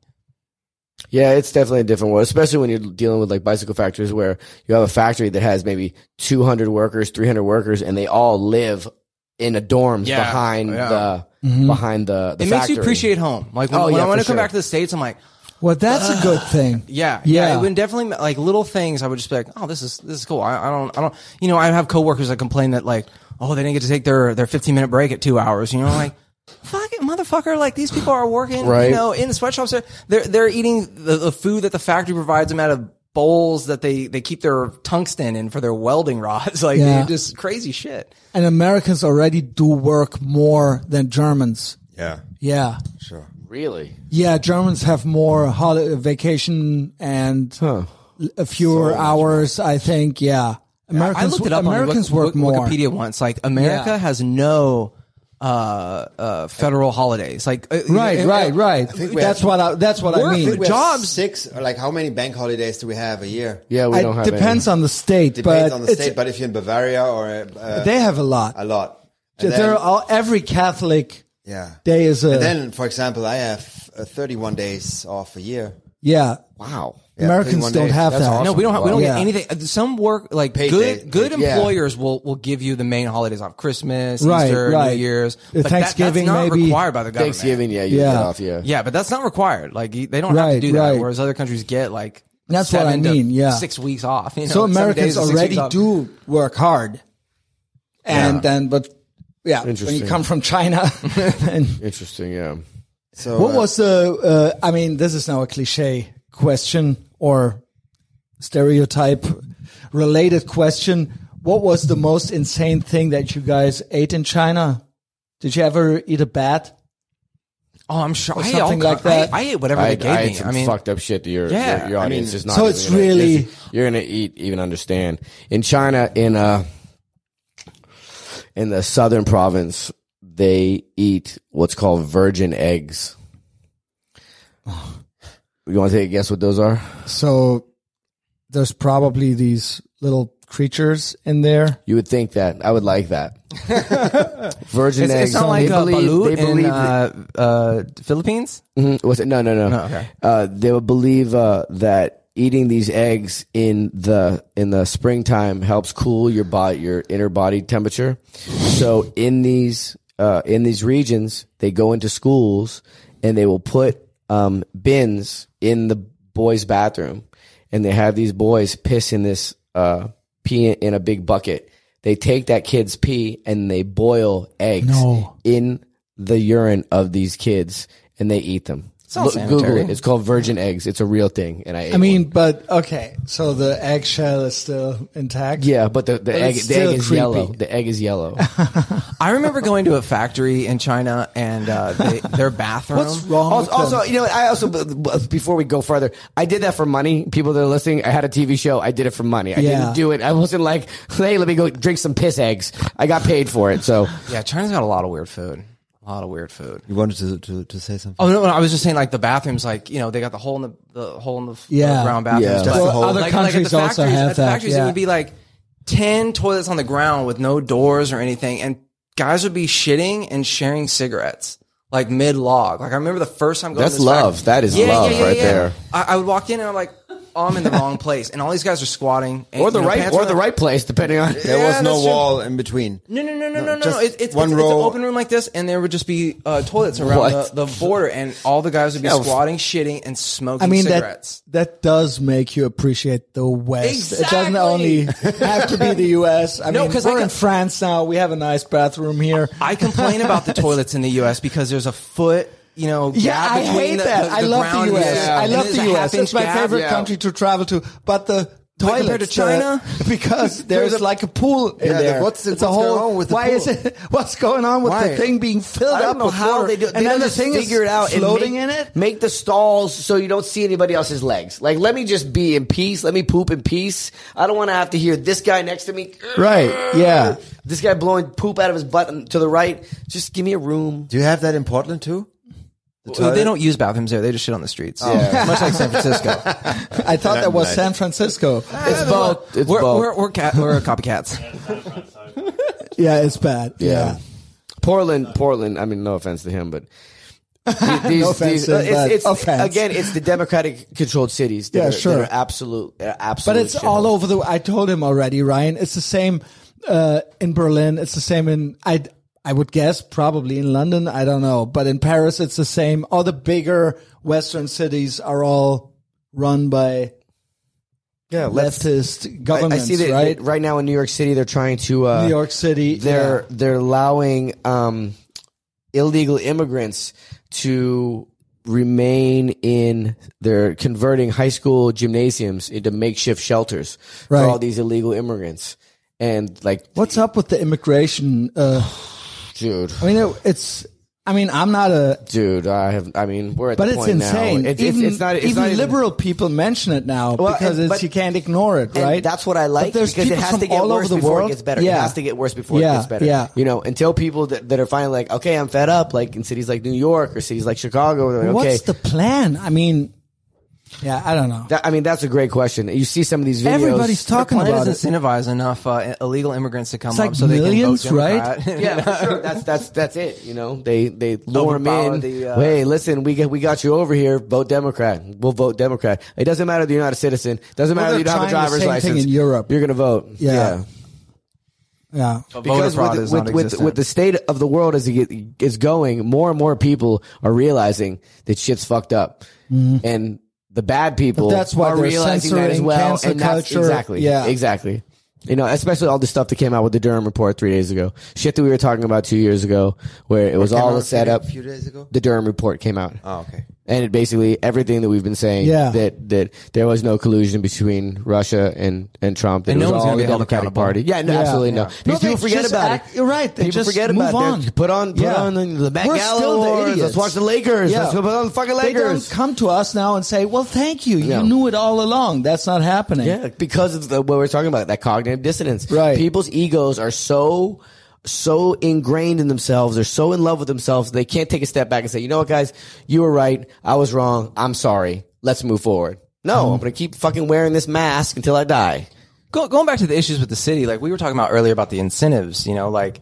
Speaker 2: [laughs] Yeah, it's definitely a different world, especially when you're dealing with like bicycle factories where you have a factory that has maybe 200 workers, 300 workers, and they all live in a dorms
Speaker 4: Yeah,
Speaker 2: behind
Speaker 4: yeah.
Speaker 2: the
Speaker 1: Mm-hmm.
Speaker 2: behind the, the
Speaker 4: It makes
Speaker 2: factory.
Speaker 4: you appreciate home. Like when,
Speaker 2: Oh,
Speaker 4: when
Speaker 2: yeah,
Speaker 4: I want to
Speaker 2: for
Speaker 4: come
Speaker 2: sure.
Speaker 4: back to the States, I'm like,
Speaker 1: Well, that's a
Speaker 4: [sighs]
Speaker 1: good thing.
Speaker 4: Yeah,
Speaker 1: Yeah.
Speaker 4: yeah. It would definitely like little things. I would just be like, "Oh, this is this is cool." I, I don't, I don't. You know, I have coworkers that complain that like, oh, they didn't get to take their, their 15 minute break at two hours. You know, like, [laughs] fuck it, motherfucker. Like, these people are working,
Speaker 2: Right.
Speaker 4: you know, in the sweatshops. They're, they're, they're eating the, the food that the factory provides them out of bowls that they, they keep their tungsten in for their welding rods. [laughs] like,
Speaker 1: Yeah.
Speaker 4: dude, just crazy shit.
Speaker 1: And Americans already do work more than Germans.
Speaker 3: Yeah.
Speaker 1: Yeah.
Speaker 3: Sure.
Speaker 2: Really?
Speaker 1: Yeah, Germans have more holiday vacation and l- fewer hours, I think. Yeah. Americans,
Speaker 4: I looked it up
Speaker 1: Americans
Speaker 4: on Wik-
Speaker 1: work
Speaker 4: Wik-
Speaker 1: more.
Speaker 4: Wikipedia once. Like America
Speaker 1: Yeah.
Speaker 4: has no uh, uh, federal holidays. Like uh,
Speaker 1: Right,
Speaker 4: uh,
Speaker 1: right, right.
Speaker 3: we
Speaker 1: That's
Speaker 3: have-
Speaker 1: what I, that's what I
Speaker 4: Work-
Speaker 1: mean.
Speaker 4: we have Jobs.
Speaker 3: six. or, Like how many bank holidays do we have a year?
Speaker 2: Yeah, we don't
Speaker 1: It
Speaker 2: have
Speaker 1: depends on the state,
Speaker 3: Depends
Speaker 1: but
Speaker 3: on the
Speaker 1: it's-
Speaker 3: state, but if you're in Bavaria or uh,
Speaker 1: they have a lot.
Speaker 3: a lot, And
Speaker 1: They're
Speaker 3: then-
Speaker 1: all, every Catholic
Speaker 3: yeah.
Speaker 1: day is a
Speaker 3: and then, for example, I have uh, 31 days off a year.
Speaker 1: yeah.
Speaker 2: Any. Wow.
Speaker 1: Americans
Speaker 3: 31
Speaker 1: don't
Speaker 3: days.
Speaker 1: have
Speaker 2: That's
Speaker 1: that.
Speaker 2: awesome.
Speaker 4: No, we don't. Have, we don't get
Speaker 1: Yeah.
Speaker 4: anything. uh, Some work like
Speaker 3: Paid
Speaker 4: good.
Speaker 3: day.
Speaker 4: good
Speaker 2: Yeah.
Speaker 4: employers will will give you the main holidays off: Christmas,
Speaker 1: Right,
Speaker 4: Easter,
Speaker 1: right.
Speaker 4: New Year's.
Speaker 1: Uh,
Speaker 4: But that-
Speaker 1: Thanksgiving,
Speaker 4: that's not
Speaker 1: maybe.
Speaker 4: required by the government.
Speaker 2: Thanksgiving, yeah, you
Speaker 1: Yeah.
Speaker 2: get off, yeah.
Speaker 4: Yeah, but that's not required. Like you- they don't have to
Speaker 1: Right,
Speaker 4: do that.
Speaker 1: right.
Speaker 4: Whereas other countries get like
Speaker 1: That's what I
Speaker 4: seven to
Speaker 1: mean, yeah.
Speaker 4: six weeks off. You know,
Speaker 1: so
Speaker 4: seven
Speaker 1: Americans
Speaker 4: days to six
Speaker 1: already
Speaker 4: weeks off.
Speaker 1: do work hard, and then but yeah, when you
Speaker 2: Interesting.
Speaker 1: come from China, [laughs] and
Speaker 2: Interesting, yeah.
Speaker 3: So
Speaker 1: what
Speaker 3: uh,
Speaker 1: was the? Uh, I mean, this is now a cliche question or stereotype related question. What was the most insane thing that you guys ate in China? Did you ever eat a bat?
Speaker 4: Oh, I'm sure. I ate
Speaker 1: something
Speaker 4: all
Speaker 1: like
Speaker 4: ki- I-
Speaker 1: that.
Speaker 4: I, ate whatever
Speaker 2: I,
Speaker 4: they gave
Speaker 2: I ate
Speaker 4: me.
Speaker 2: some
Speaker 4: I mean,
Speaker 2: fucked up shit that your,
Speaker 4: Yeah,
Speaker 2: your, your
Speaker 4: I
Speaker 2: audience
Speaker 3: mean-
Speaker 2: is not.
Speaker 1: So
Speaker 2: even
Speaker 1: it's
Speaker 2: gonna-
Speaker 1: really-
Speaker 2: listen, you're gonna eat even understand in China in uh in the southern province they eat what's called virgin [sighs] eggs. You want to take a guess what those are?
Speaker 1: So there's probably these little creatures in there.
Speaker 2: You would think that I would like [laughs] that. Virgin
Speaker 4: it's,
Speaker 2: eggs.
Speaker 4: it's not like
Speaker 2: they
Speaker 4: a
Speaker 2: believe,
Speaker 4: balut
Speaker 2: they believe
Speaker 4: in uh, uh, Philippines.
Speaker 2: Mhm. Was it? No, no, no.
Speaker 4: No, okay.
Speaker 2: Uh, they would believe uh, that eating these eggs in the in the springtime helps cool your body, your inner body temperature. So in these uh, in these regions, they go into schools and they will put um, bins in the boys' bathroom, and they have these boys piss in this uh, pee in a big bucket. They take that kid's pee and they boil eggs
Speaker 1: No.
Speaker 2: in the urine of these kids and they eat them.
Speaker 4: all
Speaker 2: Look, Google
Speaker 4: sanitary.
Speaker 2: it. It's called virgin eggs. It's a real thing. And I, ate
Speaker 1: I mean,
Speaker 2: one.
Speaker 1: but okay. So the eggshell is still intact.
Speaker 2: yeah, but the, the egg
Speaker 1: it's
Speaker 2: the egg
Speaker 1: still
Speaker 2: is
Speaker 1: creepy.
Speaker 2: yellow. The egg is
Speaker 1: [laughs]
Speaker 2: yellow.
Speaker 4: I remember going to a factory in China and uh, they, their bathroom. Oh,
Speaker 1: What's wrong
Speaker 2: also,
Speaker 1: with them?
Speaker 2: also, you know, I also b- b- before we go further, I did that for money. People that are listening, I had a TV show. I did it for money. I
Speaker 1: Yeah.
Speaker 2: didn't do it. I wasn't like, hey, let me go drink some piss eggs. I got paid for it. So
Speaker 4: Yeah, China's got a lot of weird food. A lot of weird food.
Speaker 3: you wanted to, to, to say something?
Speaker 4: Oh no, no, I was just saying like the bathrooms, like you know they got the hole in the, the hole in the
Speaker 1: Yeah.
Speaker 4: yeah. ground bathrooms.
Speaker 2: Yeah. Just
Speaker 1: the hole. Other countries also
Speaker 4: factories,
Speaker 1: have
Speaker 4: at the
Speaker 1: that,
Speaker 4: factories
Speaker 1: yeah.
Speaker 4: it would be like ten toilets on the ground with no doors or anything, and guys would be shitting and sharing cigarettes like mid log. Like I remember the first time going.
Speaker 2: That's
Speaker 4: to this fact-
Speaker 2: love. That is love right there.
Speaker 4: I, I would walk in and I'm like, oh, I'm in the wrong place, and all these guys are squatting. And,
Speaker 2: or the
Speaker 4: you know,
Speaker 2: right
Speaker 4: pants are
Speaker 2: or
Speaker 4: on
Speaker 2: the right place, depending on
Speaker 3: [laughs] there
Speaker 4: yeah,
Speaker 3: was no
Speaker 4: that's true.
Speaker 3: wall in between.
Speaker 4: No, no, no, no, no, no.
Speaker 3: just
Speaker 4: It's, it's,
Speaker 3: one
Speaker 4: it's, it's an
Speaker 3: row.
Speaker 4: open room like this, and there would just be uh, toilets around
Speaker 2: What?
Speaker 4: the, the border, and all the guys would be
Speaker 2: Yeah, well,
Speaker 4: squatting, shitting, and smoking
Speaker 1: I mean
Speaker 4: cigarettes.
Speaker 1: that that does make you appreciate the West. It doesn't only have to be the U.S. I
Speaker 4: No,
Speaker 1: mean,
Speaker 4: 'cause
Speaker 1: we're
Speaker 4: I got-
Speaker 1: in France now. We have a nice bathroom here.
Speaker 4: I complain
Speaker 1: [laughs]
Speaker 4: about the toilets in the U.S. because there's a foot, you know,
Speaker 1: yeah,
Speaker 4: gap
Speaker 1: I
Speaker 4: between
Speaker 1: hate
Speaker 4: the,
Speaker 1: that.
Speaker 4: The, the
Speaker 1: I love
Speaker 4: ground
Speaker 1: the
Speaker 4: and
Speaker 1: U.S. I
Speaker 4: and
Speaker 1: love
Speaker 4: there's
Speaker 1: the
Speaker 4: a
Speaker 1: U.S.
Speaker 4: half-inch
Speaker 1: It's my
Speaker 4: gap.
Speaker 1: favorite
Speaker 2: yeah.
Speaker 1: country to travel to. But the toilets,
Speaker 4: compared to
Speaker 1: uh,
Speaker 4: China?
Speaker 1: [laughs] because there's like a pool in
Speaker 3: Yeah, the-
Speaker 1: there.
Speaker 3: what's-
Speaker 1: it's a
Speaker 3: what's
Speaker 1: whole?
Speaker 3: going on with the
Speaker 1: why
Speaker 3: pool?
Speaker 1: is it? [laughs] What's going on with
Speaker 2: Why?
Speaker 1: the thing being filled
Speaker 2: I
Speaker 1: up
Speaker 2: don't know
Speaker 1: with
Speaker 2: how
Speaker 1: water?
Speaker 2: they do. They
Speaker 1: and then
Speaker 2: don't
Speaker 1: the
Speaker 2: just
Speaker 1: thing is
Speaker 2: figure it out. and
Speaker 1: floating
Speaker 2: make-
Speaker 1: in
Speaker 2: [laughs]
Speaker 1: it.
Speaker 2: Make the stalls so you don't see anybody else's legs. Like, let me just be in peace. Let me poop in peace. I don't want to have to hear this guy next to me.
Speaker 1: Right, yeah.
Speaker 2: This guy blowing poop out of his butt and to the right. Just give me a room.
Speaker 3: Do you have that in Portland too?
Speaker 4: Well, they don't use bathrooms there; they just shit on the streets. [laughs] Much like
Speaker 1: [laughs]
Speaker 4: San Francisco.
Speaker 1: I thought that was
Speaker 3: Nice.
Speaker 1: San Francisco.
Speaker 2: It's both. It's
Speaker 4: we're,
Speaker 2: both.
Speaker 4: we're we're, cat, we're
Speaker 1: [laughs]
Speaker 4: copycats.
Speaker 1: Yeah, it's bad.
Speaker 2: Yeah. Portland, Portland. I mean, no offense to him, but the- these,
Speaker 1: offense
Speaker 2: these-
Speaker 1: to him,
Speaker 2: it's,
Speaker 1: but
Speaker 2: it's,
Speaker 1: offense.
Speaker 2: again, it's the democratic controlled cities. That
Speaker 1: Yeah,
Speaker 2: are,
Speaker 1: sure.
Speaker 2: That are absolute, they're absolute.
Speaker 1: But it's all over the. I told him already, Ryan. It's the same uh, in Berlin. It's the same in. I I would guess probably in London. I don't know, but in Paris, it's the same. All the bigger Western cities are all run by
Speaker 2: Yeah, let's-
Speaker 1: leftist
Speaker 2: I-
Speaker 1: governments,
Speaker 2: I see that
Speaker 1: right?
Speaker 2: that right now in New York City, they're trying to uh,
Speaker 1: New York City,
Speaker 2: They're
Speaker 1: yeah.
Speaker 2: they're allowing um, illegal immigrants to remain in. They're converting high school gymnasiums into makeshift shelters
Speaker 1: Right.
Speaker 2: for all these illegal immigrants. And like,
Speaker 1: What's up with the immigration? Uh,
Speaker 2: dude,
Speaker 1: I mean, it, it's. I mean, I'm not a.
Speaker 2: dude, I have. I mean, we're at
Speaker 1: But
Speaker 2: the
Speaker 1: it's
Speaker 2: point
Speaker 1: insane.
Speaker 2: now. It's,
Speaker 1: even
Speaker 2: it's, it's not. It's
Speaker 1: even
Speaker 2: not even-
Speaker 1: liberal people mention it now
Speaker 2: Well,
Speaker 1: because
Speaker 2: and-
Speaker 1: it's,
Speaker 2: but-
Speaker 1: you can't ignore it,
Speaker 2: And
Speaker 1: right?
Speaker 2: that's what I like
Speaker 1: But there's
Speaker 2: because it
Speaker 1: people
Speaker 2: has
Speaker 1: from
Speaker 2: to get
Speaker 1: all
Speaker 2: worse
Speaker 1: over the
Speaker 2: before
Speaker 1: world.
Speaker 2: it gets better.
Speaker 1: Yeah.
Speaker 2: It has to get worse before
Speaker 1: Yeah,
Speaker 2: it gets better.
Speaker 1: yeah.
Speaker 2: You know, until people that, that are finally like, okay, I'm fed up, like in cities like New York or cities like Chicago, they're like, okay.
Speaker 1: What's the plan? I mean, yeah, I don't know.
Speaker 2: That- I mean, that's a great question. You see some of these videos.
Speaker 1: Everybody's talking
Speaker 4: Plan
Speaker 1: about
Speaker 4: is
Speaker 1: it.
Speaker 4: incentivize enough uh, illegal immigrants to come
Speaker 1: like
Speaker 4: up so
Speaker 1: millions,
Speaker 4: they can vote Democrat.
Speaker 2: [laughs]
Speaker 4: [laughs]
Speaker 2: Yeah, for sure. That's that's that's it. You know, they they lure 'em
Speaker 4: Overpower
Speaker 2: in.
Speaker 4: the, uh,
Speaker 2: hey, listen, we get we got you over here. Vote Democrat. We'll vote Democrat. It doesn't matter that you're not a citizen. Doesn't
Speaker 1: Well,
Speaker 2: matter that
Speaker 1: they're
Speaker 2: you don't have a
Speaker 1: trying the same
Speaker 2: driver's
Speaker 1: thing
Speaker 2: license
Speaker 1: in Europe.
Speaker 2: You're gonna vote.
Speaker 1: Yeah.
Speaker 2: yeah.
Speaker 1: yeah,
Speaker 2: with,
Speaker 4: Voter fraud is
Speaker 2: with, with,
Speaker 4: non-existent.
Speaker 2: with the state of the world as it get- is going, more and more people are realizing that shit's fucked up, and the bad people
Speaker 1: Mm-hmm. But that's why
Speaker 2: are
Speaker 1: they're
Speaker 2: realizing that as
Speaker 1: censoring
Speaker 2: well.
Speaker 1: cancel
Speaker 2: and that's-
Speaker 1: culture.
Speaker 2: exactly,
Speaker 1: Yeah.
Speaker 2: exactly. You know, especially all the stuff that came out with the Durham report three days ago, shit that we were talking about two years ago, where it was all a setup.
Speaker 3: A few days ago.
Speaker 2: The Durham report came out.
Speaker 3: Oh, okay.
Speaker 2: And it basically everything that we've been saying
Speaker 1: Yeah.
Speaker 2: that that there was no collusion between Russia and and Trump. That
Speaker 4: And
Speaker 2: it
Speaker 4: no
Speaker 2: was
Speaker 4: one's
Speaker 2: all
Speaker 4: gonna
Speaker 2: the
Speaker 4: be held
Speaker 2: Democratic
Speaker 4: accountable.
Speaker 2: Party. Yeah, no,
Speaker 1: Yeah.
Speaker 2: absolutely
Speaker 1: Yeah.
Speaker 2: no. Because
Speaker 1: No, they
Speaker 2: people forget
Speaker 1: just
Speaker 2: about
Speaker 1: act-
Speaker 2: it.
Speaker 1: you're right. They
Speaker 2: people
Speaker 1: just
Speaker 2: forget
Speaker 1: move
Speaker 2: about
Speaker 1: on.
Speaker 2: It. Put on put
Speaker 1: Yeah.
Speaker 2: on the, the back
Speaker 1: We're still
Speaker 2: gallo
Speaker 1: the
Speaker 2: awards. Let's
Speaker 1: idiots.
Speaker 2: watch the Lakers.
Speaker 1: Yeah.
Speaker 2: Let's put on the fucking
Speaker 1: They don't
Speaker 2: Lakers.
Speaker 1: come to us now and say, "Well, thank you. You
Speaker 2: No.
Speaker 1: knew it all along." That's not happening.
Speaker 2: Yeah, because of the, what we're talking about, that cognitive dissonance.
Speaker 1: Right.
Speaker 2: People's egos are so so ingrained in themselves, they're so in love with themselves, they can't take a step back and say, you know what, guys, you were right, I was wrong, I'm sorry, let's move forward. No,
Speaker 1: Mm-hmm.
Speaker 2: I'm gonna keep fucking wearing this mask until I die.
Speaker 4: Go, going back to the issues with the city, like we were talking about earlier about the incentives, you know, like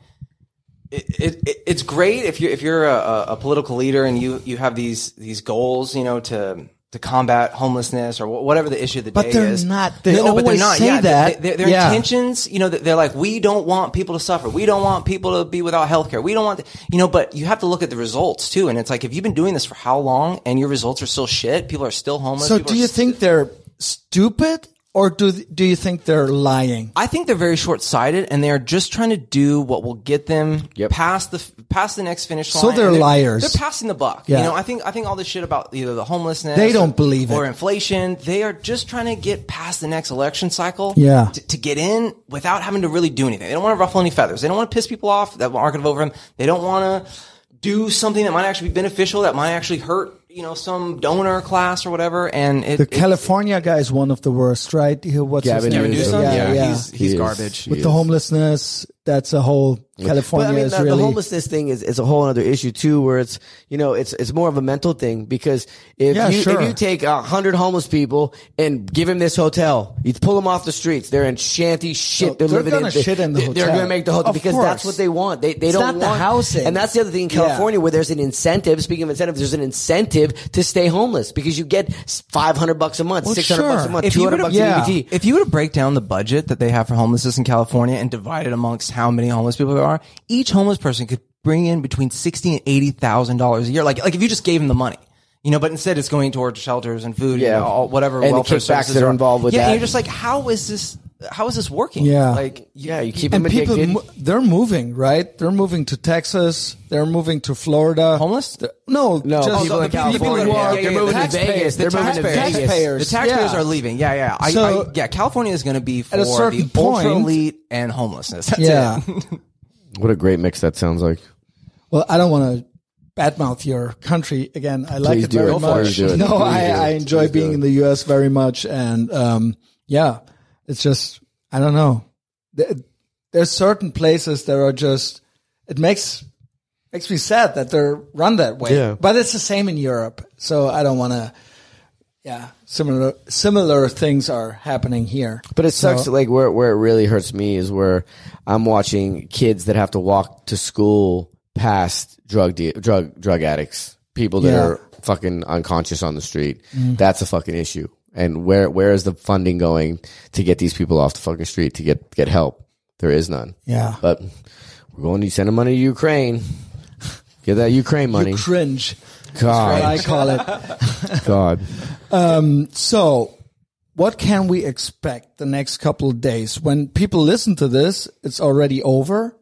Speaker 4: it, it, it it's great if you if you're a- a, a political leader and you you have these these goals, you know, to to combat homelessness or wh- whatever the issue of the
Speaker 1: But
Speaker 4: day
Speaker 1: they're
Speaker 4: is.
Speaker 1: not. They always say
Speaker 4: yeah, they-
Speaker 1: that.
Speaker 4: they- their
Speaker 1: Yeah.
Speaker 4: intentions, you know, they're like, we don't want people to suffer. We don't want people to be without health care. We don't want, you know, but you have to look at the results too. And it's like, if you've been doing this for how long and your results are still shit, people are still homeless.
Speaker 1: So,
Speaker 4: people
Speaker 1: do
Speaker 4: are
Speaker 1: you think they're stupid, or do th- do you think they're lying?
Speaker 4: I think they're very short-sighted, and they're just trying to do what will get them past the past the next finish line.
Speaker 1: So they're
Speaker 4: and
Speaker 1: liars.
Speaker 4: They're passing the buck.
Speaker 1: Yeah.
Speaker 4: You know, I think I think all this shit about either the homelessness,
Speaker 1: They don't believe it.
Speaker 4: or inflation. They are just trying to get past the next election cycle.
Speaker 1: Yeah.
Speaker 4: to, to get in without having to really do anything. They don't want to ruffle any feathers. They don't want to piss people off that aren't going to vote for them. They don't want to do something that might actually be beneficial that might actually hurt you know some donor class or whatever. And it,
Speaker 1: The
Speaker 4: it-
Speaker 1: California guy is one of the worst, right? He- What's
Speaker 2: Gavin
Speaker 1: his name?
Speaker 2: Newsom.
Speaker 1: Yeah,
Speaker 2: Yeah,
Speaker 1: yeah.
Speaker 4: he's he's garbage.
Speaker 1: With the homelessness, that's a whole
Speaker 2: But
Speaker 1: California
Speaker 2: I mean,
Speaker 1: is
Speaker 2: the,
Speaker 1: really
Speaker 2: the homelessness thing is, is a whole other issue too, where it's you know it's it's more of a mental thing because if
Speaker 1: Yeah,
Speaker 2: you
Speaker 1: sure.
Speaker 2: if you take a hundred homeless people and give them this hotel, you pull them off the streets, they're in shanty shit.
Speaker 1: No,
Speaker 2: they're,
Speaker 1: they're
Speaker 2: living
Speaker 1: gonna
Speaker 2: in, they-
Speaker 1: shit in the
Speaker 2: they- They're
Speaker 1: hotel.
Speaker 2: going to make the hotel
Speaker 1: Of
Speaker 2: because that's
Speaker 1: course.
Speaker 2: what they want. They they
Speaker 1: It's
Speaker 2: don't
Speaker 1: not the
Speaker 2: want
Speaker 1: housing.
Speaker 2: and that's the other thing in
Speaker 1: Yeah.
Speaker 2: California where there's an incentive. Speaking of incentive, there's an incentive to stay homeless because you get five hundred bucks a month,
Speaker 1: Well,
Speaker 2: six hundred
Speaker 1: sure.
Speaker 2: bucks a month,
Speaker 4: If
Speaker 2: two
Speaker 4: you
Speaker 2: hundred
Speaker 4: would've-
Speaker 2: bucks
Speaker 1: yeah.
Speaker 2: a DVT.
Speaker 4: If you were to break down the budget that they have for homelessness in California and divide it amongst how many homeless people there are, each homeless person could bring in between sixty and eighty thousand dollars a year. Like like if you just gave them the money. You know, but instead it's going towards shelters and food
Speaker 2: Yeah.
Speaker 4: and all, whatever
Speaker 2: And the
Speaker 4: welfare
Speaker 2: kickbacks
Speaker 4: services
Speaker 2: that are involved with
Speaker 4: yeah,
Speaker 2: that.
Speaker 4: and you're just like, how is this? How is this working?
Speaker 1: Yeah.
Speaker 4: like
Speaker 2: Yeah, you keep
Speaker 1: and
Speaker 2: them
Speaker 1: people
Speaker 2: addicted.
Speaker 1: mo- they're moving, right? They're moving to Texas. They're moving to Florida.
Speaker 4: Homeless?
Speaker 1: The- No,
Speaker 2: No,
Speaker 1: just
Speaker 2: people
Speaker 1: the
Speaker 2: in California.
Speaker 1: who are
Speaker 4: Yeah, yeah, yeah. They're moving to
Speaker 1: taxpayers.
Speaker 2: Vegas. They're
Speaker 1: The
Speaker 2: moving to
Speaker 1: taxpayers.
Speaker 2: Vegas.
Speaker 4: the
Speaker 1: Taxpayers.
Speaker 4: taxpayers
Speaker 1: yeah.
Speaker 4: are leaving. Yeah, yeah. I,
Speaker 1: So-
Speaker 4: I, yeah, California is going to be for
Speaker 1: At a
Speaker 4: the
Speaker 1: certain
Speaker 4: ultra
Speaker 1: point-
Speaker 4: elite and homelessness. [laughs] That's
Speaker 1: Yeah.
Speaker 4: it.
Speaker 2: What a great mix that sounds like.
Speaker 1: Well, I don't want to badmouth your country again. I like
Speaker 2: Please
Speaker 1: it
Speaker 2: do
Speaker 1: very
Speaker 2: it.
Speaker 1: much.
Speaker 2: Please do it.
Speaker 1: No,
Speaker 2: Please
Speaker 1: I,
Speaker 2: do it.
Speaker 1: I enjoy
Speaker 2: Please do
Speaker 1: being
Speaker 2: it.
Speaker 1: in the U.S. very much, and um, yeah, it's just I don't know. There- There's certain places that are just it makes makes me sad that they're run that way.
Speaker 2: Yeah.
Speaker 1: But it's the same in Europe, so I don't want to. Yeah, similar similar things are happening here.
Speaker 2: But it sucks. like where where it really hurts me is where I'm watching kids that have to walk to school past drug de- drug drug addicts, people that
Speaker 1: Yeah.
Speaker 2: are fucking unconscious on the street. That's a fucking issue. And where where is the funding going to get these people off the fucking street to get get help? There is none.
Speaker 1: Yeah.
Speaker 2: But we're going to send the money to Ukraine. Get that Ukraine money.
Speaker 1: Cringe,
Speaker 2: God,
Speaker 1: I call it.
Speaker 2: God.
Speaker 1: So what can we expect the next couple of days? When people listen to this, it's already over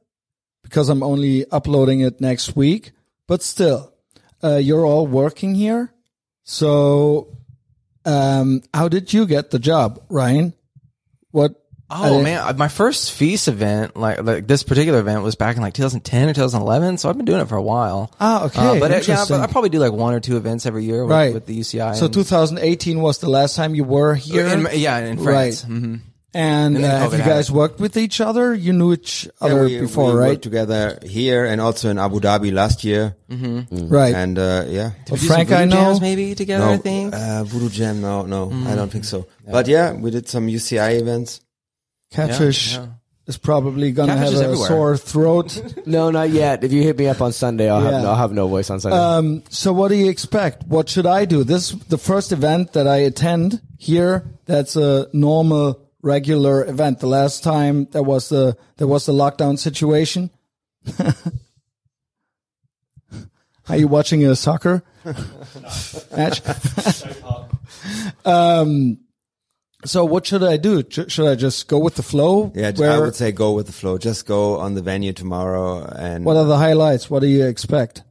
Speaker 1: because I'm only uploading it next week. But still, uh, you're all working here. So, um, how did you get the job, Ryan? What?
Speaker 4: Oh man, my first feast event, like like this particular event, was back in like 2010 or 2011. So I've been doing it for a while. Uh,
Speaker 1: Ah, okay,
Speaker 4: but it- yeah,
Speaker 1: interesting.
Speaker 4: but I probably do like one or two events every year with,
Speaker 1: Right.
Speaker 4: with the UCI.
Speaker 1: So
Speaker 4: and- Uh,
Speaker 1: 2018 was the last time you were here.
Speaker 4: in, yeah, in France.
Speaker 1: Right.
Speaker 4: Mhm.
Speaker 1: And,
Speaker 4: then
Speaker 1: uh, have
Speaker 4: COVID
Speaker 1: you guys worked with each other? You knew each other
Speaker 3: we,
Speaker 1: before,
Speaker 3: we
Speaker 1: right? Mm-hmm.
Speaker 3: worked together here and also in Abu Dhabi last year.
Speaker 1: Right.
Speaker 3: And uh, yeah,
Speaker 1: But Frank, I know.
Speaker 4: Jams maybe together. I think.
Speaker 3: uh, Voodoo Jam. No, no,
Speaker 1: Mm.
Speaker 3: I don't think so. But yeah, we did some UCI events.
Speaker 1: Catfish
Speaker 4: Yeah, yeah.
Speaker 1: is probably gonna
Speaker 4: Catfish is
Speaker 1: have a
Speaker 4: everywhere.
Speaker 1: sore throat.
Speaker 2: No, not yet. If you hit me up on Sunday, I'll have
Speaker 1: Yeah.
Speaker 2: no, I'll have no voice on Sunday.
Speaker 1: um, so what do you expect? What should I do? This is the first event that I attend here. That's a normal, regular event. The last time there was the there was the lockdown situation. [laughs] Are you watching a
Speaker 3: [laughs]
Speaker 1: soccer match? um, so what should I do? Sh- Should I just go with the flow?
Speaker 3: Yeah, I
Speaker 1: Where-
Speaker 3: would say go with the flow. Just go on the venue tomorrow, and
Speaker 1: What are the highlights? What do you expect?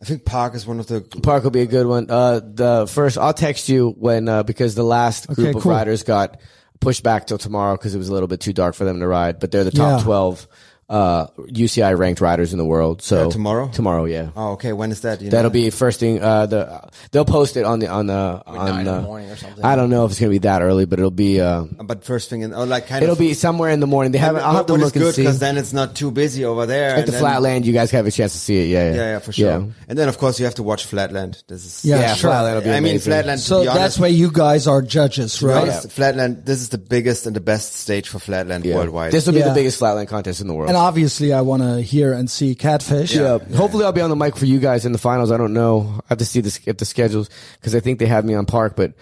Speaker 3: I think Park is one of the
Speaker 2: Park will be a good one. Uh, the first, I'll text you when uh, because the last group
Speaker 1: Okay,
Speaker 2: of
Speaker 1: cool.
Speaker 2: riders got pushed back till tomorrow because it was a little bit too dark for them to ride. But they're the top
Speaker 1: Yeah.
Speaker 2: twelve uh, UCI ranked riders in the world. So
Speaker 3: Yeah, tomorrow?
Speaker 2: tomorrow, yeah,
Speaker 3: Oh, okay. When is that? You
Speaker 2: that'll
Speaker 3: know?
Speaker 2: be first thing. Uh, the they'll post it on the on the
Speaker 4: nine
Speaker 2: on
Speaker 4: in the
Speaker 2: the
Speaker 4: morning or something.
Speaker 2: I don't know if it's gonna be that early, but it'll be uh,
Speaker 3: But first thing in, oh, like kind
Speaker 2: it'll
Speaker 3: of.
Speaker 2: be somewhere in the morning. They haven't. I'll have to
Speaker 3: What is
Speaker 2: look and
Speaker 3: good
Speaker 2: see.
Speaker 3: because then it's not too busy over there.
Speaker 2: At
Speaker 3: and
Speaker 2: the
Speaker 3: then-
Speaker 2: flatland, you guys have a chance to see it. Yeah, yeah,
Speaker 3: Yeah, yeah, for sure.
Speaker 2: Yeah,
Speaker 3: And then of course you have to watch Flatland. This is
Speaker 1: Yeah,
Speaker 2: Yeah,
Speaker 1: sure.
Speaker 2: flatland will be
Speaker 3: I mean
Speaker 2: amazing.
Speaker 3: Flatland.
Speaker 1: So
Speaker 3: to be honest,
Speaker 1: that's where you guys are judges,
Speaker 3: to be
Speaker 1: right?
Speaker 3: honest, Flatland. This is the biggest and the best stage for Flatland
Speaker 2: Yeah.
Speaker 3: worldwide.
Speaker 2: This will be
Speaker 1: Yeah.
Speaker 2: the biggest flatland contest in the world.
Speaker 1: And obviously, I want to hear and see Catfish.
Speaker 2: Yeah. Hopefully, I'll be on the mic for you guys in the finals. I don't know. I have to see the, if the schedules because I think they have me on park, but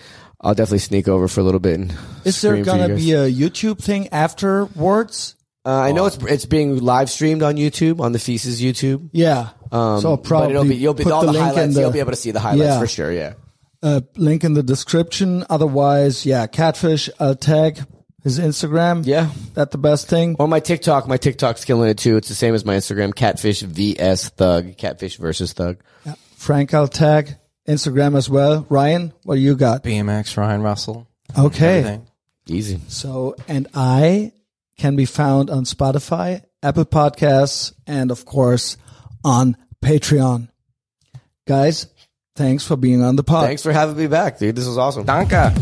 Speaker 2: I'll definitely sneak over for a little bit. And
Speaker 1: Is there
Speaker 2: scream for you
Speaker 1: going to
Speaker 2: guys.
Speaker 1: be a YouTube thing afterwards?
Speaker 2: Uh, I know it's it's being live streamed on YouTube on the Feces YouTube.
Speaker 1: Yeah.
Speaker 2: Um,
Speaker 1: so I'll
Speaker 2: but
Speaker 1: probably
Speaker 2: it'll be, you'll be
Speaker 1: put
Speaker 2: all
Speaker 1: the,
Speaker 2: the,
Speaker 1: link in
Speaker 2: highlights. you'll be
Speaker 1: the
Speaker 2: able to see the highlights
Speaker 1: Yeah.
Speaker 2: for sure. Yeah.
Speaker 1: uh, link in the description. Otherwise, yeah, Catfish. I'll tag his Instagram.
Speaker 2: Yeah.
Speaker 1: that the best thing.
Speaker 2: Or my TikTok. My TikTok's killing it too. It's the same as my Instagram. Catfish vs Thug. Catfish versus Thug.
Speaker 1: Frank, I'll tag Instagram as well. Ryan, what do you got?
Speaker 4: BMX Ryan Russell.
Speaker 1: Okay.
Speaker 4: everything.
Speaker 2: Easy.
Speaker 1: So, and I can be found on Spotify, Apple Podcasts, and of course on Patreon. Guys, thanks for being on the pod.
Speaker 2: Thanks for having me back, dude. This was awesome.
Speaker 4: Danke.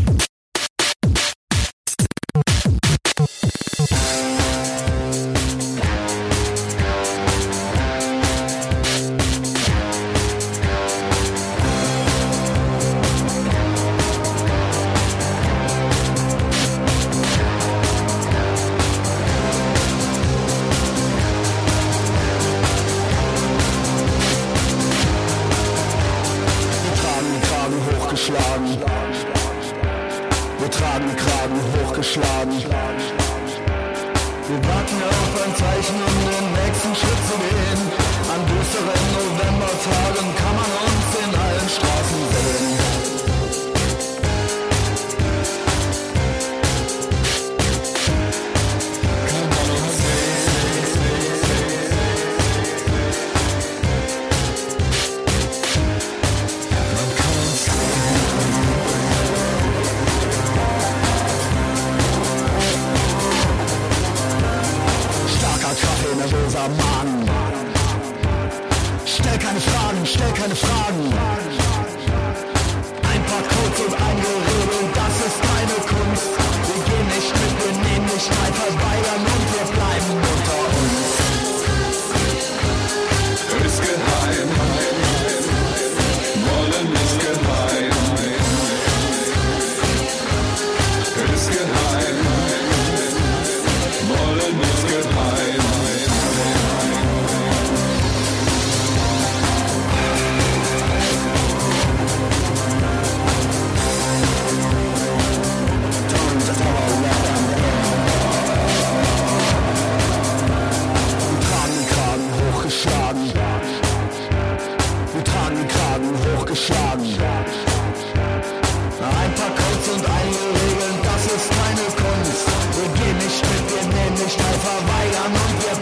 Speaker 6: Wir tragen den Kragen hochgeschlagen. Wir tragen den Kragen hochgeschlagen. Wir warten auf ein Zeichen, um den nächsten Schritt zu gehen. An düsteren Novembertagen kann man uns in allen Straßen sehen. Kann man uns sehen. Starker Kaffee, nervöser Magen. Stell keine Fragen, stell keine Fragen. Ein paar Codes und ein Gerede, das ist keine Kunst. Wir gehen nicht mit, wir nehmen nicht frei verweigern und wir bleiben unter uns.
Speaker 7: ist geheim. Wollen ist geheim. Ist geheim. Wollen ist geheim.
Speaker 6: verweigern und wir